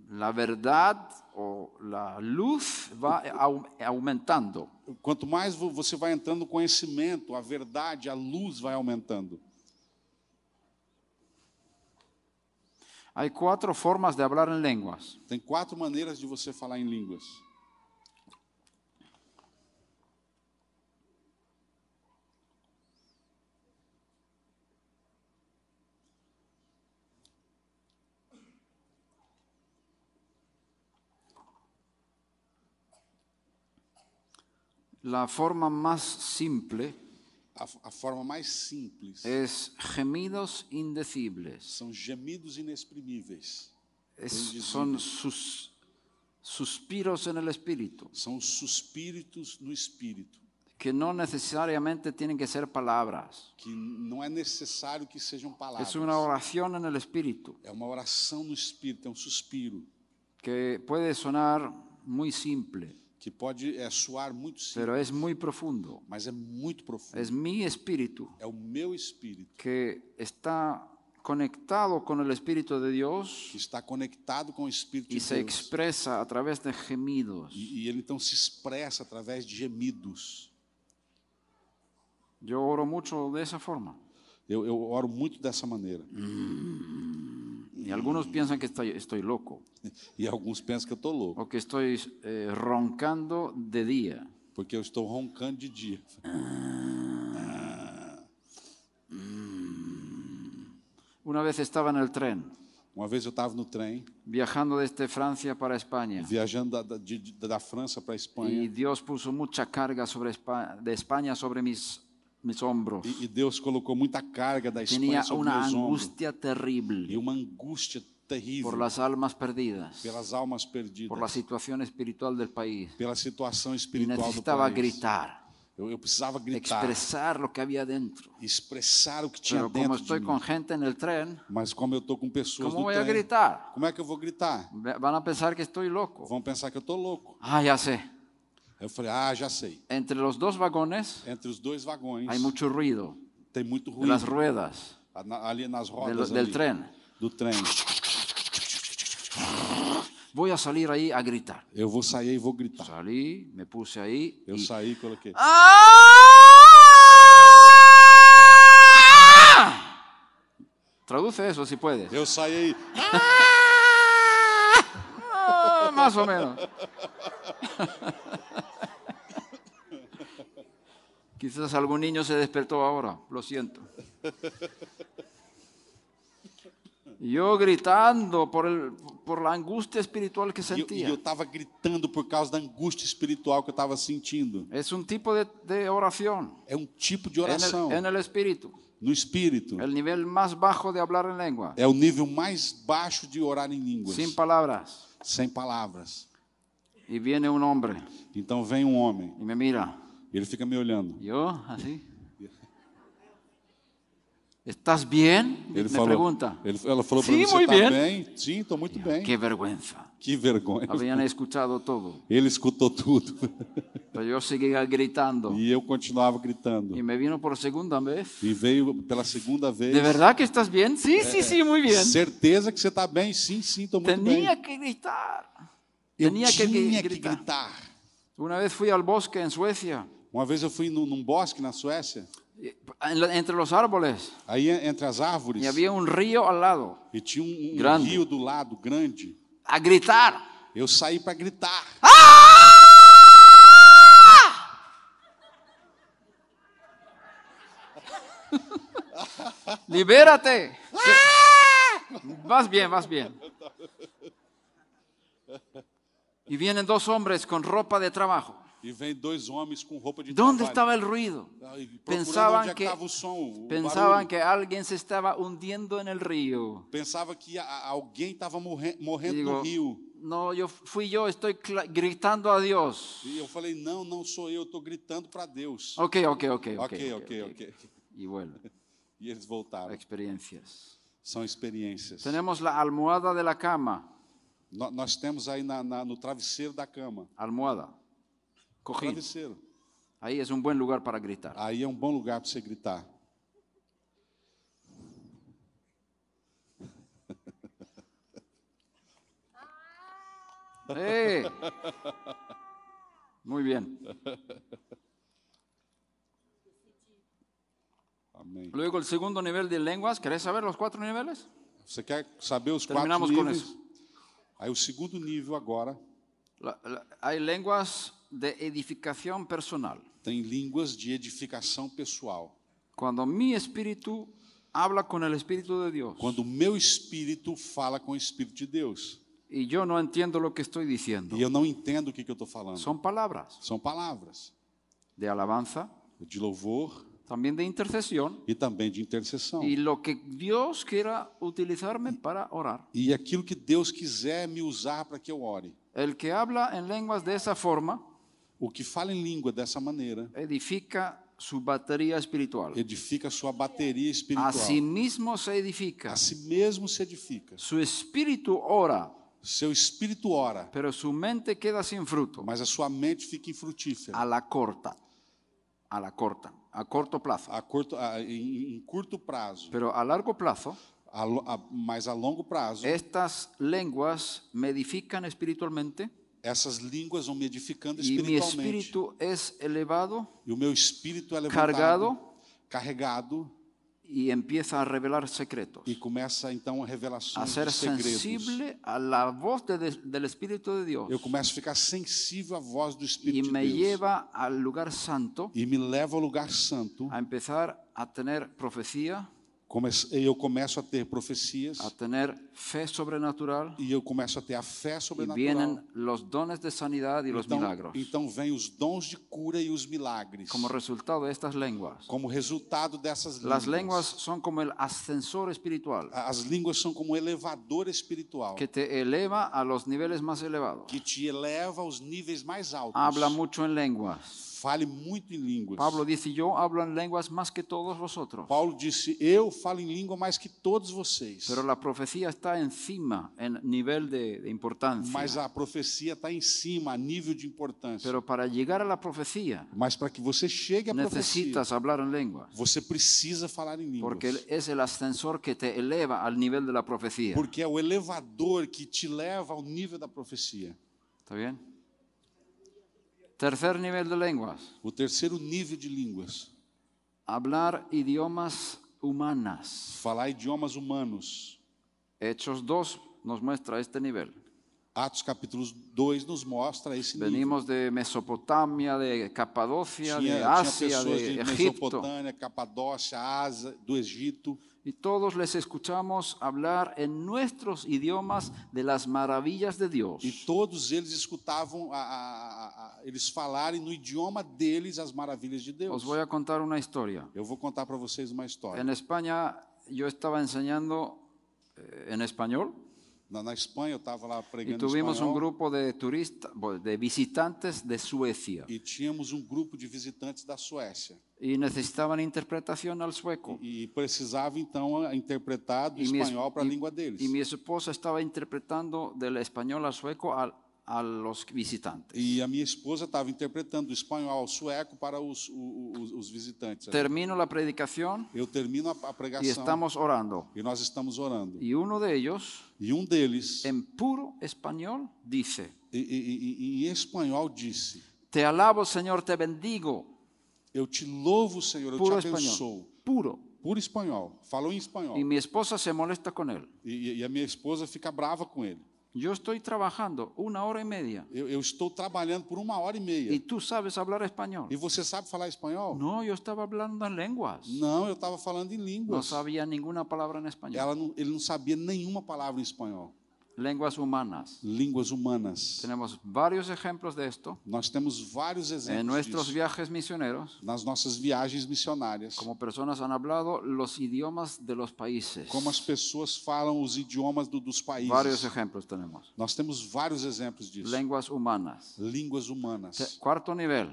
[SPEAKER 1] la verdad o la luz va au- aumentando.
[SPEAKER 2] quanto mais vo- você vai entrando no conhecimento, a verdade, a luz vai aumentando.
[SPEAKER 1] Hay cuatro formas de hablar en lenguas.
[SPEAKER 2] Tem quatro maneiras de você falar em línguas.
[SPEAKER 1] La forma más simple
[SPEAKER 2] A, f- a forma mais simples
[SPEAKER 1] es gemidos indecibles.
[SPEAKER 2] são gemidos inexprimíveis.
[SPEAKER 1] Es- son sus, suspiros en el espíritu,
[SPEAKER 2] São os suspiritos no espírito,
[SPEAKER 1] que no necesariamente tienen que ser palabras.
[SPEAKER 2] que não é necessário que sejam palavras.
[SPEAKER 1] Es una oración en el espíritu
[SPEAKER 2] É uma oração no espírito, é um suspiro
[SPEAKER 1] que puede sonar muy simple,
[SPEAKER 2] que pode é, soar muito simples,
[SPEAKER 1] pero es muy profundo.
[SPEAKER 2] mas é muito profundo.
[SPEAKER 1] Es mi espíritu
[SPEAKER 2] É o meu espírito
[SPEAKER 1] que está conectado con el espíritu de
[SPEAKER 2] que
[SPEAKER 1] Dios
[SPEAKER 2] está conectado com o espírito
[SPEAKER 1] y
[SPEAKER 2] de
[SPEAKER 1] se
[SPEAKER 2] Deus.
[SPEAKER 1] expresa a través de gemidos.
[SPEAKER 2] E, e ele então se expressa através de gemidos.
[SPEAKER 1] Yo oro mucho de esa forma.
[SPEAKER 2] Eu, eu oro muito dessa maneira.
[SPEAKER 1] Y algunos piensan que estoy, estoy loco
[SPEAKER 2] E alguns pensam que eu estou louco,
[SPEAKER 1] o que estoy eh, roncando de día.
[SPEAKER 2] porque eu estou roncando de dia.
[SPEAKER 1] Una vez estaba en el tren
[SPEAKER 2] Uma vez eu estava no trem,
[SPEAKER 1] viajando desde Francia para España.
[SPEAKER 2] viajando da, da- de- de- da França para a
[SPEAKER 1] Y
[SPEAKER 2] Espanha,
[SPEAKER 1] Dios puso mucha carga sobre Espa- de España sobre mis, mis hombros.
[SPEAKER 2] e, e Deus colocou muita carga da
[SPEAKER 1] Tenía
[SPEAKER 2] Espanha sobre
[SPEAKER 1] una
[SPEAKER 2] meus ombros,
[SPEAKER 1] angustia
[SPEAKER 2] e
[SPEAKER 1] terrible
[SPEAKER 2] uma angústia
[SPEAKER 1] por
[SPEAKER 2] terrível
[SPEAKER 1] las almas perdidas,
[SPEAKER 2] pelas almas
[SPEAKER 1] por
[SPEAKER 2] perdidas,
[SPEAKER 1] la situación espiritual del país.
[SPEAKER 2] pela situação
[SPEAKER 1] Y
[SPEAKER 2] espiritual do
[SPEAKER 1] necesitaba
[SPEAKER 2] país.
[SPEAKER 1] gritar,
[SPEAKER 2] Eu, eu precisava gritar,
[SPEAKER 1] expresar lo que había dentro.
[SPEAKER 2] expressar o que tinha
[SPEAKER 1] Pero como
[SPEAKER 2] dentro Pues de
[SPEAKER 1] estoy
[SPEAKER 2] mim.
[SPEAKER 1] con gente en el tren,
[SPEAKER 2] Mas como eu estou com pessoas
[SPEAKER 1] ¿cómo
[SPEAKER 2] no
[SPEAKER 1] voy a
[SPEAKER 2] trem,
[SPEAKER 1] gritar?
[SPEAKER 2] como é que eu vou gritar?
[SPEAKER 1] Ve- Van a pensar que estoy loco.
[SPEAKER 2] Vão pensar que eu estou louco.
[SPEAKER 1] Ah, ya sé.
[SPEAKER 2] Eu falei, ah, já sei.
[SPEAKER 1] Entre los dos vagones
[SPEAKER 2] Entre os dois vagões
[SPEAKER 1] hay mucho ruido
[SPEAKER 2] tem muito
[SPEAKER 1] de
[SPEAKER 2] ruído
[SPEAKER 1] las ruedas
[SPEAKER 2] na- ali nas
[SPEAKER 1] del-
[SPEAKER 2] rodas
[SPEAKER 1] del
[SPEAKER 2] ali,
[SPEAKER 1] tren.
[SPEAKER 2] do trem.
[SPEAKER 1] Voy a salir ahí a gritar.
[SPEAKER 2] Eu vou sair e vou gritar.
[SPEAKER 1] Salí, me puse ahí
[SPEAKER 2] Eu
[SPEAKER 1] y
[SPEAKER 2] saí e coloquei.
[SPEAKER 1] ¡Ah! Traduce eso si puedes.
[SPEAKER 2] Eu saí,
[SPEAKER 1] Ah, más o menos. Quizás algún niño se despertó ahora, lo siento. Yo gritando por, el, por la angustia espiritual que
[SPEAKER 2] e eu- e
[SPEAKER 1] sentía.
[SPEAKER 2] eu estava gritando por causa da angústia espiritual que eu estava sentindo.
[SPEAKER 1] Es un tipo de, de oración
[SPEAKER 2] É um tipo de
[SPEAKER 1] en
[SPEAKER 2] oração
[SPEAKER 1] el, en el espíritu,
[SPEAKER 2] no espírito.
[SPEAKER 1] el nivel más bajo de hablar en lengua,
[SPEAKER 2] É o nível mais baixo de orar em línguas,
[SPEAKER 1] sin palabras.
[SPEAKER 2] sem palavras.
[SPEAKER 1] Y viene un hombre
[SPEAKER 2] Então vem um homem,
[SPEAKER 1] y me mira.
[SPEAKER 2] ele fica me olhando.
[SPEAKER 1] Yo, así. ¿Estás bien? me
[SPEAKER 2] Ele falou,
[SPEAKER 1] pregunta.
[SPEAKER 2] Ele, ela falou para
[SPEAKER 1] Sim,
[SPEAKER 2] mim, você
[SPEAKER 1] muito
[SPEAKER 2] está
[SPEAKER 1] bem."
[SPEAKER 2] bem? Sim, estou muito bem.
[SPEAKER 1] Qué vergüenza.
[SPEAKER 2] Que vergonha.
[SPEAKER 1] Habían escuchado todo.
[SPEAKER 2] Ele escutou tudo
[SPEAKER 1] Pero yo seguía gritando.
[SPEAKER 2] e eu continuava gritando.
[SPEAKER 1] Y me vino por segunda vez.
[SPEAKER 2] E veio pela segunda vez.
[SPEAKER 1] ¿De verdad que estás bien? Sí, sí, sí, muy bien.
[SPEAKER 2] Certeza que você está bem? Sim, sim, estou muito bem.
[SPEAKER 1] Tenía que gritar.
[SPEAKER 2] Eu
[SPEAKER 1] Tenía que
[SPEAKER 2] tinha que
[SPEAKER 1] gritar.
[SPEAKER 2] gritar.
[SPEAKER 1] Una vez fui al bosque en Suecia,
[SPEAKER 2] Uma vez eu fui num, num bosque na Suécia,
[SPEAKER 1] y- en la- entre los árboles,
[SPEAKER 2] aí entre as árvores,
[SPEAKER 1] y había un río al lado.
[SPEAKER 2] e tinha um, um
[SPEAKER 1] Grande.
[SPEAKER 2] rio do lado grande.
[SPEAKER 1] A gritar.
[SPEAKER 2] Eu saí para gritar.
[SPEAKER 1] Ah! Libérate. ¡Ah! Vas bien, vas bien. Y vienen dos hombres con ropa de trabajo.
[SPEAKER 2] E vem dois homens com roupa de
[SPEAKER 1] ¿Dónde
[SPEAKER 2] trabalho.
[SPEAKER 1] estaba el ruido?
[SPEAKER 2] Aí, procurando
[SPEAKER 1] Pensavam
[SPEAKER 2] onde é
[SPEAKER 1] que-
[SPEAKER 2] estava o som, o
[SPEAKER 1] Pensaban
[SPEAKER 2] barulho.
[SPEAKER 1] que alguien se estaba hundiendo en el río.
[SPEAKER 2] Pensava que a- a- alguém estava morre-
[SPEAKER 1] Y
[SPEAKER 2] morrendo
[SPEAKER 1] digo,
[SPEAKER 2] no rio.
[SPEAKER 1] no, yo fui yo, estoy cla- gritando a Dios.
[SPEAKER 2] E eu falei, não, não sou eu, eu estou gritando para Deus.
[SPEAKER 1] Ok, ok, ok, ok.
[SPEAKER 2] Ok,
[SPEAKER 1] ok,
[SPEAKER 2] ok,
[SPEAKER 1] ok.
[SPEAKER 2] ok.
[SPEAKER 1] Y vuelvo.
[SPEAKER 2] E eles voltaram.
[SPEAKER 1] Experiencias.
[SPEAKER 2] São experiências.
[SPEAKER 1] Tenemos la almohada de la cama.
[SPEAKER 2] No- nós temos aí na- na- no travesseiro da cama.
[SPEAKER 1] Almohada. Cojín.
[SPEAKER 2] Travesseiro.
[SPEAKER 1] Ahí es un buen lugar para gritar.
[SPEAKER 2] Aí é um bom lugar para você gritar.
[SPEAKER 1] ¡Eh! Muy bien.
[SPEAKER 2] Amém.
[SPEAKER 1] Luego el segundo nivel de lenguas. ¿Querés saber los cuatro niveles?
[SPEAKER 2] Você quer saber os
[SPEAKER 1] Terminamos
[SPEAKER 2] quatro
[SPEAKER 1] com
[SPEAKER 2] níveis?
[SPEAKER 1] isso.
[SPEAKER 2] Aí o segundo nível agora
[SPEAKER 1] La- la- hay lenguas de edificación personal.
[SPEAKER 2] tem línguas de edificação pessoal.
[SPEAKER 1] Cuando mi espíritu habla con el espíritu de Dios
[SPEAKER 2] Quando o meu espírito fala com o espírito de Deus.
[SPEAKER 1] y yo no entiendo lo que estoy diciendo,
[SPEAKER 2] E eu não entendo o que, que eu estou falando.
[SPEAKER 1] son palabras
[SPEAKER 2] São palavras
[SPEAKER 1] de alabanza,
[SPEAKER 2] de louvor
[SPEAKER 1] también de intercesión
[SPEAKER 2] e também de intercessão.
[SPEAKER 1] y lo que Dios quiera utilizarme para orar.
[SPEAKER 2] E aquilo que Deus quiser me usar para que eu ore.
[SPEAKER 1] El que habla en lenguas de esa forma
[SPEAKER 2] O que fala em língua dessa maneira
[SPEAKER 1] edifica su batería espiritual.
[SPEAKER 2] edifica a sua bateria espiritual.
[SPEAKER 1] A sí mismo se edifica.
[SPEAKER 2] A si mesmo se edifica.
[SPEAKER 1] Su espíritu ora,
[SPEAKER 2] Seu espírito ora,
[SPEAKER 1] pero su mente queda sin fruto.
[SPEAKER 2] mas a sua mente fica infrutífera.
[SPEAKER 1] A la corta. A la corta. A corto plazo.
[SPEAKER 2] A curto, a- em, em curto prazo,
[SPEAKER 1] Pero a largo plazo,
[SPEAKER 2] a lo- a- mas a longo prazo,
[SPEAKER 1] estas lenguas me edifican espiritualmente
[SPEAKER 2] essas línguas vão me edificando
[SPEAKER 1] y mi
[SPEAKER 2] espiritualmente.
[SPEAKER 1] espíritu es elevado
[SPEAKER 2] E o meu espírito é levantado,
[SPEAKER 1] Cargado.
[SPEAKER 2] carregado,
[SPEAKER 1] y empieza a revelar secretos.
[SPEAKER 2] e começa então a revelação
[SPEAKER 1] A
[SPEAKER 2] de
[SPEAKER 1] ser
[SPEAKER 2] segredos.
[SPEAKER 1] sensible a la voz de- de- del Espíritu de
[SPEAKER 2] Eu
[SPEAKER 1] Dios
[SPEAKER 2] começo a ficar sensível à voz do
[SPEAKER 1] y
[SPEAKER 2] Espírito
[SPEAKER 1] me
[SPEAKER 2] de Deus.
[SPEAKER 1] lleva al lugar santo
[SPEAKER 2] E me leva ao lugar santo,
[SPEAKER 1] a empezar a tener profecía,
[SPEAKER 2] Come- e eu começo a ter profecias
[SPEAKER 1] a tener fe sobrenatural
[SPEAKER 2] e eu começo a ter a fé
[SPEAKER 1] y
[SPEAKER 2] sobrenatural.
[SPEAKER 1] vienen los dones de sanidad y los
[SPEAKER 2] Então,
[SPEAKER 1] milagros.
[SPEAKER 2] então vem os dons de cura e os milagres.
[SPEAKER 1] Como resultado de estas lenguas,
[SPEAKER 2] Como resultado dessas
[SPEAKER 1] las lenguas son como el ascensor espiritual
[SPEAKER 2] A- As línguas são como um elevador espiritual
[SPEAKER 1] que te eleva a los niveles más elevados.
[SPEAKER 2] que te eleva aos níveis mais altos.
[SPEAKER 1] Habla mucho en lenguas.
[SPEAKER 2] Fale muito em línguas.
[SPEAKER 1] Pablo dice, yo hablo en lenguas más que todos vosotros.
[SPEAKER 2] Paulo disse: Eu falo em língua mais que todos vocês.
[SPEAKER 1] Pero la profecía está encima en nivel de, de
[SPEAKER 2] Mas
[SPEAKER 1] importancia.
[SPEAKER 2] a profecia está em cima, a nível de importância.
[SPEAKER 1] Pero para llegar a la profecía
[SPEAKER 2] Mas para que você chegue à profecia,
[SPEAKER 1] necesitas hablar en lenguas.
[SPEAKER 2] você precisa falar em línguas.
[SPEAKER 1] Porque es el ascensor que te eleva al nivel de la profecía.
[SPEAKER 2] Porque é o elevador que te leva ao nível da profecia.
[SPEAKER 1] ¿Está bien? Tercer nivel de lenguas.
[SPEAKER 2] O terceiro nível de línguas.
[SPEAKER 1] Hablar idiomas humanas.
[SPEAKER 2] Falar idiomas humanos.
[SPEAKER 1] Hechos 2 nos muestra este nivel.
[SPEAKER 2] Atos capítulo 2 nos mostra esse nível.
[SPEAKER 1] Venimos de Mesopotamia, de Capadocia,
[SPEAKER 2] tinha,
[SPEAKER 1] de
[SPEAKER 2] tinha
[SPEAKER 1] Asia,
[SPEAKER 2] pessoas
[SPEAKER 1] de
[SPEAKER 2] de
[SPEAKER 1] Egipto.
[SPEAKER 2] Mesopotâmia, Capadócia, Ásia, do Egito,
[SPEAKER 1] Y todos les escuchamos hablar en nuestros idiomas de las maravillas de Dios.
[SPEAKER 2] e todos eles escutavam a, a- a- a- eles falarem no idioma deles as maravilhas de Deus.
[SPEAKER 1] Os voy a contar una historia.
[SPEAKER 2] Eu vou contar para vocês uma história.
[SPEAKER 1] En España yo estaba enseñando eh, en español
[SPEAKER 2] Na, na Espanha eu estava lá
[SPEAKER 1] y
[SPEAKER 2] pregando em
[SPEAKER 1] tuvimos un
[SPEAKER 2] espanhol,
[SPEAKER 1] grupo de turistas, de visitantes de Suecia
[SPEAKER 2] e tínhamos um grupo de visitantes da Suécia
[SPEAKER 1] y necesitaban interpretación al sueco.
[SPEAKER 2] e precisava então a- interpretar do
[SPEAKER 1] E minha es-
[SPEAKER 2] espanhol para a
[SPEAKER 1] e-
[SPEAKER 2] língua deles.
[SPEAKER 1] Y mi esposa estaba interpretando del español al sueco al- a, los visitantes.
[SPEAKER 2] E a minha esposa estava interpretando do espanhol ao sueco para os, o- o- os visitantes.
[SPEAKER 1] Termino la predicación
[SPEAKER 2] Eu termino a, a
[SPEAKER 1] y
[SPEAKER 2] pregação
[SPEAKER 1] estamos orando.
[SPEAKER 2] e nós estamos orando.
[SPEAKER 1] Y uno de ellos
[SPEAKER 2] E um deles, em,
[SPEAKER 1] en puro español dice,
[SPEAKER 2] e- e- e- em espanhol, disse:
[SPEAKER 1] te alabo Señor, te bendigo,
[SPEAKER 2] Eu te louvo, Senhor, eu
[SPEAKER 1] puro
[SPEAKER 2] te
[SPEAKER 1] español,
[SPEAKER 2] abençoo.
[SPEAKER 1] puro.
[SPEAKER 2] Puro espanhol. Falou em espanhol.
[SPEAKER 1] Y mi esposa se molesta con él.
[SPEAKER 2] E, e a minha esposa fica brava com ele.
[SPEAKER 1] Yo estoy trabajando una hora y media
[SPEAKER 2] Eu, eu estou trabalhando por uma hora e
[SPEAKER 1] y
[SPEAKER 2] meia.
[SPEAKER 1] tú sabes hablar español.
[SPEAKER 2] E você sabe falar espanhol?
[SPEAKER 1] No, yo estaba hablando en lenguas.
[SPEAKER 2] Não, eu estava falando em
[SPEAKER 1] No
[SPEAKER 2] línguas.
[SPEAKER 1] sabía ninguna palabra en español.
[SPEAKER 2] Ela não- ele não sabia nenhuma palavra em espanhol.
[SPEAKER 1] Lenguas humanas.
[SPEAKER 2] Línguas humanas.
[SPEAKER 1] Tenemos varios ejemplos de esto
[SPEAKER 2] Nós temos vários
[SPEAKER 1] en
[SPEAKER 2] exemplos
[SPEAKER 1] nuestros
[SPEAKER 2] disso.
[SPEAKER 1] viajes misioneros.
[SPEAKER 2] nas nossas viagens missionárias.
[SPEAKER 1] Como personas han hablado los idiomas de los países.
[SPEAKER 2] Como as pessoas falam os idiomas do- dos
[SPEAKER 1] Varios
[SPEAKER 2] países.
[SPEAKER 1] ejemplos tenemos.
[SPEAKER 2] Nós temos vários exemplos disso.
[SPEAKER 1] Lenguas humanas.
[SPEAKER 2] línguas humanas.
[SPEAKER 1] Cuarto nivel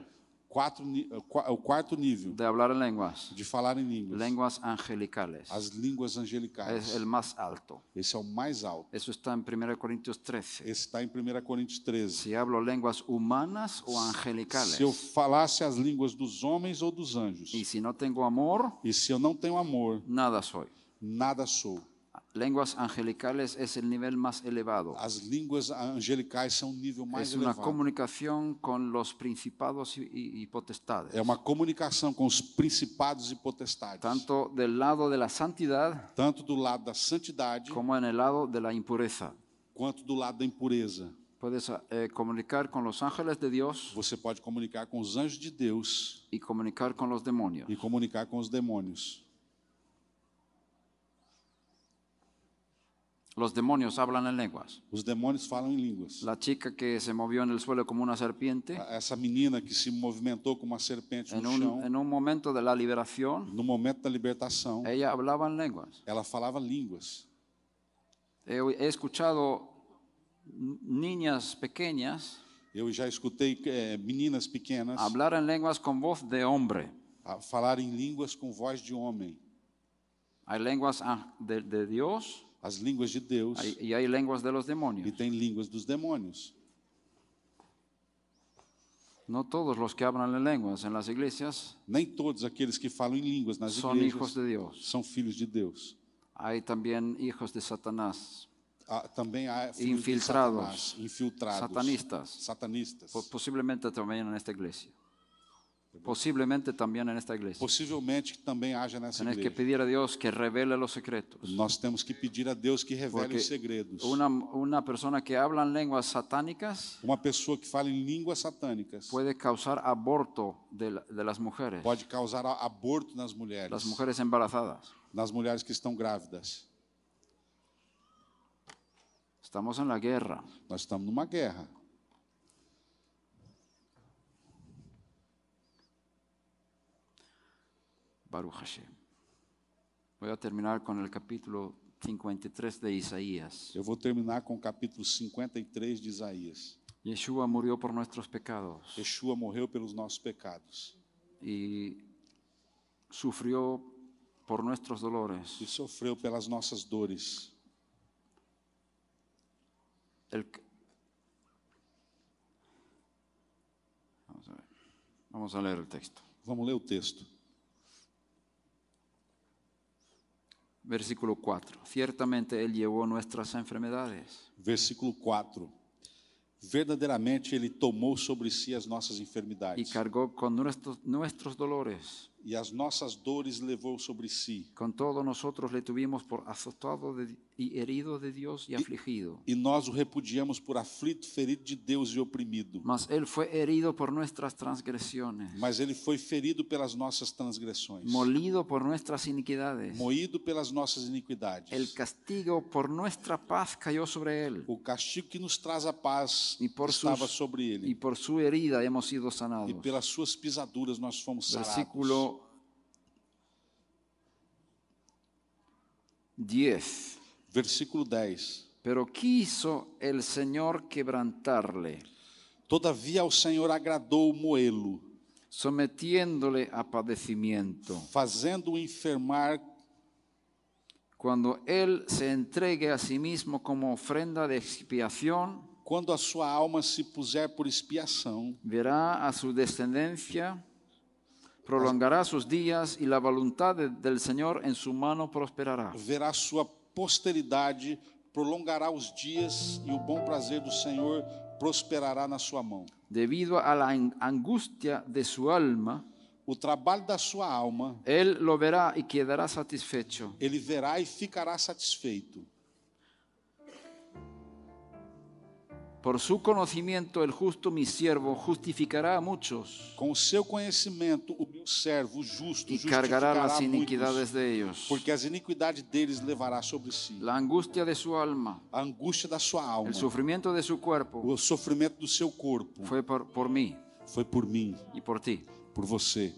[SPEAKER 2] Quatro, ni- eh, qua- o quarto nível
[SPEAKER 1] de hablar en lenguas.
[SPEAKER 2] de falar em línguas.
[SPEAKER 1] Lenguas angelicales.
[SPEAKER 2] As línguas
[SPEAKER 1] Es
[SPEAKER 2] angelicais.
[SPEAKER 1] el más alto.
[SPEAKER 2] Esse é o mais alto.
[SPEAKER 1] Eso está en 1 Corintios 13.
[SPEAKER 2] Esse está em 1 Coríntios 13.
[SPEAKER 1] Si hablo lenguas humanas o
[SPEAKER 2] Se eu
[SPEAKER 1] angelicales.
[SPEAKER 2] falasse as línguas dos homens ou dos anjos,
[SPEAKER 1] Y si no tengo amor,
[SPEAKER 2] e se eu não tenho amor,
[SPEAKER 1] nada soy.
[SPEAKER 2] nada sou.
[SPEAKER 1] Lenguas angelicales es el nivel más elevado.
[SPEAKER 2] As línguas angelicais são o nível mais
[SPEAKER 1] Es una
[SPEAKER 2] Ah, elevado.
[SPEAKER 1] comunicación con los principados y, y- y potestades.
[SPEAKER 2] É uma comunicação com os principados e potestades,
[SPEAKER 1] Tanto del lado de la santidad
[SPEAKER 2] tanto do lado da santidade
[SPEAKER 1] como en el lado de la impureza.
[SPEAKER 2] quanto do lado da impureza.
[SPEAKER 1] Puedes eh, comunicar con los ángeles de Dios
[SPEAKER 2] Você pode comunicar com os anjos de Deus
[SPEAKER 1] y comunicar con los demonios.
[SPEAKER 2] e comunicar com os demônios.
[SPEAKER 1] Los demonios hablan en lenguas.
[SPEAKER 2] Os demônios falam em línguas.
[SPEAKER 1] La chica que se movió en el suelo como una serpiente,
[SPEAKER 2] Essa menina que se movimentou como uma serpente
[SPEAKER 1] en
[SPEAKER 2] no
[SPEAKER 1] un,
[SPEAKER 2] chão,
[SPEAKER 1] en un momento de la liberación,
[SPEAKER 2] no momento da libertação,
[SPEAKER 1] ella hablaba en lenguas.
[SPEAKER 2] ela falava línguas.
[SPEAKER 1] He, he escuchado n- niñas pequeñas
[SPEAKER 2] Eu já escutei eh, meninas pequenas
[SPEAKER 1] hablar en lenguas con voz de hombre.
[SPEAKER 2] a falar em línguas com voz de homem.
[SPEAKER 1] Hay lenguas ah, de, de Dios
[SPEAKER 2] As línguas de Deus
[SPEAKER 1] hay- y hay lenguas de los
[SPEAKER 2] e
[SPEAKER 1] demonios.
[SPEAKER 2] tem línguas dos demônios.
[SPEAKER 1] No todos los que hablan en lenguas en las iglesias
[SPEAKER 2] Nem todos aqueles que falam em línguas nas
[SPEAKER 1] son hijos
[SPEAKER 2] igrejas
[SPEAKER 1] de Dios.
[SPEAKER 2] são filhos de Deus.
[SPEAKER 1] Hay también hijos de Satanás,
[SPEAKER 2] Ah, também há filhos de
[SPEAKER 1] Infiltrados.
[SPEAKER 2] Satanás, infiltrados,
[SPEAKER 1] satanistas,
[SPEAKER 2] satanistas,
[SPEAKER 1] po- posiblemente también en esta iglesia. posiblemente también en esta iglesia.
[SPEAKER 2] Possivelmente que também haja nessa
[SPEAKER 1] Tenés é que
[SPEAKER 2] igreja.
[SPEAKER 1] pedir a Dios que revele los secretos.
[SPEAKER 2] Nós temos que pedir a Deus que revele
[SPEAKER 1] Porque
[SPEAKER 2] os segredos.
[SPEAKER 1] Una, una persona que habla en lenguas satánicas
[SPEAKER 2] Uma pessoa que fala em línguas satânicas
[SPEAKER 1] puede causar aborto de, la- de las mujeres,
[SPEAKER 2] pode causar a- aborto nas mulheres,
[SPEAKER 1] las mujeres embarazadas.
[SPEAKER 2] nas mulheres que estão grávidas.
[SPEAKER 1] Estamos en la guerra.
[SPEAKER 2] Nós estamos numa guerra.
[SPEAKER 1] Baruch Hashem. Voy a terminar con el capítulo 53 de Isaías.
[SPEAKER 2] Eu vou terminar com o capítulo 53 de Isaías.
[SPEAKER 1] Yeshua murió por nuestros pecados
[SPEAKER 2] Yeshua morreu pelos nossos pecados
[SPEAKER 1] y sufrió por nuestros
[SPEAKER 2] e
[SPEAKER 1] dolores.
[SPEAKER 2] sofreu pelas nossas dores.
[SPEAKER 1] El c- Vamos a ver. Vamos a leer el texto.
[SPEAKER 2] Vamos ler o texto.
[SPEAKER 1] Versículo 4. Ciertamente Él llevó nuestras enfermedades
[SPEAKER 2] Versículo 4. Verdadeiramente ele tomou sobre si as nossas
[SPEAKER 1] y
[SPEAKER 2] enfermidades
[SPEAKER 1] cargó con nuestros, nuestros dolores.
[SPEAKER 2] e as nossas dores levou sobre si.
[SPEAKER 1] Con todo nosotros le tuvimos por azotado de- y herido de Dios y afligido.
[SPEAKER 2] E nós o repudiamos por aflito, ferido de Deus e oprimido.
[SPEAKER 1] Mas Él fue herido por nuestras transgresiones,
[SPEAKER 2] Mas ele foi ferido pelas nossas transgressões,
[SPEAKER 1] molido por nuestras iniquidades.
[SPEAKER 2] moído pelas nossas
[SPEAKER 1] El
[SPEAKER 2] iniquidades.
[SPEAKER 1] castigo por nuestra paz cayó sobre Él,
[SPEAKER 2] O castigo que nos traz a paz
[SPEAKER 1] E por
[SPEAKER 2] estava
[SPEAKER 1] sus-
[SPEAKER 2] sobre
[SPEAKER 1] y
[SPEAKER 2] ele,
[SPEAKER 1] por su herida hemos sido
[SPEAKER 2] e
[SPEAKER 1] sanados.
[SPEAKER 2] pelas suas pisaduras nós fomos sarados.
[SPEAKER 1] Versículo 10.
[SPEAKER 2] Versículo 10.
[SPEAKER 1] Pero quiso el Señor quebrantarle,
[SPEAKER 2] Todavia ao Senhor agradou moê-lo,
[SPEAKER 1] sometiéndole a padecimiento.
[SPEAKER 2] fazendo-o enfermar
[SPEAKER 1] Cuando Él se entregue a sí mismo como ofrenda de expiación,
[SPEAKER 2] Quando a sua alma se puser por expiação,
[SPEAKER 1] verá a su descendencia, prolongará sus días y la voluntad de- del Señor en su mano prosperará.
[SPEAKER 2] verá sua posteridade, prolongará os dias e o bom prazer do Senhor prosperará na sua mão.
[SPEAKER 1] Debido a la an- angustia de su alma,
[SPEAKER 2] O trabalho da sua alma,
[SPEAKER 1] él lo verá y quedará satisfecho.
[SPEAKER 2] ele verá e ficará satisfeito.
[SPEAKER 1] Por su conocimiento, el justo mi siervo justificará a muchos
[SPEAKER 2] Com o seu conhecimento, o meu servo o justo
[SPEAKER 1] y cargará
[SPEAKER 2] justificará
[SPEAKER 1] las iniquidades
[SPEAKER 2] muitos,
[SPEAKER 1] de ellos.
[SPEAKER 2] porque as iniquidades deles levará sobre si.
[SPEAKER 1] La angustia de su alma,
[SPEAKER 2] A angústia da sua alma,
[SPEAKER 1] el sofrimiento de su cuerpo
[SPEAKER 2] o sofrimento do seu corpo,
[SPEAKER 1] fue por, por mí
[SPEAKER 2] foi por mim,
[SPEAKER 1] y por ti.
[SPEAKER 2] por você.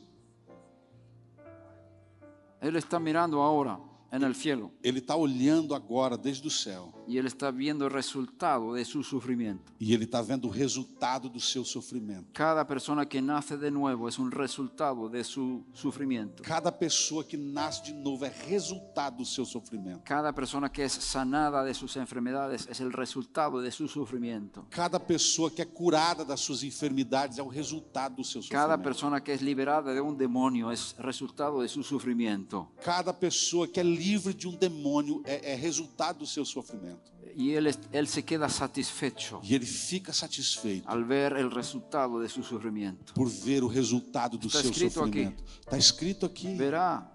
[SPEAKER 1] Él está mirando ahora en el cielo.
[SPEAKER 2] Ele está olhando agora desde o céu.
[SPEAKER 1] y él está viendo el resultado de su sufrimiento.
[SPEAKER 2] E ele está vendo o resultado do seu sofrimento.
[SPEAKER 1] Cada persona que nace de nuevo es un resultado de su sufrimiento.
[SPEAKER 2] Cada pessoa que nasce de novo é resultado do seu sofrimento.
[SPEAKER 1] Cada persona que es sanada de sus enfermedades es el resultado de su sufrimiento.
[SPEAKER 2] Cada pessoa que é curada das suas enfermidades é o resultado do seu
[SPEAKER 1] Cada
[SPEAKER 2] sofrimento.
[SPEAKER 1] persona que es liberada de un demonio es resultado de su sufrimiento.
[SPEAKER 2] Cada pessoa que é livre de um demônio é, é resultado do seu sofrimento.
[SPEAKER 1] Y él, es- él se queda satisfecho
[SPEAKER 2] E ele fica satisfeito
[SPEAKER 1] al ver el resultado de su sufrimiento.
[SPEAKER 2] por ver o resultado do
[SPEAKER 1] Está Tá
[SPEAKER 2] seu
[SPEAKER 1] escrito
[SPEAKER 2] sofrimento. Está escrito aqui.
[SPEAKER 1] Verá,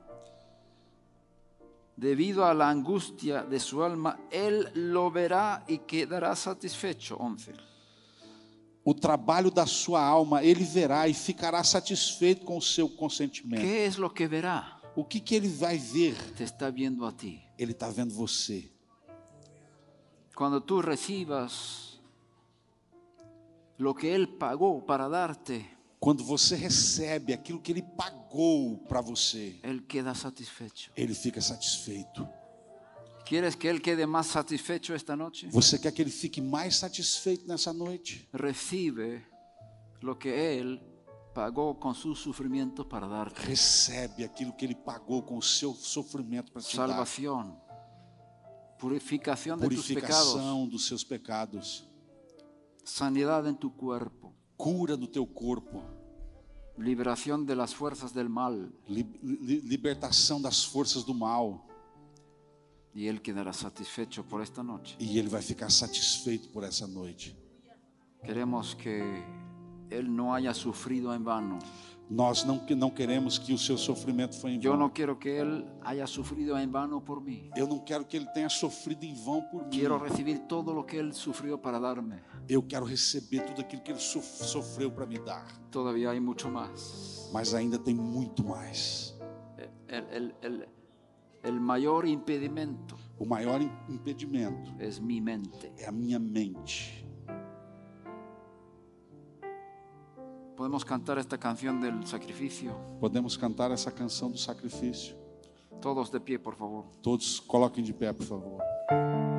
[SPEAKER 1] debido a la angustia de su alma, él lo verá y quedará satisfecho. 11.
[SPEAKER 2] O trabalho da sua alma ele verá e ficará satisfeito com o seu consentimento.
[SPEAKER 1] ¿Qué es lo que verá?
[SPEAKER 2] O que, que ele vai ver?
[SPEAKER 1] Te está viendo a ti.
[SPEAKER 2] Ele está vendo você.
[SPEAKER 1] Cuando tú recibas lo que Él pagó para darte,
[SPEAKER 2] Quando você recebe aquilo que ele pagou para você,
[SPEAKER 1] Él queda satisfecho.
[SPEAKER 2] ele fica satisfeito.
[SPEAKER 1] ¿Quieres que Él quede más satisfecho esta noche?
[SPEAKER 2] Você quer que ele fique mais satisfeito nessa noite?
[SPEAKER 1] Recibe lo que Él pagó con su sufrimiento para darte.
[SPEAKER 2] Recebe aquilo que ele pagou com o seu sofrimento para te dar.
[SPEAKER 1] Salvación, purificación de tus pecados,
[SPEAKER 2] Purificação dos seus pecados,
[SPEAKER 1] sanidad en tu cuerpo,
[SPEAKER 2] cura no teu corpo,
[SPEAKER 1] liberación de las fuerzas del mal
[SPEAKER 2] li- li- libertação das forças do mal,
[SPEAKER 1] y Él quedará satisfecho por esta noche.
[SPEAKER 2] e ele vai ficar satisfeito por essa noite.
[SPEAKER 1] Queremos que Él no haya sufrido en vano.
[SPEAKER 2] Nós não, que- não queremos que o seu sofrimento foi em
[SPEAKER 1] Yo
[SPEAKER 2] vão.
[SPEAKER 1] no quiero que Él haya sufrido en vano por mí.
[SPEAKER 2] Eu não quero que ele tenha sofrido em vão por mim.
[SPEAKER 1] Quiero recibir todo lo que Él sufrió para darme.
[SPEAKER 2] Eu quero receber tudo aquilo que ele sof- sofreu para me dar.
[SPEAKER 1] Todavía hay mucho más.
[SPEAKER 2] Mas ainda tem muito mais.
[SPEAKER 1] El, el- el- el mayor impedimento
[SPEAKER 2] O maior im- impedimento
[SPEAKER 1] es mi mente.
[SPEAKER 2] é a minha mente.
[SPEAKER 1] Podemos cantar esta canción del sacrificio.
[SPEAKER 2] Podemos cantar essa canção do sacrifício.
[SPEAKER 1] Todos de pie, por favor.
[SPEAKER 2] Todos coloquem de pé, por favor.